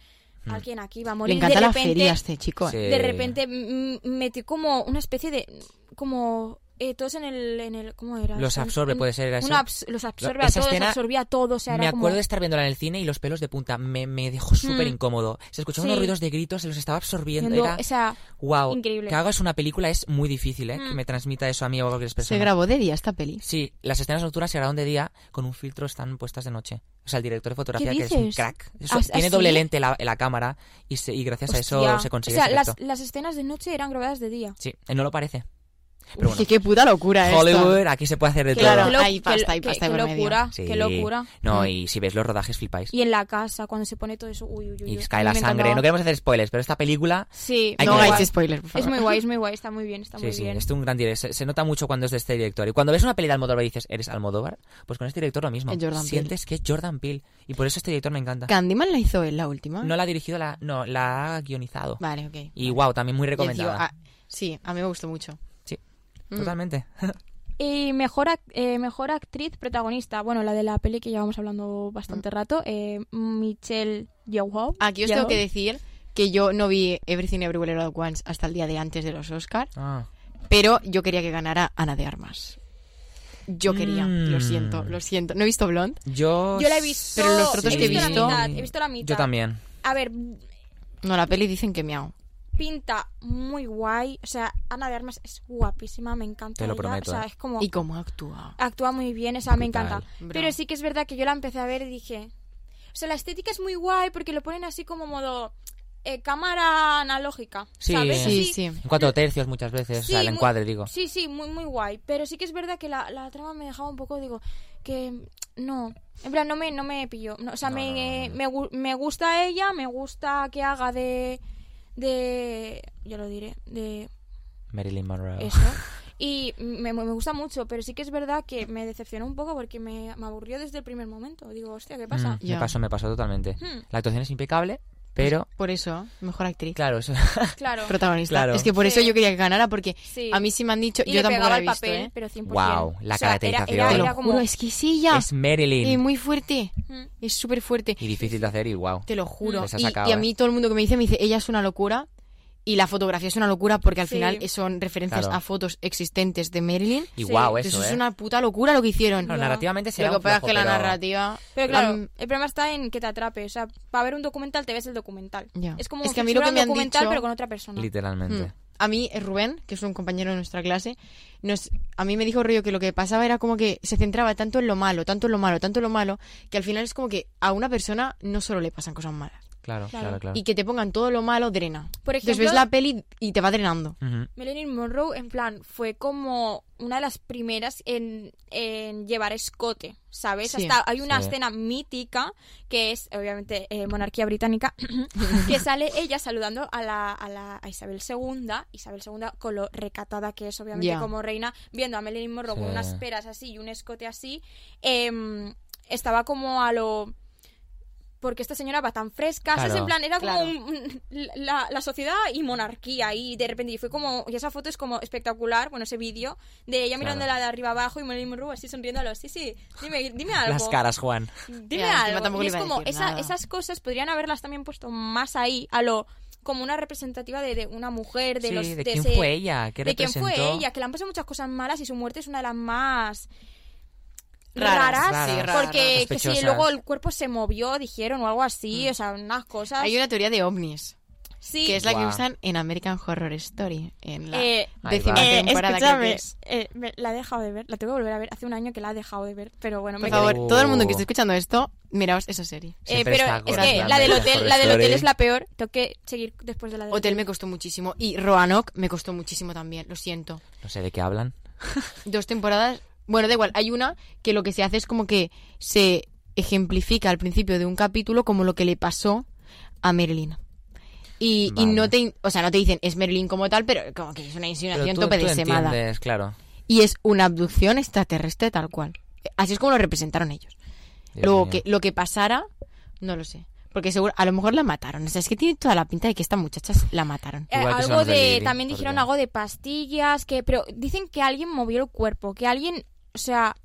Hmm. alguien aquí va a Le morir. encanta de la repente, feria a este chico. eh. Sí. De repente mm, metí como una especie de, como, eh, todos en el, en el, ¿cómo era? Los Esto? absorbe, Un- puede ser eso. un abs- los absorbe a Esa todos, escena- absorbía a todos, o sea, era me como- acuerdo de estar viéndola en el cine y los pelos de punta. Me, me dejó súper Hmm. incómodo. Se escuchaban Sí. unos ruidos de gritos, se los estaba absorbiendo. viendo Era... esa- Wow, increíble. Hmm. que hagas una película es muy difícil, ¿eh? Que me transmita eso a mí o a cualquier persona. Se grabó de día esta peli. Sí, las escenas nocturnas se grabaron de día con un filtro, están puestas de noche. O sea, el director de fotografía, ¿Qué que es un dices? crack. Eso- ¿As- tiene así? doble lente la, la cámara y, se- y gracias a eso hostia. se consigue. O sea, ese las, efecto. las escenas de noche eran grabadas de día. Sí, eh, no lo parece. Es Pero bueno, que qué puta locura es Hollywood, aquí se puede hacer de Claro. todo. Qué lo- hay pasta, hay qué- pasta de qué por medio. locura, Sí. qué locura. No, Mm. y si ves los rodajes flipáis. Y en la casa, cuando se pone todo eso, uy, uy, uy. Y uy, cae la me sangre. encantaba. No queremos hacer spoilers, pero esta película Sí, muy Hay que No ver. guay. hagáis spoiler, por favor. Es muy guay, es muy guay, está muy bien, está muy sí, sí, bien. este es un gran director. Se, se nota mucho cuando es de este director. Y cuando ves una peli de Almodóvar y dices, ¿eres Almodóvar? Pues con este director lo mismo. Es Jordan Peele. Sientes que es Jordan Peele. Y por eso este director me encanta. ¿Candyman la hizo él, la última? No la ha dirigido, la, no, la ha guionizado. Vale, ok. Y wow, también muy Ya digo, recomendada. ah, sí, a mí me gustó mucho. Sí, Mm. totalmente. Y mejor, ac- eh, mejor actriz protagonista, bueno, la de la peli que llevamos hablando bastante Mm. rato, eh, Michelle Yeoh. Aquí os Yeoh. tengo que decir que yo no vi Everything Everywhere All At Once hasta el día de antes de los Oscar, Ah. pero yo quería que ganara Ana de Armas. Yo quería, Mm. lo siento, lo siento. No he visto Blonde, Yo... Yo la he visto. Pero los trozos he que he visto visto- La mitad, he visto la mitad. Yo también. A ver, no, la peli dicen que miau. pinta muy guay. O sea, Ana de Armas es guapísima, me encanta. Te lo ella, prometo, O sea, ¿eh? es como. ¿Y cómo actúa? Actúa muy bien, o sea, me Brutal. encanta. Bravo. Pero sí que es verdad que yo la empecé a ver y dije. O sea, la estética es muy guay porque lo ponen así como modo. eh, cámara analógica. Sí. ¿sabes? Sí, Así, sí. En cuatro tercios muchas veces, Sí, o sea, el muy- encuadre, digo. Sí, sí, muy, muy guay. Pero sí que es verdad que la, la trama me dejaba un poco, digo, que no. En plan, no me, no me pillo. No, o sea, No, me, no, no, Me, gu- me gusta ella, me gusta que haga de. de. yo lo diré, de Marilyn Monroe. eso. Y me, me gusta mucho, pero sí que es verdad que me decepcionó un poco porque me, me aburrió desde el primer momento. Digo, hostia, ¿qué pasa? Mm, me Ya. pasó, me pasó totalmente. Hmm. La actuación es impecable, pero... Por eso, mejor actriz. Claro, eso... [LAUGHS] Claro. Protagonista. Claro. Es que por Sí. eso yo quería que ganara, porque Sí. Mm. a mí sí me han dicho, Y yo le tampoco pegaba la he el visto, papel, ¿eh? pero 100%. Guau, la O sea, era- Era, caracterización. era Te lo como... juro, es que es ella. Es Marilyn. Y muy fuerte. Mm. Es súper fuerte. Y difícil de hacer y wow. Te lo juro. Les ha Y, sacado, y a ¿eh? mí todo el mundo que me dice, me dice, ella es una locura. Y la fotografía es una locura porque al Sí. final son referencias Claro. a fotos existentes de Marilyn. Y Sí. wow, Entonces eso, es ¿eh? una puta locura lo que hicieron. Claro, narrativamente será Lo que un pasa es flojo, que la pero- narrativa... Pero claro, am, el problema está en que te atrape. O sea, para ver un documental te ves el documental. Ya. Es como Es que que a mí lo que me han documental, dicho- pero con otra persona. Literalmente. Mm. A mí, eh, Rubén, que es un compañero de nuestra clase, nos, a mí me dijo rollo que lo que pasaba era como que se centraba tanto en lo malo, tanto en lo malo, tanto en lo malo, que al final es como que a una persona no solo le pasan cosas malas. Claro, Claro. claro, claro. Y que te pongan todo lo malo drena. Por Entonces ejemplo- ves la peli y te va drenando. Ujú. Marilyn Monroe, en plan, fue como una de las primeras en, en llevar escote, ¿sabes? Sí, Hasta hay una sí. escena mítica que es, obviamente, eh, monarquía británica, [COUGHS] que sale ella saludando a la, a la- a Isabel II, Isabel II con lo recatada que es, obviamente, Ya. como reina, viendo a Marilyn Monroe con Sí. unas peras así y un escote así, em, estaba como a lo... Porque esta señora va tan fresca, ¿sabes? Claro. En plan, era como Claro. un- un- la, la sociedad y monarquía y de repente y fue como y esa foto es como espectacular bueno ese vídeo de ella mirando Claro. la de arriba abajo y Marilyn Monroe así sonriéndolo sí sí dime dime algo Las caras, Juan. dime Ya, encima algo tampoco y le es iba a como decir esa- nada. esas cosas podrían haberlas también puesto más ahí a lo como una representativa de, de una mujer de sí, los de quién ese- fue ella, qué de quién representó. fue ella que le han pasado muchas cosas malas y su muerte es una de las más Raras, sí, raras, porque raras. que si Sospechosas. Mm. luego el cuerpo se movió dijeron o algo así o sea unas cosas Hay una teoría de ovnis, sí que es la que Guau. usan en American Horror Story, en la Eh, Ahí décima va. Eh, temporada creo escúchame, que es. eh, me- la he dejado de ver, la tengo que volver a ver. Hace un año que la he dejado de ver, pero bueno, Por me quedé- favor, todo el mundo que Uh. esté escuchando esto, miraos esa serie. quedé- eh, Siempre pero está es gorda, que en la del plan, hotel, mejor la del hotel story. es la peor. Tengo que seguir después de la del Hotel me costó muchísimo y Roanoke me costó muchísimo también, lo siento. No sé de qué hablan. dos temporadas. Bueno, da igual, hay una que lo que se hace es como que se ejemplifica al principio de un capítulo como lo que le pasó a Marilyn. Y, y Vale. no te in- o sea, no te dicen es Marilyn como tal, pero como que es una Pero insinuación tú, tope tú de semada. entiendes, claro. Y es una abducción extraterrestre tal cual. Así es como lo representaron ellos. Dios Luego, mío. Mm, que, lo que pasara, no lo sé. Porque seguro, a lo mejor la mataron. O sea, es que tiene toda la pinta de que esta muchacha la mataron. Eh, Igual que algo Sonrisa de Lili, también dijeron podría. algo de pastillas que pero dicen que alguien movió el cuerpo que alguien o sea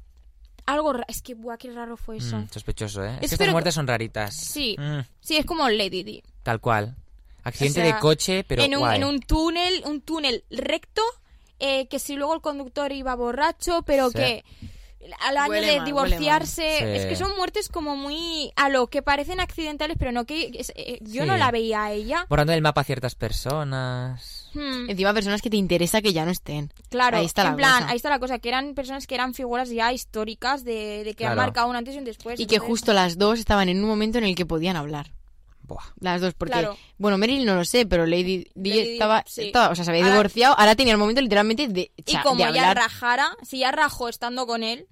algo ra- es que buah qué raro fue eso Mm, sospechoso, ¿eh? Es Espero que estas que- muertes son raritas. Sí. Mm, sí es como Lady Di tal cual. Accidente O sea, de coche, pero en, un, guay. en un túnel un túnel recto eh, que si luego el conductor iba borracho pero Sí. que al año Huele de mal, divorciarse huele mal. es Sí. que son muertes como muy a lo que parecen accidentales pero no que es- eh, yo Sí. no la veía a ella Borrando del mapa a ciertas personas. Hmm, Encima, personas que te interesa que ya no estén. claro ahí está en la plan cosa. ahí está la cosa que eran personas que eran figuras ya históricas de, de que han Claro. marcado un antes y un después Y que entonces- justo las dos estaban en un momento en el que podían hablar. Buah. Las dos, porque, Claro. bueno, Meryl no lo sé, pero Lady, Di Lady Di, estaba, sí. estaba- o sea, se había Ahora- divorciado, ahora tenía el momento literalmente de, Y cha- como de ya hablar. rajara, si ya rajó estando con él,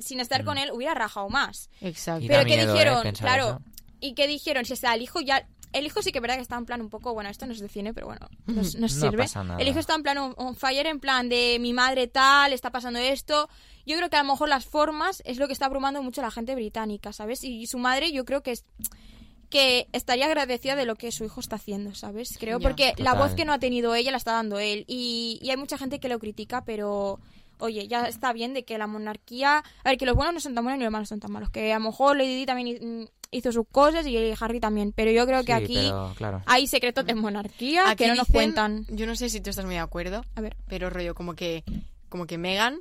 sin Mm. estar con él, hubiera rajado más. Exacto. Y da Pero que miedo, ¿eh? dijeron, pensar claro, eso. y que dijeron, si está el hijo ya... El hijo sí que es verdad que está en plan un poco, bueno, esto nos define, pero [LAUGHS] bueno, nos, nos No sirve. pasa nada. El hijo está en plan on, on fire, en plan de mi madre tal, está pasando esto. Yo creo que a lo mejor las formas es lo que está abrumando mucho a la gente británica, ¿sabes? Y su madre yo creo que es que estaría agradecida de lo que su hijo está haciendo, ¿sabes? Creo Ya. porque la Total. voz que no ha tenido ella la está dando él y, y hay mucha gente que lo critica, pero oye, ya está bien de que la monarquía, a ver, que los buenos no son tan buenos ni los malos son tan malos, que a lo mejor Lady Di también mm, hizo sus cosas y Harry también, pero yo creo que Sí, aquí pero, claro. hay secretos de monarquía Aquí Ah, que no nos dicen- cuentan. Yo no sé si tú estás muy de acuerdo, A ver, pero rollo, como que, como que Megan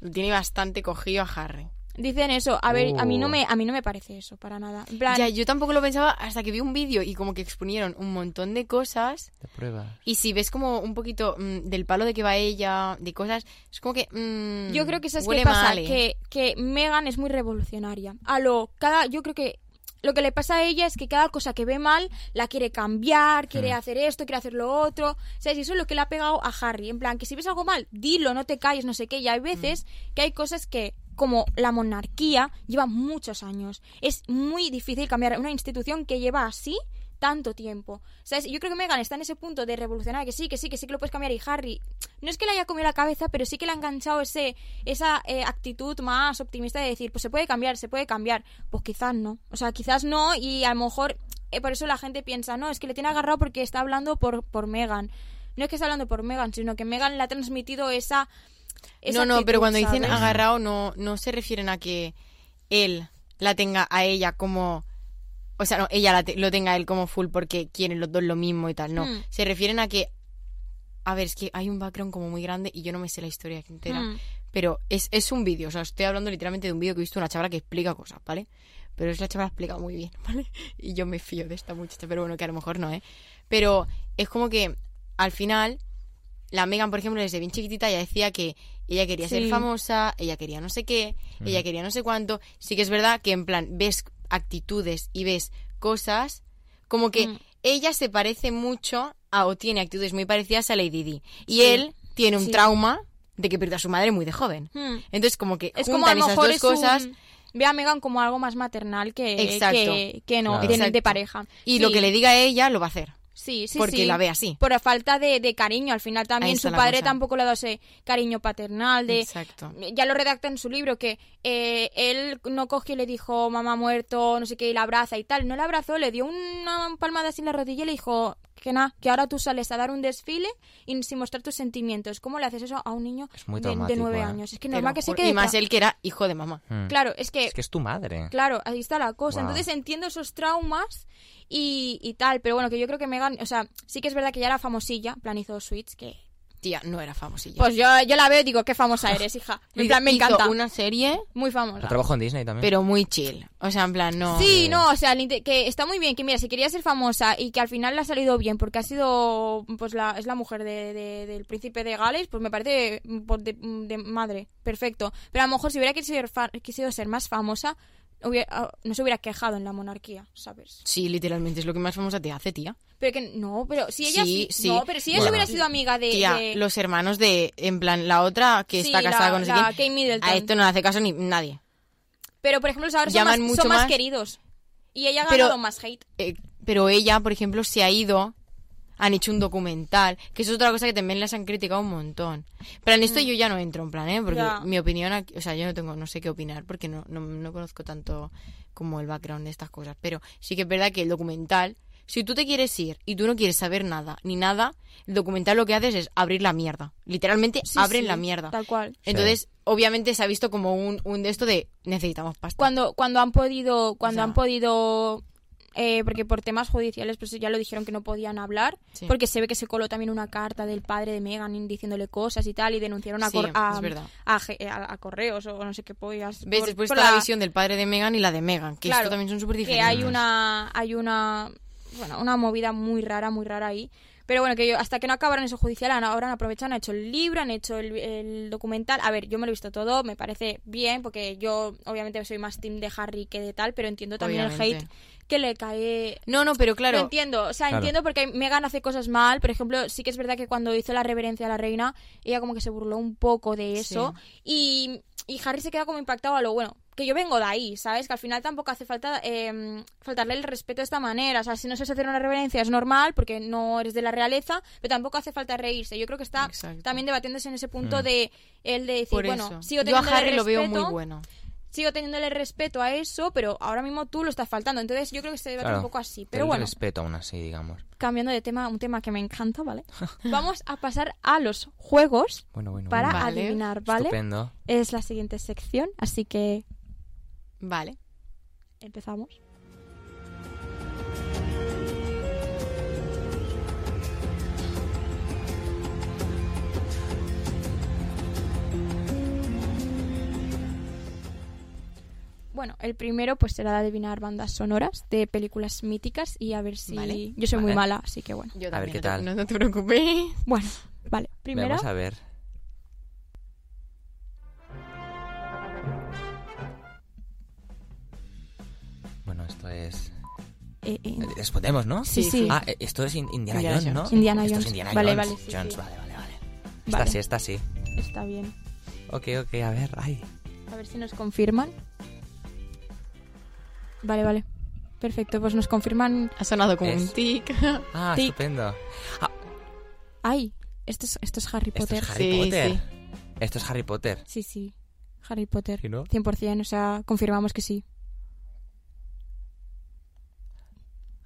lo tiene bastante cogido a Harry. dicen eso, a ver, a mí no Uh. me a mí no me parece eso para nada. En plan, Ya, yo tampoco lo pensaba hasta que vi un vídeo y como que exponieron un montón de cosas. Te pruebas. Y si ves como un poquito mm, del palo de que va ella, de cosas, es como que... mm, Yo creo que eso es huele que pasa, mal, ¿eh? que, que Megan es muy revolucionaria. A lo cada, yo creo que lo que le pasa a ella es que cada cosa que ve mal la quiere cambiar, quiere hacer esto, quiere hacer lo otro. ¿Sabes? Y eso es lo que le ha pegado a Harry. En plan, que si ves algo mal, dilo, no te calles, no sé qué. Y hay veces Mm. que hay cosas que, como la monarquía, lleva muchos años. Es muy difícil cambiar una institución que lleva así tanto tiempo. ¿Sabes? Yo creo que Megan está en ese punto de revolucionar que sí, que sí, que sí que lo puedes cambiar. Y Harry, no es que le haya comido la cabeza, pero sí que le ha enganchado ese, esa eh, actitud más optimista de decir, pues se puede cambiar, se puede cambiar. Pues quizás no. O sea, quizás no, y a lo mejor eh, por eso la gente piensa, no, es que le tiene agarrado porque está hablando por, por Megan. No es que está hablando por Megan, sino que Megan le ha transmitido esa. esa no, no, pero actitud, cuando dicen ¿sabes? agarrado no, no se refieren a que él la tenga a ella como... O sea, no, ella la te- lo tenga a él como full porque quieren los dos lo mismo y tal, no. Mm. Se refieren a que... A ver, es que hay un background como muy grande y yo no me sé la historia entera. Mm. Pero es, es un vídeo, o sea, estoy hablando literalmente de un vídeo que he visto de una chavala que explica cosas, ¿vale? Pero es la chavala explica muy bien, [LAUGHS] ¿vale? Y yo me fío de esta muchacha, pero bueno, que a lo mejor no, ¿eh? Pero es como que al final, la Megan, por ejemplo, desde bien chiquitita ya decía que ella quería ser Sí. famosa, ella quería no sé qué, ella quería no sé cuánto. Sí que es verdad que en plan ves actitudes y ves cosas como que Mm. ella se parece mucho a o tiene actitudes muy parecidas a Lady Di. Y Sí. él tiene un Sí. trauma de que perdió a su madre muy de joven. Mm. Entonces, como que Es juntan como a lo esas mejor dos es cosas un- Ve a Megan como algo más maternal que, Exacto. que, que no, de- Claro. de Exacto. pareja. y lo Sí. que le diga a ella lo va a hacer. Sí, sí, porque sí. la ve así. Por la falta de, de cariño, al final también está su la padre cosa. tampoco le ha dado ese cariño paternal de... Exacto. Ya lo redacta en su libro que eh, él no cogió y le dijo mamá muerto, no sé qué, y la abraza y tal. No la abrazó, le dio una palmada así en la rodilla y le dijo que nada, que ahora tú sales a dar un desfile y sin mostrar tus sentimientos. ¿Cómo le haces eso a un niño Es muy de, de traumático, nueve ¿eh? años? Es que Te normal lo que se juro. quede... y más tra- él que era hijo de mamá. Mm. Claro, es que... Es que es tu madre. Claro, ahí está la cosa. Guau. Entonces entiendo esos traumas y, y tal, pero bueno, que yo creo que Megan, o sea, sí que es verdad que ya era famosilla, en plan hizo Switch, que... Tía, no era famosilla. Pues yo, yo la veo y digo, qué [LAUGHS] famosa eres, hija. En plan, me Hizo encanta. una serie, Muy Yo famosa. trabajo en Disney también. pero muy chill. O sea, en plan, no. Sí, no, o sea, el inte- que está muy bien, que mira, si quería ser famosa y que al final le ha salido bien porque ha sido, pues la, es la mujer de- de- del príncipe de Gales, pues me parece mm, por de, mm, de madre, perfecto. Pero a lo mejor si hubiera quisido ser, fa- quisido ser más famosa, hubiera- ah, no se hubiera quejado en la monarquía, ¿sabes? Sí, literalmente es lo que más famosa te hace, tía. Pero que no, pero si ella Sí, sí, sí. no, pero si ella Bueno. hubiera sido amiga de, Tía, de- los hermanos de, en plan, la otra que Eh, Sí, está casada la- con no sé la Kate quién, Middleton. A esto no le hace caso ni nadie. pero por ejemplo los ahora son, más, llaman son mucho más más. queridos y ella ha Pero- ganado más hate. Eh, pero ella, por ejemplo, se ha ido. Han hecho un documental, que eso es otra cosa que también las han criticado un montón. Pero en esto yo ya no entro, en plan, ¿eh? Porque Mm. Ya. mi opinión, aquí- o sea, yo no tengo, no sé qué opinar, porque no, no, no conozco tanto como el background de estas cosas. Pero sí que es verdad que el documental, si tú te quieres ir y tú no quieres saber nada, ni nada, el documental lo que haces es abrir la mierda. Literalmente Sí, abren sí, la mierda. Tal cual. Entonces, obviamente se ha visto como un, un de esto de necesitamos pasta. Cuando cuando han podido cuando O sea- han podido eh, porque por temas judiciales pues ya lo dijeron que no podían hablar Sí. porque se ve que se coló también una carta del padre de Megan diciéndole cosas y tal y denunciaron a Sí, cor- a, es verdad. a ge- a- a correos o no sé qué pollas. ¿Ves? por- Después por está la... la- visión del padre de Megan y la de Megan, que esto también son súper que diferentes. hay una hay una bueno una movida muy rara muy rara ahí Pero bueno, que yo, hasta que no acabaron eso judicial, han- ahora han aprovechado, han hecho el libro, han hecho el, el documental. A ver, yo me lo he visto todo, me parece bien, porque yo obviamente soy más team de Harry que de tal, pero entiendo también el hate Obviamente. que le cae No, no, pero Lo claro. entiendo, o sea, Claro. entiendo porque Megan hace cosas mal. Por ejemplo, sí que es verdad que cuando hizo la reverencia a la reina, ella como que se burló un poco de eso. Y, y Harry se queda como impactado a lo bueno. Que yo vengo de ahí, ¿sabes? Que al final tampoco hace falta eh, faltarle el respeto de esta manera. O sea, si no sabes hacer una reverencia es normal porque no eres de la realeza, pero tampoco hace falta reírse. Yo creo que está Exacto. también debatiéndose en ese punto Mm. de el de decir, Por bueno, eso. sigo Yo a teniendo Harry lo veo muy respeto, bueno. sigo teniéndole respeto a eso, pero ahora mismo tú lo estás faltando. Entonces yo creo que se debate Claro. un poco así. Tener Pero bueno respeto aún así, digamos. cambiando de tema, un tema que me encanta, [LAUGHS] ¿vale? Vamos a pasar a los juegos Bueno, bueno. para bueno. Vale. adivinar, ¿vale? Estupendo. Es la siguiente sección, así que Vale. empezamos. Bueno, el primero pues será de adivinar bandas sonoras de películas míticas y a ver si... Vale. Yo soy muy Vale. mala, así que bueno. Yo A también, ver, ¿qué no te- tal? No, te preocupes. Bueno, vale. Primera, Vamos a ver. Bueno, esto es. eh, eh, Respondemos, ¿no? Sí, Sí, sí. sí. Ah, eh, esto es In- Indiana, Indiana Jones, Jones. ¿no? Indiana Esto Jones. es Indiana Vale, Jones. vale, sí, Jones, sí. vale, vale, vale. Vale. Esta sí, esta sí. está bien. Ok, ok, a ver, ay. A ver si nos confirman. Vale, vale. Perfecto, pues nos confirman. Ha sonado como Es- un tic. Ah, Tic. estupendo. Ah, ¡Ay! Esto es, esto es Harry esto Potter. Este es Harry Sí, Potter. sí. Esto es Harry Potter. Sí, sí. Harry Potter. ¿Sí, no? 100%, o sea, confirmamos que sí.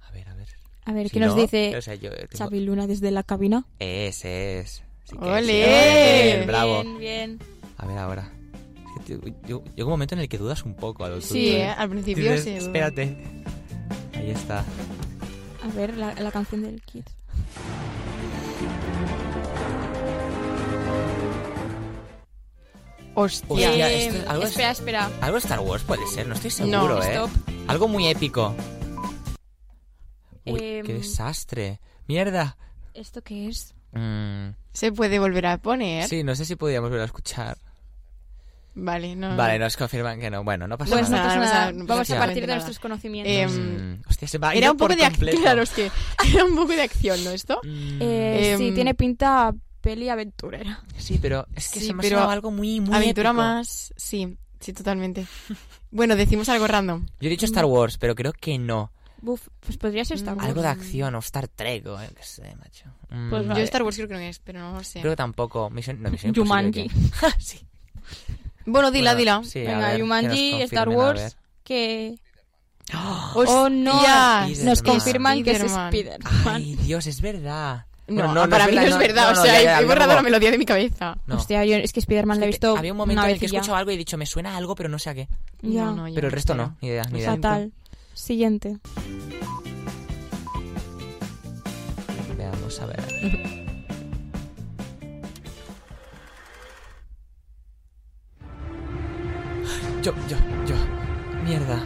A ver, a ver. A ver, Si ¿qué nos no, dice o sea, yo tengo- Xavi Luna desde la cabina? Ese es. Sí que- ¡Ole! sí, bien, Bien, bravo. Bien, bien. A ver ahora. Es que, tío, yo, yo llega un momento en el que dudas un poco a lo Sí, tuyo, ¿eh? ¿eh? al principio Dices, sí. Espérate. Ahí está. A ver, la, la canción del Kid. Hostia. Hostia, esto es algo de- espera, espera. Algo de Star Wars puede ser, no estoy seguro, No, ¿eh? stop. Algo muy épico. Uy, Em. qué desastre. Mierda. ¿Esto qué es? Mm, ¿Se puede volver a poner? sí, no sé si podíamos volver a escuchar. Vale, no. Vale, nos confirman que no. Bueno, no pasa Ah. Pues no nada. pasa nada, no pasa nada. nada, no pasa Vamos a partir de absolutamente nuestros conocimientos. Eh, Mm, hostia, se va. Era un poco de acción. acción. Claro, es que [LAUGHS] era un poco de acción, ¿no? Esto. Mm. Eh, sí, em, tiene pinta peli aventurera. Sí, pero es que Sí, se me ha pero sonado algo muy, muy Aventura épico. más. Sí, sí, totalmente. Bueno, decimos algo random. Yo he dicho Star Wars, pero creo que no. Buf, pues podría ser Star Wars. Algo de acción o Star Trek o yo qué sé, macho. Mm, Pues Yo vale. Star Wars creo que no es, pero no lo sé. Creo que tampoco. Misión, no, Misión Jumanji. Imposible. que- [LAUGHS] sí. Bueno, dila, Bueno, dila. sí, a Venga, ver, que nos Jumanji, Star confirmen, a Wars, ver. que ¡Hostia! Oh, no. Spiderman. nos confirman que es Spiderman. Spider-Man. [LAUGHS] Ay, Dios, es verdad. No, ah, Bueno, no, para mí no es verdad. o sea, ya, ya, he había borrado como- la melodía de mi cabeza. no. Hostia, yo es que Spider-Man la he Es que visto Había un momento una vez en el que y ya. escucho algo y he dicho, me suena a algo, pero no sé a qué. Ya. No, no, yo Pero el resto no, espero. ni idea, ni idea. Fatal. Siguiente. Veamos, a ver. Yo, yo, yo. Mierda.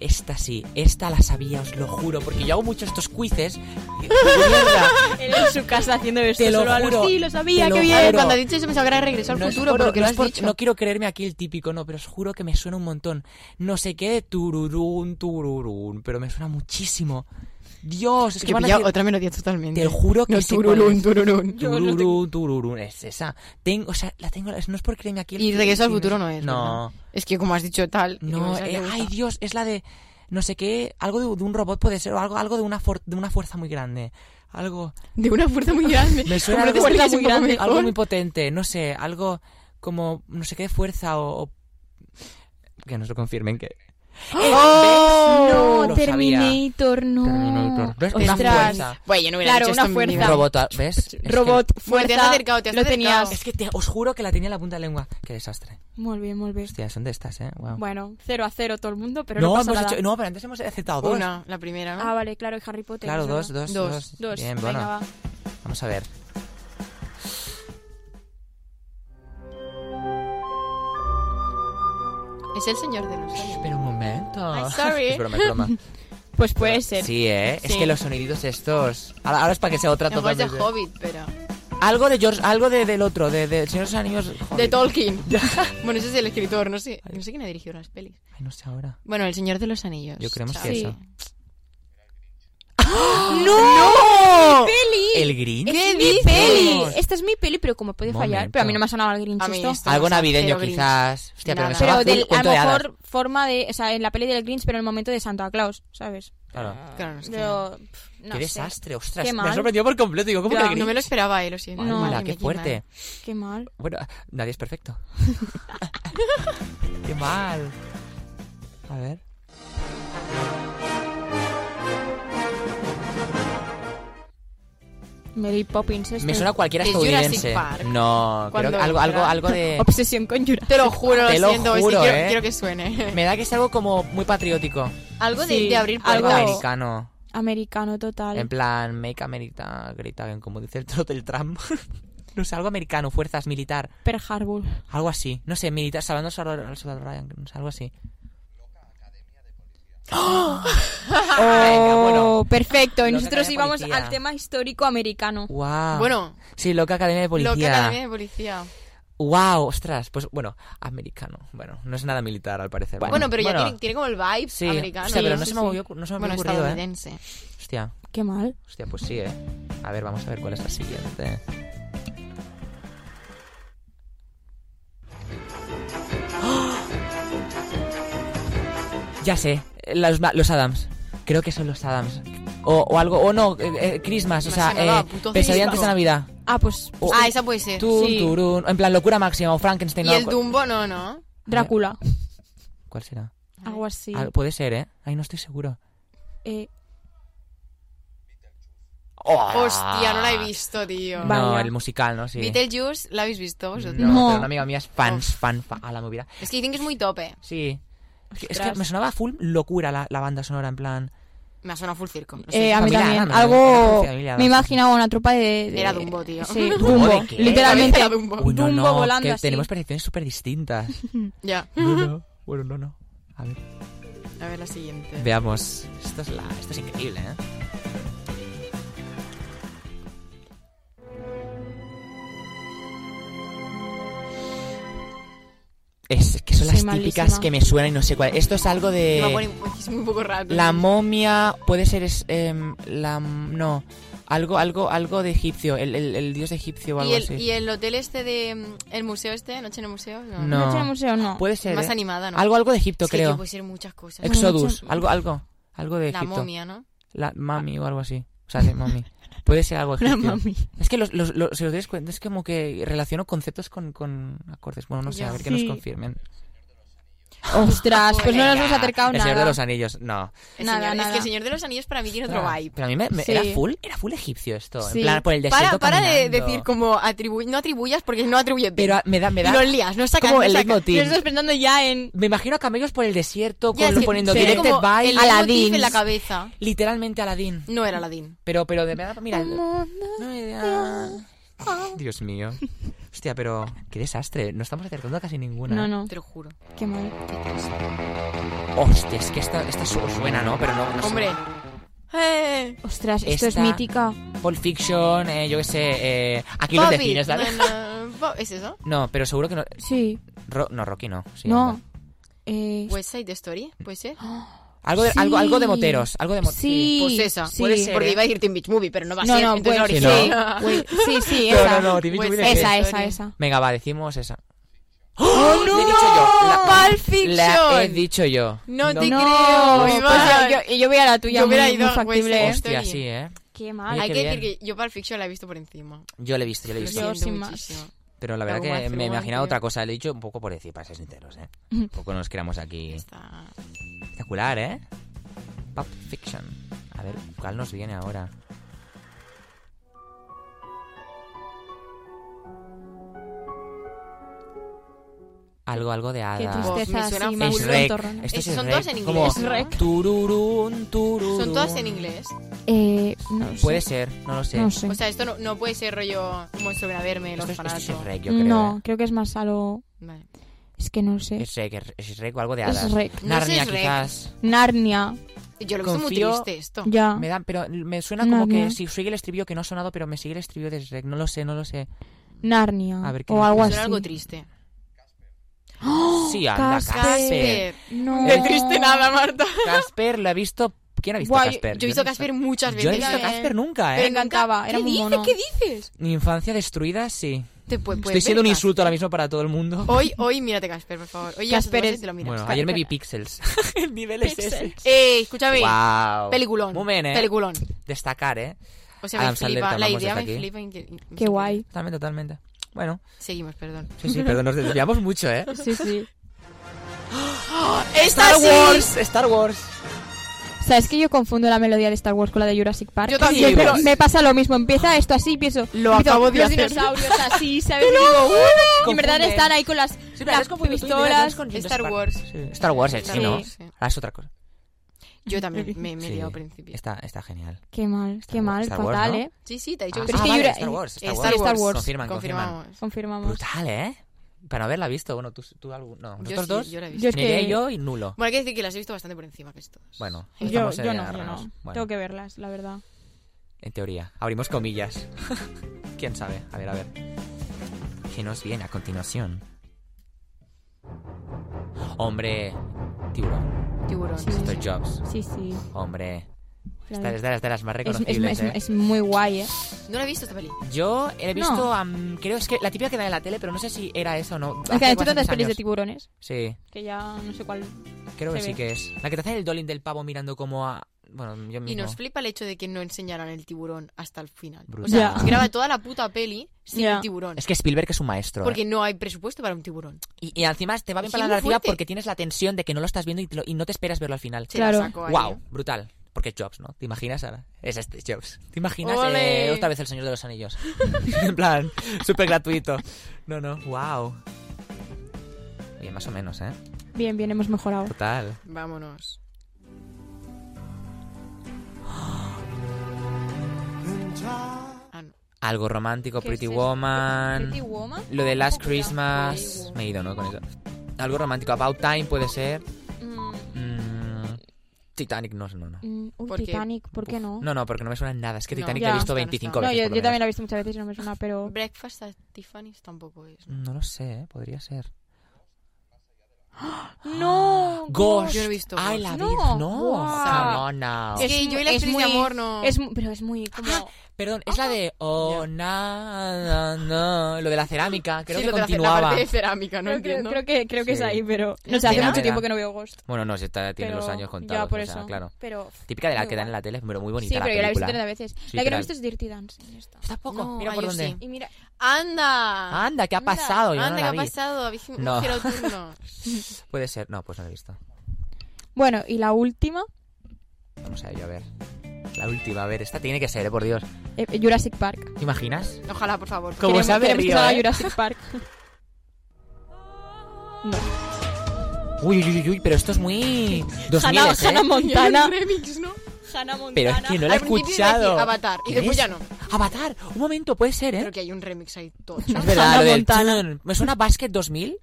Esta sí, esta la sabía, os lo juro, porque yo hago mucho estos quizzes. y- ¡Mierda! [LAUGHS] Él en su casa haciendo esto Te lo solo a juro, los... Sí, lo sabía, te lo qué bien. juro. Eh, Cuando has dicho eso me sabrá regreso al No es futuro, por- pero que lo no es has por- dicho. no quiero creerme aquí el típico, no, pero os juro que me suena un montón. No sé qué de tururún, tururún, pero me suena muchísimo. Dios, es Es que, que van a pilla decir- otra melodía totalmente. Te juro que no, sé cuál tururún, es. tururún. Tururún, tururún, es esa. Tengo, o sea, la tengo, no es por creerme aquí el Y regreso al sí, futuro no es. No, ¿verdad? Es que como has dicho tal. no, esa eh, te gusta. ay Dios, es la de, no sé qué, algo de, de un robot puede ser, o algo, algo de, una for- de una fuerza muy grande. Algo, De una fuerza [LAUGHS] muy grande. me suena Como lo algo, fuerza describes muy un poco grande, mejor. algo muy potente, no sé, algo como, no sé qué, fuerza o... o- Que nos lo confirmen [GASPS] que... ¡Oh! No, Lo sabía. Terminator, ¡Oh! no. Terminator. ¿Ves? Una Ostras. fuerza. Bueno, yo no hubiera Claro, dicho una esto en mi fuerza. vida. Un robot, ah, ¿ves? Es que- Robot, Bueno, fuerza. te has acercado, te has lo acercado. tenías. Es que, te- os juro que la tenía en la punta de la lengua. Qué desastre. Muy bien, muy bien. Hostia, son de estas, ¿eh? Wow. Bueno, 0 a 0 todo el mundo, pero no, no, pasa hemos nada. hecho, no, pero antes hemos aceptado dos. Una, la primera, ¿no? Ah, vale, claro, y Harry Potter. Claro, es verdad. dos, dos, Dos, dos. Dos, Bien, venga, bueno. va. Vamos a ver. Es el señor de los anillos. Espera un momento. Ay, sorry. [LAUGHS] Es broma, es broma. Pues puede ser. Sí, ¿eh? Es Sí. que los soniditos estos... Ahora, ahora es para que sea otra A lo mejor es de totalmente- Hobbit, pero... Algo de George... Algo de, del otro, de, de Señor de los Anillos... De Joder. [LAUGHS] Tolkien. bueno, ese es el escritor, no sé, no sé quién ha dirigido las pelis. Ay, no sé ahora. Bueno, El Señor de los Anillos. Yo creemos Chao. que Sí. ¡Ah! eso. ¡No! ¡Peli! ¿El Grinch? ¡Es ¿Qué mi dices? peli! Esta es mi peli, pero como puede fallar. Momento. Pero a mí no me ha sonado el Grinch A mí esto. esto- Algo Somos navideño, cero Grinch. quizás. Hostia, pero me Nada. sonaba Pero azul, del, a cuento lo de hadas. mejor forma de... O sea, en la peli del Grinch, pero en el momento de Santa Claus, ¿sabes? Claro. Claro, no sé. Pero, pf, no qué sé. desastre, ostras. Qué me mal. ha sorprendido por completo. Digo, ¿cómo Ya, que el no Ah, Grinch? No me lo esperaba, eh, lo siento. No. Mala, Madre qué mía, fuerte. Qué mal. Bueno, nadie [LAUGHS] es perfecto. qué mal. A ver. Mary Poppins. esto Me es suena a cualquiera de Jurassic estadounidense. Park. No, creo Cuando que algo, algo, era- algo de. Obsesión con Jura. Te [LAUGHS] lo juro, lo Te lo siento. es que juro, quiero, eh. quiero que [LAUGHS] suene. Me da que es algo como muy patriótico. Algo de, Sí, de abrir algo- puertas. Americano. Americano total. En plan, make America great again, como dice el trozo del Trump. [LAUGHS] no sé, algo americano, fuerzas militar. Pearl [LAUGHS] Harbor. Algo así. No sé, militar, salvando al soldado al soldado Ryan. no sé, Algo así. ¡Ah! [LAUGHS] Venga, bueno. Oh, perfecto. Y Lo que nosotros trae íbamos policía. al tema histórico americano. Wow. Bueno, Sí, loca academia de Ah. policía. lo que academia de policía. Wow, ostras. Pues bueno, americano. Bueno, no es nada militar al parecer. Bueno, pero ya tiene, tiene como el vibe Sí, americano. hostia, pero Sí, no sí, se me sí. había ocu- no se me bueno, había ocurrido, ¿eh? estadounidense. Hostia, Qué mal. hostia, pues sí, eh. A ver, vamos a ver cuál es la siguiente. ¡Ah! Ya sé, los, ma- los Adams. Creo que son los Adams. O, o algo, o no, eh, eh, Christmas, o Me sea, sonaba eh, a puto pesadilla Christmas. antes de Navidad. Ah, pues O- Ah, esa puede ser. Tun, Sí. turun, en plan, locura máxima, o Frankenstein. Y no, el cu- Dumbo no, ¿no? Drácula. ¿Cuál será? Algo así. Ah, puede ser, ¿eh? Ay, no estoy seguro. Eh, ¡Oh! Hostia, no la he visto, tío. Va- No, Vaya. el musical, ¿no? Sí. Beetlejuice, ¿la habéis visto vosotros? No, No. pero una amiga mía es fan, fan, fan, a la movida. Es que dicen que es muy tope. Sí. Es que- Es que Ostras. me sonaba full locura la, la banda sonora, en plan. Me ha sonado full circo. Pues no sé. eh, a mí familia también. Adams, era Algo. Familia Adams. Me imaginaba una tropa de. de- Era Dumbo, tío. Sí, [LAUGHS] ¿Dumbo de Dumbo. Eh, qué? Literalmente. Era Dumbo. Uy, no, Oh, Dumbo no, volando que así. tenemos percepciones súper distintas. [LAUGHS] Ya. No, no. Bueno, no, no. A ver. A ver la siguiente. Veamos. Esto es, la, esto es increíble, ¿eh? Es que son Soy las típicas malísima. que me suenan y no sé cuál. Esto es algo Me va a de. poner- es muy poco rápido. eh, La momia puede ser es, em, la no algo algo algo de egipcio el, el, el dios egipcio o algo ¿Y el, así. y el hotel este de... mm, El museo este, Noche en el Museo. No. No. Noche de museo, no. Puede ser Más eh. animada, ¿no? algo algo de Egipto es que, tío, creo. puede ser muchas cosas. Ex- Exodus Bueno, algo algo algo de La Egipto. momia, ¿no? La mami Ah. o algo así. O sea, de mami. Puede [LAUGHS] ser algo egipcio. [LAUGHS] Una mami. Es que los, los, los- si os dais cuenta es como que relaciono conceptos con, con acordes. Bueno, no sé, Ya. a ver que Sí. nos confirmen. Ostras, pues no nos hemos Venga, acercado el Señor nada. de los Anillos, no. El Nada, señor- Es nada. que el Señor de los Anillos para mí tiene otro Ah, vibe. Pero a mí me, me- Sí. era full, era full egipcio esto, Sí. en plan por el Para, desierto para de caminando. decir como atribu- no atribuyas porque no atribuyes. Pero a- me da me da Lo lías, no sacas. como no el sacas. leitmotiv. Yo estoy pensando ya en. Me imagino a camellos por el desierto Ya, con- es que poniendo tiene Directed como by el leitmotiv Aladdin. en la cabeza. literalmente Aladdin. No era Aladdin. Pero pero de verdad, mira, no idea. Dios mío. Hostia, pero qué desastre, no estamos acertando a casi ninguna. No, ¿eh? no. Te lo juro. Qué mal. Hostia, es que esta esta su- suena, ¿no? Pero no, no sé. Hombre. Eh. Ostras, esto es Esta- mítica. Pulp Fiction, eh, yo qué sé, eh, aquí los Papi. vecinos, ¿sabes? no, no, po- ¿Es eso? No, pero seguro que no Sí. Ro- no Rocky no. sí, No. Eh, West Side Story, puede ser. Algo de, algo, Sí. algo de moteros, algo de moteros. Sí. Pues esa. sí. Puede ser. ¿eh? Porque iba a decir Teen Beach Movie, pero no va a No, ser. no, entonces bueno, sí, original. Wait, sí, sí, No, esa. no, no, Timmy, Pues Timmy, esa, Timmy. esa, esa, Story. esa. Venga, va, decimos esa. ¡Oh, Le he dicho yo, la- ¡Pulp La he Fiction! dicho yo. No te No, creo, pues Iván. yo, yo, yo voy a la tuya, Yo hubiera muy, ido muy pues, a West factible. End. Hostia, Estoy- sí, ¿eh. Qué mal. [LAUGHS] Ay, Hay qué que decir bien. que yo Pulp Fiction la he visto por encima. Yo la he visto, yo la he Lo visto. Yo siento sin más. muchísimo. Pero la verdad Algo más, que algo me más, imaginaba tío. otra cosa. Le he dicho un poco por decir, para ser [LAUGHS] sinceros, ¿eh? Un poco nos creamos aquí. Está... Espectacular, ¿eh? Pop Fiction. A ver, ¿cuál nos viene ahora? Algo, algo de Qué hadas. triste. tristeza, Pues Me suena sí, full. Es Mauro rec. Torrone. Esto sí es Son rec. todas en Como Uh. inglés. ¿no? Rec. tururún, tururún. Son todas en inglés. Eh, no sé. Puede ser, no lo sé. No sé. O sea, esto no, no puede ser rollo un monstruo viene a verme, el Esto, es- esto orfanato. sí es rec, yo creo. no, ¿eh? creo que es más a lo... Vale. Es que no sé. Es rec, es es rec o algo de Es hadas. rec. No sé, Narnia, es rec. quizás. Narnia. Yo lo he visto muy Confío- triste esto. Ya. Me dan, pero me suena No, como no. que si sigue el estribillo que no ha sonado, pero me sigue el estribillo de Shrek. No lo sé, no lo sé. Narnia. A ver, ¿qué o dices? algo Pues así. ¡Oh! Suena algo triste. sí, anda, Casper. Casper. No. De triste nada, Marta. Casper, lo he visto. ¿Quién ha visto Guau, yo- Casper? Yo he visto Casper muchas veces. Yo no he visto ¿eh? Casper nunca, Me ¿eh? Pero- encantaba. Era ¿Qué muy dices? mono. ¿Qué dices? Mi infancia destruida, sí. Te pu- Estoy puedes siendo un ver insulto ahora mismo para todo el mundo. Casper. Hoy, hoy, mírate Casper, por favor. Oye, Casper Casper es- te lo miras. Bueno, ayer me vi Pixels. el nivel es ese. Eh, escúchame. Wow. Peliculón. Moment, ¿eh? Peliculón. Destacar, ¿eh? O sea, Adam me Sandler, flipa. te La amamos idea me desde aquí. flipa. inque- Qué guay. Totalmente, totalmente. Bueno, Seguimos, perdón. sí, sí, perdón, nos desviamos mucho, ¿eh? Sí, sí. ¡Esta sí! ¡Ah! Star Wars. ¿Sabes que yo confundo la melodía de Star Wars con la de Jurassic Park? Yo también, Me- pero- pues. Me pasa lo mismo. Empieza esto así y pienso... Lo empiezo, acabo de Los hacer". dinosaurios [LAUGHS] así, ¿sabes? Y digo, "Uh". Y en verdad Confunden. están ahí con las, las pistolas. Star Wars. Star Wars, eh, Star sí, ¿no? Wars, sí. Ah, es otra cosa. Yo también me, me he Sí. liado al principio. Está, está genial. Qué mal, Star qué Wars, mal, Star Wars, fatal, ¿no? ¿eh? Sí, sí, te he dicho Ah, que es que sí. yo- vale, era- Star Wars, Star eh, Star Wars. Star Wars. Confirman, confirman. Confirmamos. Confirmamos. Brutal, ¿eh? Para no haberla visto, bueno, tú, tú algo. No, Yo nosotros sí, dos. yo la he Yo visto. es que- Nerea y yo y nulo. Bueno, hay que decir que las he visto bastante por encima que esto. Bueno, Yo, estamos, eh, yo no, yo arranos. no. Bueno, Tengo que verlas, la verdad. En teoría. Abrimos comillas. [LAUGHS] ¿Quién sabe? A ver, a ver. ¿Qué nos viene a continuación? Hombre. Tiburón. Tiburón. Sí. Steve Jobs. Sí, sí. Hombre. claro. Esta es de las, de las más Es, es- reconocibles, es- ¿eh? es muy guay, ¿eh? No la he visto esta peli. Yo he visto, No. am, creo es que la típica que da en la tele, pero no sé si era esa o no. Es que han Hace hecho tantas bastantes pelis de años. tiburones Sí, que ya no sé cuál. creo que Se sí ve. que es. La que te hace el dolling del pavo mirando como a... Bueno, yo mismo. Y nos flipa el hecho de que no enseñaran el tiburón hasta el final. O Brutal. sea, Ya. graba toda la puta peli sin Ya. el tiburón. Es que Spielberg es un maestro. Porque ¿eh? no hay presupuesto para un tiburón. Y, y encima te va bien Sí, para la muy narrativa fuerte. porque tienes la tensión de que no lo estás viendo y, te lo- y no te esperas verlo al final. Se la Claro. sacó ahí, Wow, ¿no? brutal. Porque es Jobs, ¿no? ¿Te imaginas ahora? Es este Jobs. ¿Te imaginas ¡Ole! eh, otra vez el Señor de los Anillos? [LAUGHS] en plan, súper gratuito. No, no, wow. Bien, más o menos, ¿eh? Bien, bien, hemos mejorado. Total. Vámonos. Ah, no. Algo romántico, ¿Qué Pretty es eso? Woman. Pretty Woman. Lo de Last Christmas. Me he ido, ¿no? Con eso. Algo romántico. About Time puede ser. Mm, Mm, Titanic, no, no, no. mm, uy, ¿Por qué? Titanic, ¿por qué no? No, no, porque no me suena en nada. Es que No, Titanic ya. la he visto Está, no 25 está. No, veces. yo, por yo lo también la he visto muchas veces y no me suena, pero. Breakfast at Tiffany's tampoco es. menos. No lo sé, ¿eh? podría ser. ¡Ah! ¡No! ¡Ah! Ghost. Yo no he visto Ay, Ghost. la No, vi. No. wow. Come on now. Es que yo y la actriz de amor no- es mu- pero es muy como. Ah, Perdón, es la Ah. de. Oh, nada, no. Lo de la cerámica. Creo Sí, que lo de la- La continuaba. parte de cerámica, no creo, creo- entiendo. creo que, creo que Sí. es ahí, pero. No sé, hace Será. mucho tiempo que no veo Ghost. Bueno, no, si está, tiene pero los años contados. Ya, por o eso. sea, claro. Pero. Típica de la que Pero dan en la tele, pero muy bonita sí, la pero yo la he visto 30 película. veces. Sí, la que no pero- he visto es Dirty Dancing. Esta. Yo tampoco. No, Mira ah, por yo dónde. sí. Y mira, anda. Anda, ¿qué ha Anda, pasado? Yo anda, no ¿qué la ha vi. pasado? Habéis un No. [LAUGHS] giro turno. Puede ser. No, pues no la he visto. Bueno, y la última, Vamos a ello, a ver. La última, a ver. Esta tiene que ser, eh, por Dios. eh, Jurassic Park. ¿Te imaginas? Ojalá, por favor. Como Queremos- sabe queremos que Río, salga ¿eh? Jurassic [LAUGHS] Park. No. Uy, uy, uy, uy, pero esto es muy... 2000, Hannah, ¿eh? [LAUGHS] Hannah Montana. Un remix, ¿no? [LAUGHS] Hannah Montana. Pero es que no la he Al principio iba a decir escuchado. Avatar, y ¿Qué después es? ya no. Avatar, un momento, puede ser, ¿eh? Creo que hay un remix ahí todo. Es verdad, Hannah lo del Montana. tun. Me suena Basket [LAUGHS] 2000.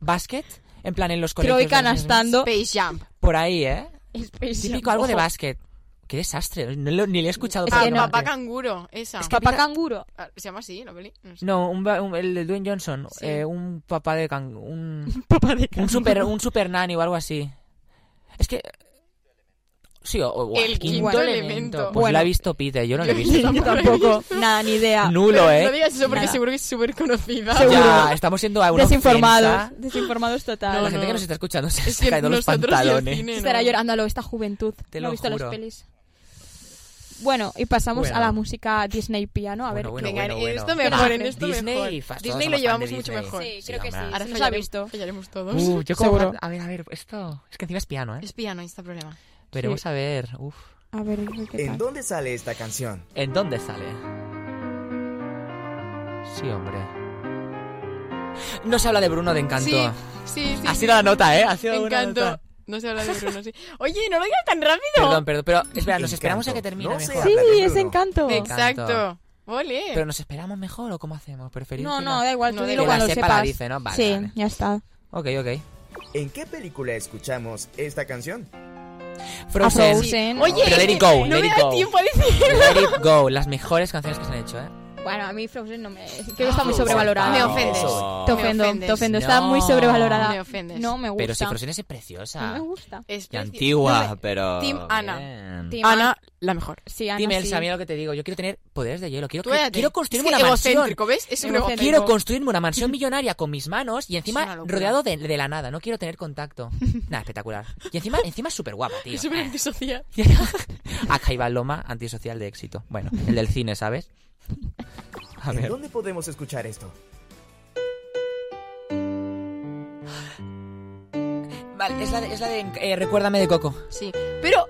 Basket, en plan en los colegios. Troy de los niños. canastando. Space Jump. Por ahí, ¿eh? Space Jam. Típico algo de Ojo. basket. Qué desastre, no lo- ni le he escuchado. Es por que el no. nombre. Ah, Papá Canguro, esa. Papá [LAUGHS] canguro. Ah, ¿Se llama así la peli? No sé. No, un, ba- un- el de Dwayne Johnson, Sí. eh, un papá de [LAUGHS] can- un, Papá de un super un super nanny o algo así. Es que sí, o, o- El quinto elemento. Pues Bueno. la ha visto Peter, yo [LAUGHS] no lo he visto. Yo [LAUGHS] tampoco. Nada, ni idea. Nulo, Pero No eh. digas eso porque Nada. seguro que es súper conocida. Seguro. Ya, estamos siendo a una Desinformados. ofensa. Desinformados La total. gente que nos está escuchando [LAUGHS] se Es ha que caído los nosotros y el pantalones. cine, ¿no? Estará llorándolo esta juventud. Te no lo ha visto juro. las pelis. Bueno, y pasamos Bueno. a la música Disney piano. A ver, Bueno, bueno, Venga, bueno, en bueno. esto mejor, en Venga, esto Disney, mejor. fast, todos Disney somos lo fan llevamos de mucho Disney. mejor. Sí, Sí, creo que sí. hombre. Ahora Ahora se nos ha fallaremos- visto. fallaremos todos. Uh, yo como Seguro. fan- a ver, a ver, esto es que encima es piano, ¿eh? Es piano, ahí está el problema. Veremos a ver. Uf. A ver, a ver qué ¿En tal. dónde sale esta canción? ¿En dónde sale? Sí, hombre. No se habla de Bruno de Encanto. Sí, sí, sí. Ha sido la nota, ¿eh? Ha sido una Encanto. nota. No se [LAUGHS] habla de Bruno, sí. Oye, no lo digas tan rápido. Perdón, perdón, pero espera, nos Encanto. esperamos a que termine No mejor. sé. Sí, Habla de es Bruno. encanto. Exacto. Ole. Pero nos esperamos mejor o cómo hacemos? ¿Preferís? No, que no, la- da igual, No, tú da dilo igual. cuando Que la sepa, sepas. la dice, ¿no? Vale, sí, vale. ya está. Ok, ok. ¿En qué película escuchamos esta canción? Frozen. Frozen. Oye, Pero let it no go, let me it da go. tiempo a decir. Let it go. Las mejores canciones que se han hecho, ¿eh? Bueno, a mí Frozen no me... Ah, Creo que está muy Frozen. sobrevalorada. Me ofendes. Eso. Te Me ofendo, ofendes. te ofendo. Está No. muy sobrevalorada. Me ofendes. No me gusta. Pero si Frozen Mm. es preciosa. No me gusta. Es Y preci- antigua, no me- pero. Team Ana. bien. Team Ana, la mejor. Sí, Ana, Dime, sí. Elsa, mira lo que te digo. Yo quiero tener poderes de hielo. Quiero, Tú cállate. quiero construirme Es que una mansión. egocéntrico, ¿ves? Es un Egocéntrico. egocéntrico. Quiero construirme una mansión millonaria con mis manos y una encima locura. rodeado de, de la nada. No quiero tener contacto. Nada, espectacular. Y encima, encima es súper guapa, tío. Eh. Es [LAUGHS] súper antisocial. [LAUGHS] Acá iba Loma, antisocial de éxito. Bueno, el del cine, ¿sabes? A ¿En ver. dónde podemos escuchar esto? Vale, es la de, es la de eh, Recuérdame de Coco. Sí. Pero,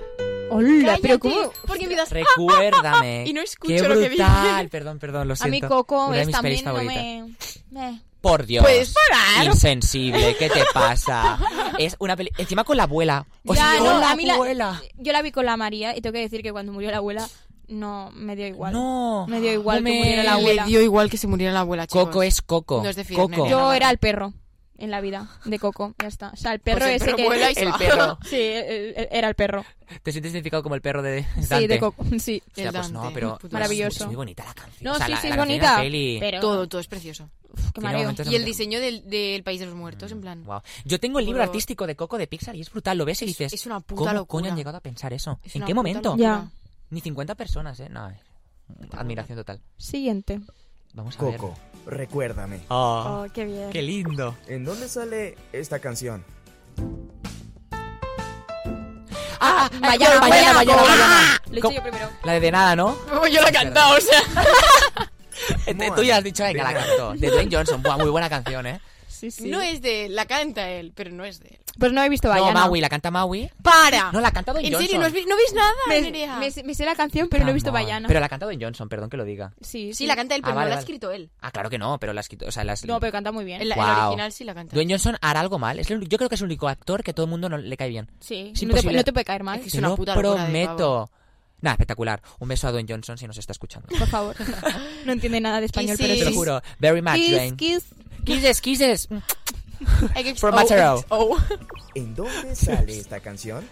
Hola, cállate, pero ¿cómo...? Porque ah, empiezas... Recuérdame. [LAUGHS] ah, Y no escucho Qué lo que brutal. dicen. Perdón, perdón, lo A siento. mí Coco Una de es mis pelis también no favoritas. me... me- Por Dios. Puedes parar. Insensible, ¿qué te [LAUGHS] pasa? Es una peli. Encima con la abuela. O Ya, sea, no, con la a mí la- abuela. Yo la vi con la María y tengo que decir que cuando murió la abuela no me dio igual. No. Me dio igual No que me- muriera la abuela. Le dio igual que se muriera la abuela, chicos. Coco es Coco. No es de fiar, Coco. nena. Yo era el perro en la vida de Coco, ya está. O sea, el perro Pues el ese perro que... [LAUGHS] vuela y se El va. perro. [LAUGHS] Sí, el- el- era el perro. Te sientes identificado como el perro de Dante. Sí, de Coco, [LAUGHS] sí. O sea, El pues no, Dante. pero Puto Maravilloso. Es muy bonita la canción. No, O sea, sí, la- sí, la es canción y bonita. La peli. Pero... Todo, todo es precioso. Uf, qué Tiene mareo. momentos- Y el diseño del, del País de los Muertos, en plan... Wow. Yo tengo el libro Pero- artístico de Coco de Pixar y es brutal. Lo ves y dices, es una puta ¿cómo locura. coño han llegado a pensar eso? Es ¿En una qué puta momento? locura. Ya. Ni 50 personas, ¿eh? No, a ver. Admiración total. Siguiente. Vamos a ver. Coco, recuérdame. Oh, Oh, qué bien. ¡Qué lindo! ¿En dónde sale esta canción? ¡Ah! Bayana, Bayana, Bayana, Bayana. Lo he ¿Cómo? dicho yo primero. La de, de nada, ¿no? Como yo la he cantado, o sea... Este, Tú ya has dicho, venga, la canto. De Dwayne Johnson. Buah, muy buena canción, ¿eh? Sí, sí. No es de él, la canta él, pero no es de él. Pues no he visto Bayana. No, Maui, la canta Maui. ¡Para! No, la ha cantado ¿En Dwayne Johnson. serio? ¿No, has vi- no veis nada, Me, Nerea? me- me sé la canción, pero no he visto Come on. Bayana. Pero la ha cantado en Johnson, perdón que lo diga. Sí, Sí, la canta él, Ah, pero vale, no la ha vale. escrito él. Ah, claro que no, pero la ha escrito. O sea, las, No, pero canta muy bien. En la, en Guau. original sí la canta. Dwayne Johnson hará algo mal. Es el único- yo creo que es el único actor que todo el mundo no le cae bien. Sí, Es no te, imposible. no te puede caer mal, Es Te una lo puta locura de prometo. Nada, espectacular. Un beso a Dwayne Johnson si nos está escuchando. por [LAUGHS] favor. No entiende nada de español, pero Te lo Kiss. sí. juro. Very much, Kiss, Dwayne. kiss. Kisses, kisses. XO, From Matero. [LAUGHS] XO. ¿En [LAUGHS] dónde sale esta canción?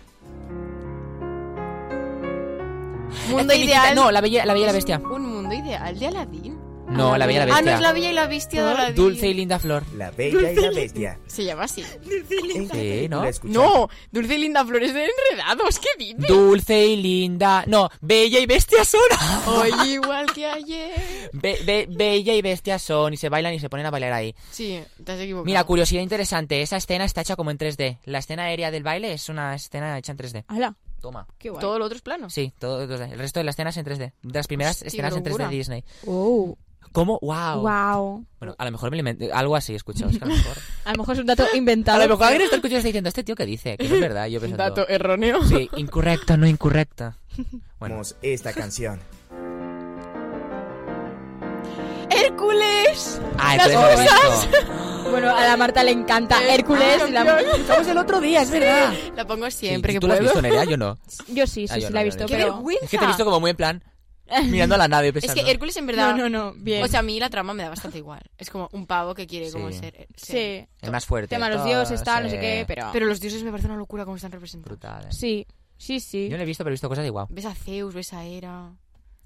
Mundo Felicita- ideal. No, la bella, la bella y la bestia. Un mundo ideal de Aladdin. No, la bella y la Ah, no bestia. es la bella y la bestia de Aladdin. Dulce y linda flor. La Bella y la Bestia. Se llama así. ¿En qué Sí, película ¿no? escuchamos? No, Dulce y Linda Flores de Enredados, ¿qué dices? Dulce y linda. No, bella y bestia son. [LAUGHS] Hoy igual que ayer. Be- be- bella y bestia son. Y se bailan y se ponen a bailar ahí. Sí, te has equivocado. Mira, curiosidad interesante. Esa escena está hecha como en 3D. La escena aérea del baile es una escena hecha en 3D. Hala, Toma. qué guay. todo lo otro es plano. Sí, todo, todo- el resto de las escenas en 3D. De las primeras Hostia, escenas en 3D de locura. Disney. Oh, ¿Cómo? ¡Wow! wow. Bueno, a lo mejor me lo inventé- algo así, escucho. Es que [LAUGHS] a lo mejor, A lo mejor es un dato a inventado. lo mejor alguien está escuchando y está diciendo, este tío que dice, que no es verdad. Yo Un pensando, dato erróneo. sí, incorrecto, no incorrecto. [LAUGHS] Bueno, Esta [LAUGHS] canción. ¡Hércules! ah, las entonces cosas. no es Bueno, a la Marta le encanta Eh, Hércules. y la- Estamos el otro día, es verdad. La pongo siempre que ¿Tú puedo. lo has visto, Nerea? Yo [LAUGHS] no. Yo sí, sí, Ah, yo sí, no, la he yo visto, no. ¡Qué pero... vergüenza! Es que te he visto como muy en plan, mirando a la nave Es pensando. que Hércules en verdad... [LAUGHS] No, no, no, bien. O sea, a mí la trama me da bastante igual. Es como un pavo que quiere como Sí. ser... ser- sí. El más fuerte. Tema de los Todo, dioses, tal, no sé sí. qué, pero... Pero los dioses me parece una locura como están representados. Brutal, eh. Sí, sí, sí. Yo no he visto, pero he visto cosas de guau. Ves a Zeus, ves a Hera...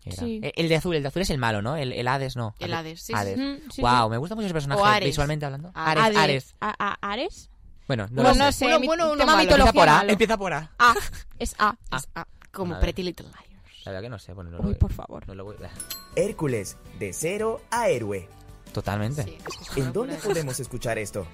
Era. Sí. El, el de azul, el de azul es el malo, ¿no? El, el Hades no. El Hades, sí, sí. Hades. Mm, sí, sí. wow, me gusta mucho ese personaje O Ares. visualmente hablando. Ares. Ares, Ares. ¿A, a- Ares? Bueno, no Bueno, no lo sé. sé. Uno mi- bueno, uno tema malo. Empieza por mitología A. malo. Empieza por A. A. Es A. Ah. Es- ah, como A ver. Pretty Little Liars. La verdad que no sé. Bueno, no lo Uy, voy- por favor. No lo voy. Hércules, de cero a héroe. Totalmente. Sí, es que es una Ah, ¿En dónde locura. podemos escuchar esto?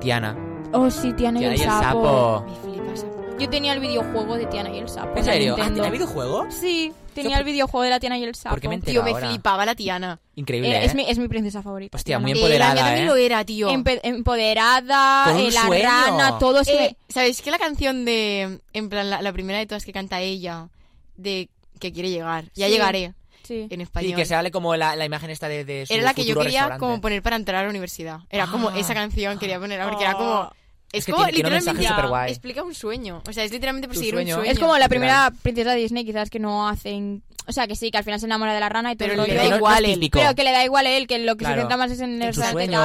Tiana. Oh, sí, Tiana y Tiana el sapo. Me flipas. Yo tenía el videojuego de Tiana y el sapo. de ¿En serio? Ah, ¿Ha Nintendo. habido juego? Sí, tenía el videojuego de la Tiana y el sapo. Porque me enteré Tío, me ahora. flipaba la Tiana. Increíble. Eh, es, ¿eh? mi, es mi princesa favorita. Hostia, Tiana. muy Eh, la mía empoderada, también ¿eh? lo era, tío. Empe- empoderada, Con un eh, la sueño. rana, todo es Eh, ¿Sabéis que la canción de. En plan, la, la primera de todas que canta ella, de que quiere llegar, ya Sí. llegaré, que- Sí. en Y español. que sale como la, la imagen esta de, de su era la que yo futuro quería restaurante. como poner para entrar a la universidad. Era como Ah. esa canción quería poner, porque era como. Ah. Es, Es que como tiene- tiene un mensaje literalmente superguay. explica un sueño. O sea, es literalmente Tu perseguir sueño. ¿eh? un sueño. Es como la Literal. primera princesa Disney, quizás que no hacen. O sea, que sí, que al final se enamora de la rana y todo Pero el le Pero rollo. no- da no igual es él. típico. Pero que le da igual a él, que lo que Claro. se centra más es en el En su restaurante y sueño,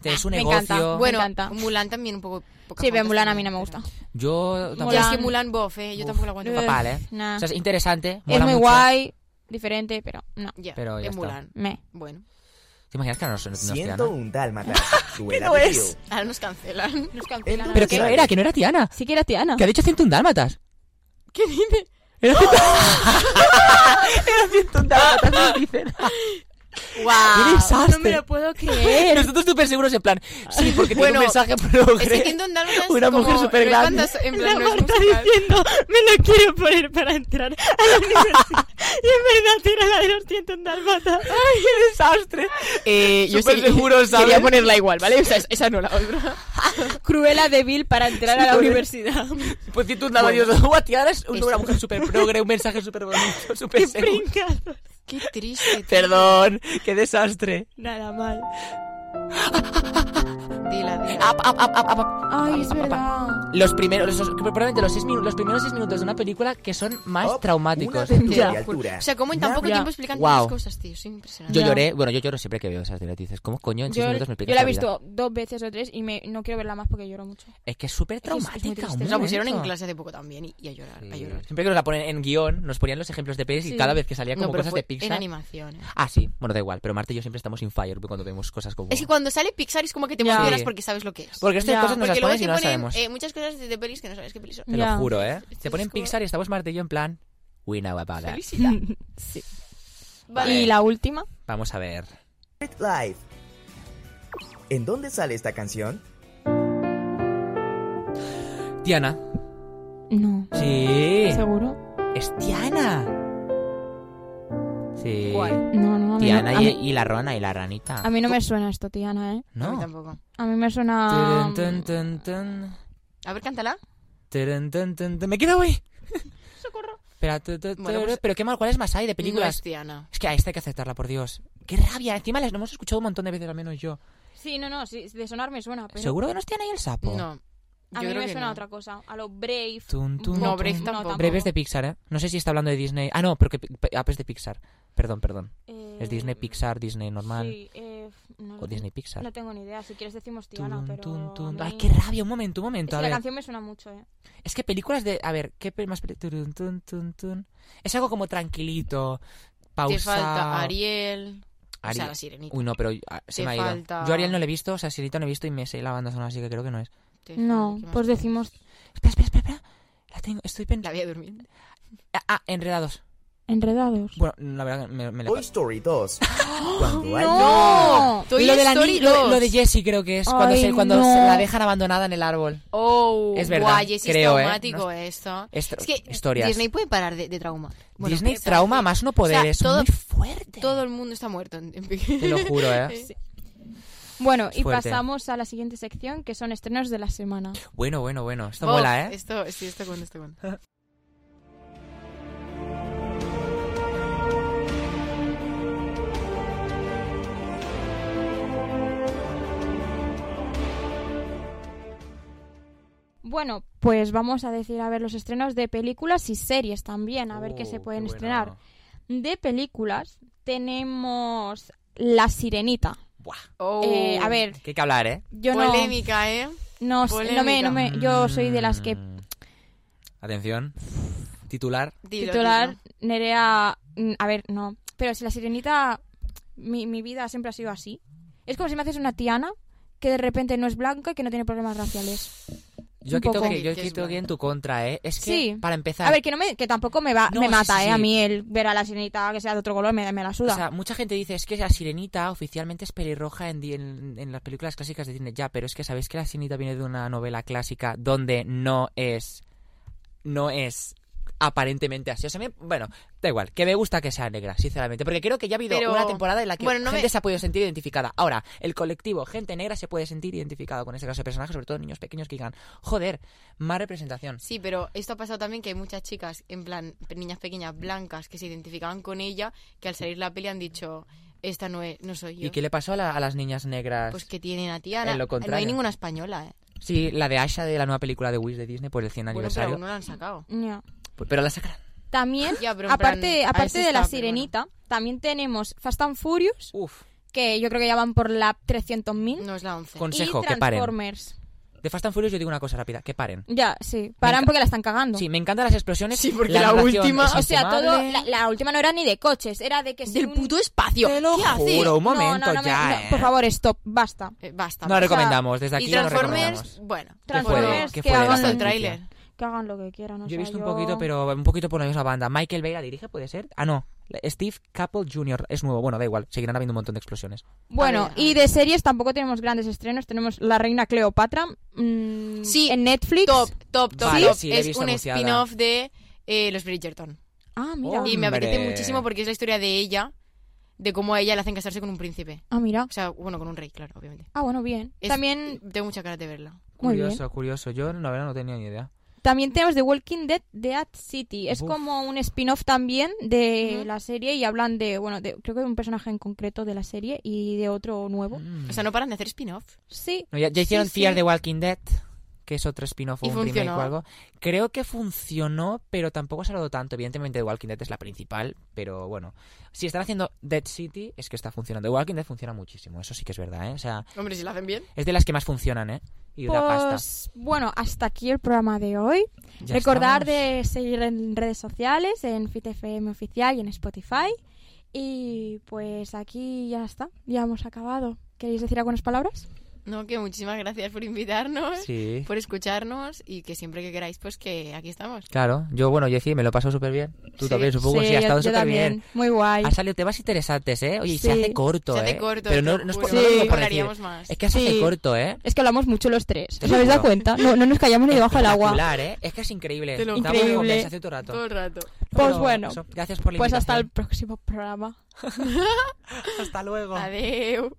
tal. en su Ah, me negocio. encanta. Bueno, Me encanta. Mulan también un poco Sí, pero Mulan a mí no me gusta. Yo tampoco. Mola. Ya, es que Mulan, bof, eh, yo Uf. tampoco la aguanto. Eh, Vale. nah. O sea, es interesante. Es mola muy mucho. guay, diferente, pero no. Ya, Pero ya es está. Mulan. Me. Bueno, ¿Te imaginas que [LAUGHS] nos, nos tiran? 101 [LAUGHS] dálmatas. Duela no de es? tío. ahora nos cancelan. Nos cancelan. Pero que no era, que no era Tiana. Sí que era Tiana. Que ha dicho 101 [LAUGHS] dálmatas. ¿Qué dice? Era 101 Era 101 dálmatas, nos dicen. ¡Guau! ¡Qué desastre! No me lo [LAUGHS] puedo creer. Nosotros súper seguros en plan. Sí, porque Bueno, tiene un mensaje progre. Es que Kingdom Dálmatas Una como mujer no es supergrande. fantas- En La plan, no es Marta musical. diciendo, me lo quiero poner para entrar a la [LAUGHS] universidad. y en verdad era la de los 100 dálmatas. ¡Ay, qué desastre! Eh, yo Súper sé- [LAUGHS] seguro, ¿sabes? Quería ponerla igual, ¿vale? O sea, es- esa no la otra. Cruela débil para entrar a la universidad. Pues si tú nada, Bueno. Dios, [LAUGHS] guau, Tiana es Eso. una mujer súper progre, un mensaje súper bonito, súper Qué seguro. pringado. Qué triste. tío. Perdón, qué desastre. Nada mal. Dila, dila. Ap, ap, ap, ap, ap. Ay, es verdad. Los primeros, los, los- probablemente los, seis minu- los primeros seis minutos de una película que son más Up, una traumáticos. aventura Ya. de altura. O sea, como en tan poco Ya. tiempo explican Guau. tantas cosas, tío. Es impresionante. Yo Ya. lloré, bueno, yo lloro siempre que veo esas de dices, ¿cómo coño en seis Yo, minutos me yo explicas la he la vida? visto dos veces o tres y me, no quiero verla más porque lloro mucho. Es que es súper que es- es muy traumática. triste. hombre, Nos la pusieron en eso. clase hace poco también y, y a llorar, a Sí. llorar. Siempre que nos la ponen en guión, nos ponían los ejemplos de pelis y Sí. cada vez que salía como no, pero cosas fue de Pixar. en animación. eh. Ah, sí, bueno, da igual, pero Marta y yo siempre estamos in fire cuando vemos cosas como. Es que cuando sale Pixar es como que te Ya. emocionas Sí. porque sabes lo que es. Porque estas Ya, cosas nos las porque luego ponen te y no las ponen sabemos. eh, muchas cosas de, de pelis que no sabes qué pelis son. Te Ya. lo juro, ¿eh? Esto Te es ponen como- Pixar y estamos Marta y yo en plan. We know about that. Felicidad. Sí. Vale. Y la última, Vamos a ver. Secret Life. ¿En dónde sale esta canción? Tiana. no. Sí. ¿Seguro? Es Tiana. Sí. ¿Cuál? No, no, a mí, Tiana no, a y, mí- y la rona y la ranita. a mí no me suena esto, Tiana, ¿eh? No. A mí No. tampoco. A mí me suena... mm, Turun, tun, tun, tun. A ver, cántala. Turun, tun, tun, tun. Me quedo ahí. Socorro. Espera, tu, tu, tu, Bueno, pues- pero qué mal, ¿cuáles más hay de películas? No es Tiana. Es que a esta hay que aceptarla, por Dios. ¡Qué rabia! Encima las hemos escuchado un montón de veces, al menos yo. Sí, no, no, sí, de sonar me suena, pero... ¿Seguro que no están ahí el sapo? No. A mí Yo creo me que suena no. a otra cosa, a lo Brave. Tun, tun, No, tun. Brave tampoco. Brave es de Pixar, ¿eh? No sé si está hablando de Disney. Ah, no, porque P- P- Up es de Pixar. Perdón, perdón. Eh, Es Disney, Pixar, Disney normal. Sí, eh, no, O Disney, Pixar. no tengo ni idea, si quieres decimos Tiana, Tun, pero... tun, a tun. mí- Ay, qué rabia. Un momento, un Es momento. que A la ver. canción me suena mucho, ¿eh? Es que películas de... A ver, ¿qué pe- más películas? Es algo como tranquilito. Pausado. Te falta Ariel. O sea, Ariel. la sirenita. Uy, no, pero ah, se Te me ha ido. falta- Yo Ariel no lo he visto, o sea, Sirita no he visto y me sé la banda sonora, así que creo que no es. Te No, falta- ¿qué más? pues decimos... Espera, espera, espera, espera. La tengo, estoy La pensando. vida durmiente. Ah, ah, enredados. Enredados. Bueno, la verdad que me, me la. Toy [GASPS] Story 2. Cuando hay- ¡No! Toy lo, de la Story ni- lo de- 2. lo de Jessie creo que es, cuando, Ay, se, cuando no. se la dejan abandonada en el árbol. Oh, Es verdad, guay, es creo, ¿eh? traumático No- esto. Es, Es que historias. Disney puede parar de, de trauma. Bueno, Disney puede parar. trauma más no poder, O sea, es todo- muy fuerte. Todo el mundo está muerto [LAUGHS] en, en Te lo juro, ¿eh? Bueno, y Fuerte. pasamos a la siguiente sección, que son estrenos de la semana. Bueno, bueno, bueno. Esto Oh, mola, ¿eh? Esto, sí, esto con, esto con. Bueno, pues vamos a decir a ver los estrenos de películas y series también, a ver qué Oh, se pueden bueno. estrenar. De películas tenemos La Sirenita. Buah. Oh. Eh, a ver, Que hay que hablar, ¿eh? yo no, Polémica, ¿eh? no, sé- no me, no me- Eh, yo soy de las que Mm. Atención. Titular. Dilo, titular dilo. Nerea, mm, a ver, no, pero si La Sirenita, mi, mi vida siempre ha sido así. Es como si me haces una Tiana que de repente no es blanca y que no tiene problemas raciales. Un Yo aquí tengo poco. que, yo Que aquí es tengo que ir en blanco. tu contra, ¿eh? Es que, Sí. para empezar... A ver, que no me, que tampoco me va, No, me sí, mata, sí, eh, a sí. mí el ver a la sirenita que sea de otro color me, me la o suda. sea, mucha gente dice, es que la sirenita oficialmente es pelirroja en, di- en, en las películas clásicas de Disney. Ya, pero es que sabéis que la sirenita viene de una novela clásica donde no es... No es aparentemente así. O sea, me- bueno, da igual. Que me gusta que sea negra, sinceramente. Porque creo que ya ha habido Pero- una temporada en la que bueno, no gente me- se ha podido sentir identificada. Ahora, el colectivo, gente negra, se puede sentir identificado con este caso de personajes, sobre todo niños pequeños que digan, joder, más representación. Sí, pero esto ha pasado también que hay muchas chicas, en plan, niñas pequeñas blancas que se identificaban con ella, que al salir la peli han dicho, esta no, es, no soy yo. ¿Y qué le pasó a, la- a las niñas negras? Pues que tienen a Tiana. En No lo hay contrario. ninguna española, ¿eh? Sí, la de Asha de la nueva película de Wish de Disney por el 100 Bueno, pero aniversario. aún no la han sacado. Ya. Pues, Pu- Pero la sacarán. También, Ya, pero en plan, aparte, a aparte ese de la está, pero sirenita, también tenemos Fast and Furious, Uf. que yo creo que ya van por la 300.000. No es la 11. Con- Consejo, y que paren. Transformers. De Fast and Furious yo digo una cosa rápida, que paren. Ya, sí. Paran enca- porque la están cagando. Sí, me encantan las explosiones. Sí, porque la narración última- es O sea, infumable. todo. La, la última no era ni de coches, era de que. si Del un- puto espacio. Te lo ¿Qué haces? juro, un No, no, momento no me- ya. no, eh. por favor, stop, basta. Eh, basta. No re- recomendamos, desde aquí y no Transformers, recomendamos. bueno. ¿Qué fue de- Transformers, qué que fue de hagan- la Hasta el franquicia? tráiler. Que hagan lo que quieran. o Yo sea, he visto un poquito, pero un poquito por la misma banda. Michael Bay la dirige, ¿puede ser? Ah, no. Steve Capel Jr. es nuevo. Bueno, da igual. Seguirán habiendo un montón de explosiones. Bueno, A ver, a y ver. de series tampoco tenemos grandes estrenos. Tenemos La Reina Cleopatra mm, Sí, en Netflix. Top, top, top, Vale, top. sí, la he es visto un anunciada. spin-off de eh, los Bridgerton. Ah, mira. Oh. Y me apetece Hombre. muchísimo porque es la historia de ella, de cómo a ella le hacen casarse con un príncipe. Ah, mira. O sea, bueno, con un rey, claro, obviamente. Ah, bueno, bien. Es- También, Tengo mucha ganas de verla. Muy curioso, curioso. Yo en la verdad no tenía ni idea. también tenemos The Walking Dead, The Ad City. Es Uf. como un spin-off también de Ujú. la serie y hablan de, bueno, de, creo que de un personaje en concreto de la serie y de otro nuevo. Mm. O sea, no paran de hacer spin-off. Sí. No, ya, ya hicieron sí, Fear sí. the Walking Dead, que es otro spin-off o ¿Y un remake funcionó? o algo. Creo que funcionó, pero tampoco se ha dado tanto. Evidentemente, The Walking Dead es la principal, pero bueno. Si están haciendo Dead City, es que está funcionando. The Walking Dead funciona muchísimo, eso sí que es verdad, ¿eh? O sea, Hombre, si la hacen bien. es de las que más funcionan, ¿eh? Y da pasta. Pues bueno, hasta aquí el programa de hoy. Ya Recordar estamos. de seguir en redes sociales, en FitFM oficial y en Spotify. Y pues aquí ya está, ya hemos acabado. ¿Queréis decir algunas palabras? No, que muchísimas gracias por invitarnos, Pues- Sí. por escucharnos y que siempre que queráis, pues que aquí estamos. Claro, yo, bueno, Jessy, me lo he pasado súper bien. Tú Sí. también, supongo, sí, yo- has estado yo súper bien. también. Muy guay. Ha salido temas interesantes, ¿eh? Oye, y Sí. se hace corto, Se hace ¿eh? corto, te Pero no, lo no es por, juro. no es Sí. por decir. Hablaríamos más. Es que se hace Sí. corto, ¿eh? Es que hablamos mucho los tres. Te ¿Os lo habéis dado juro. cuenta? No, no nos callamos ni [LAUGHS] debajo del agua. Espectacular, ¿eh? Es que es increíble. Te lo Estamos Increíble. en conversación todo el rato. Todo el rato. Pues Pero bueno. eso, gracias por la Pues hasta el invitación. próximo programa. hasta luego. Adeu.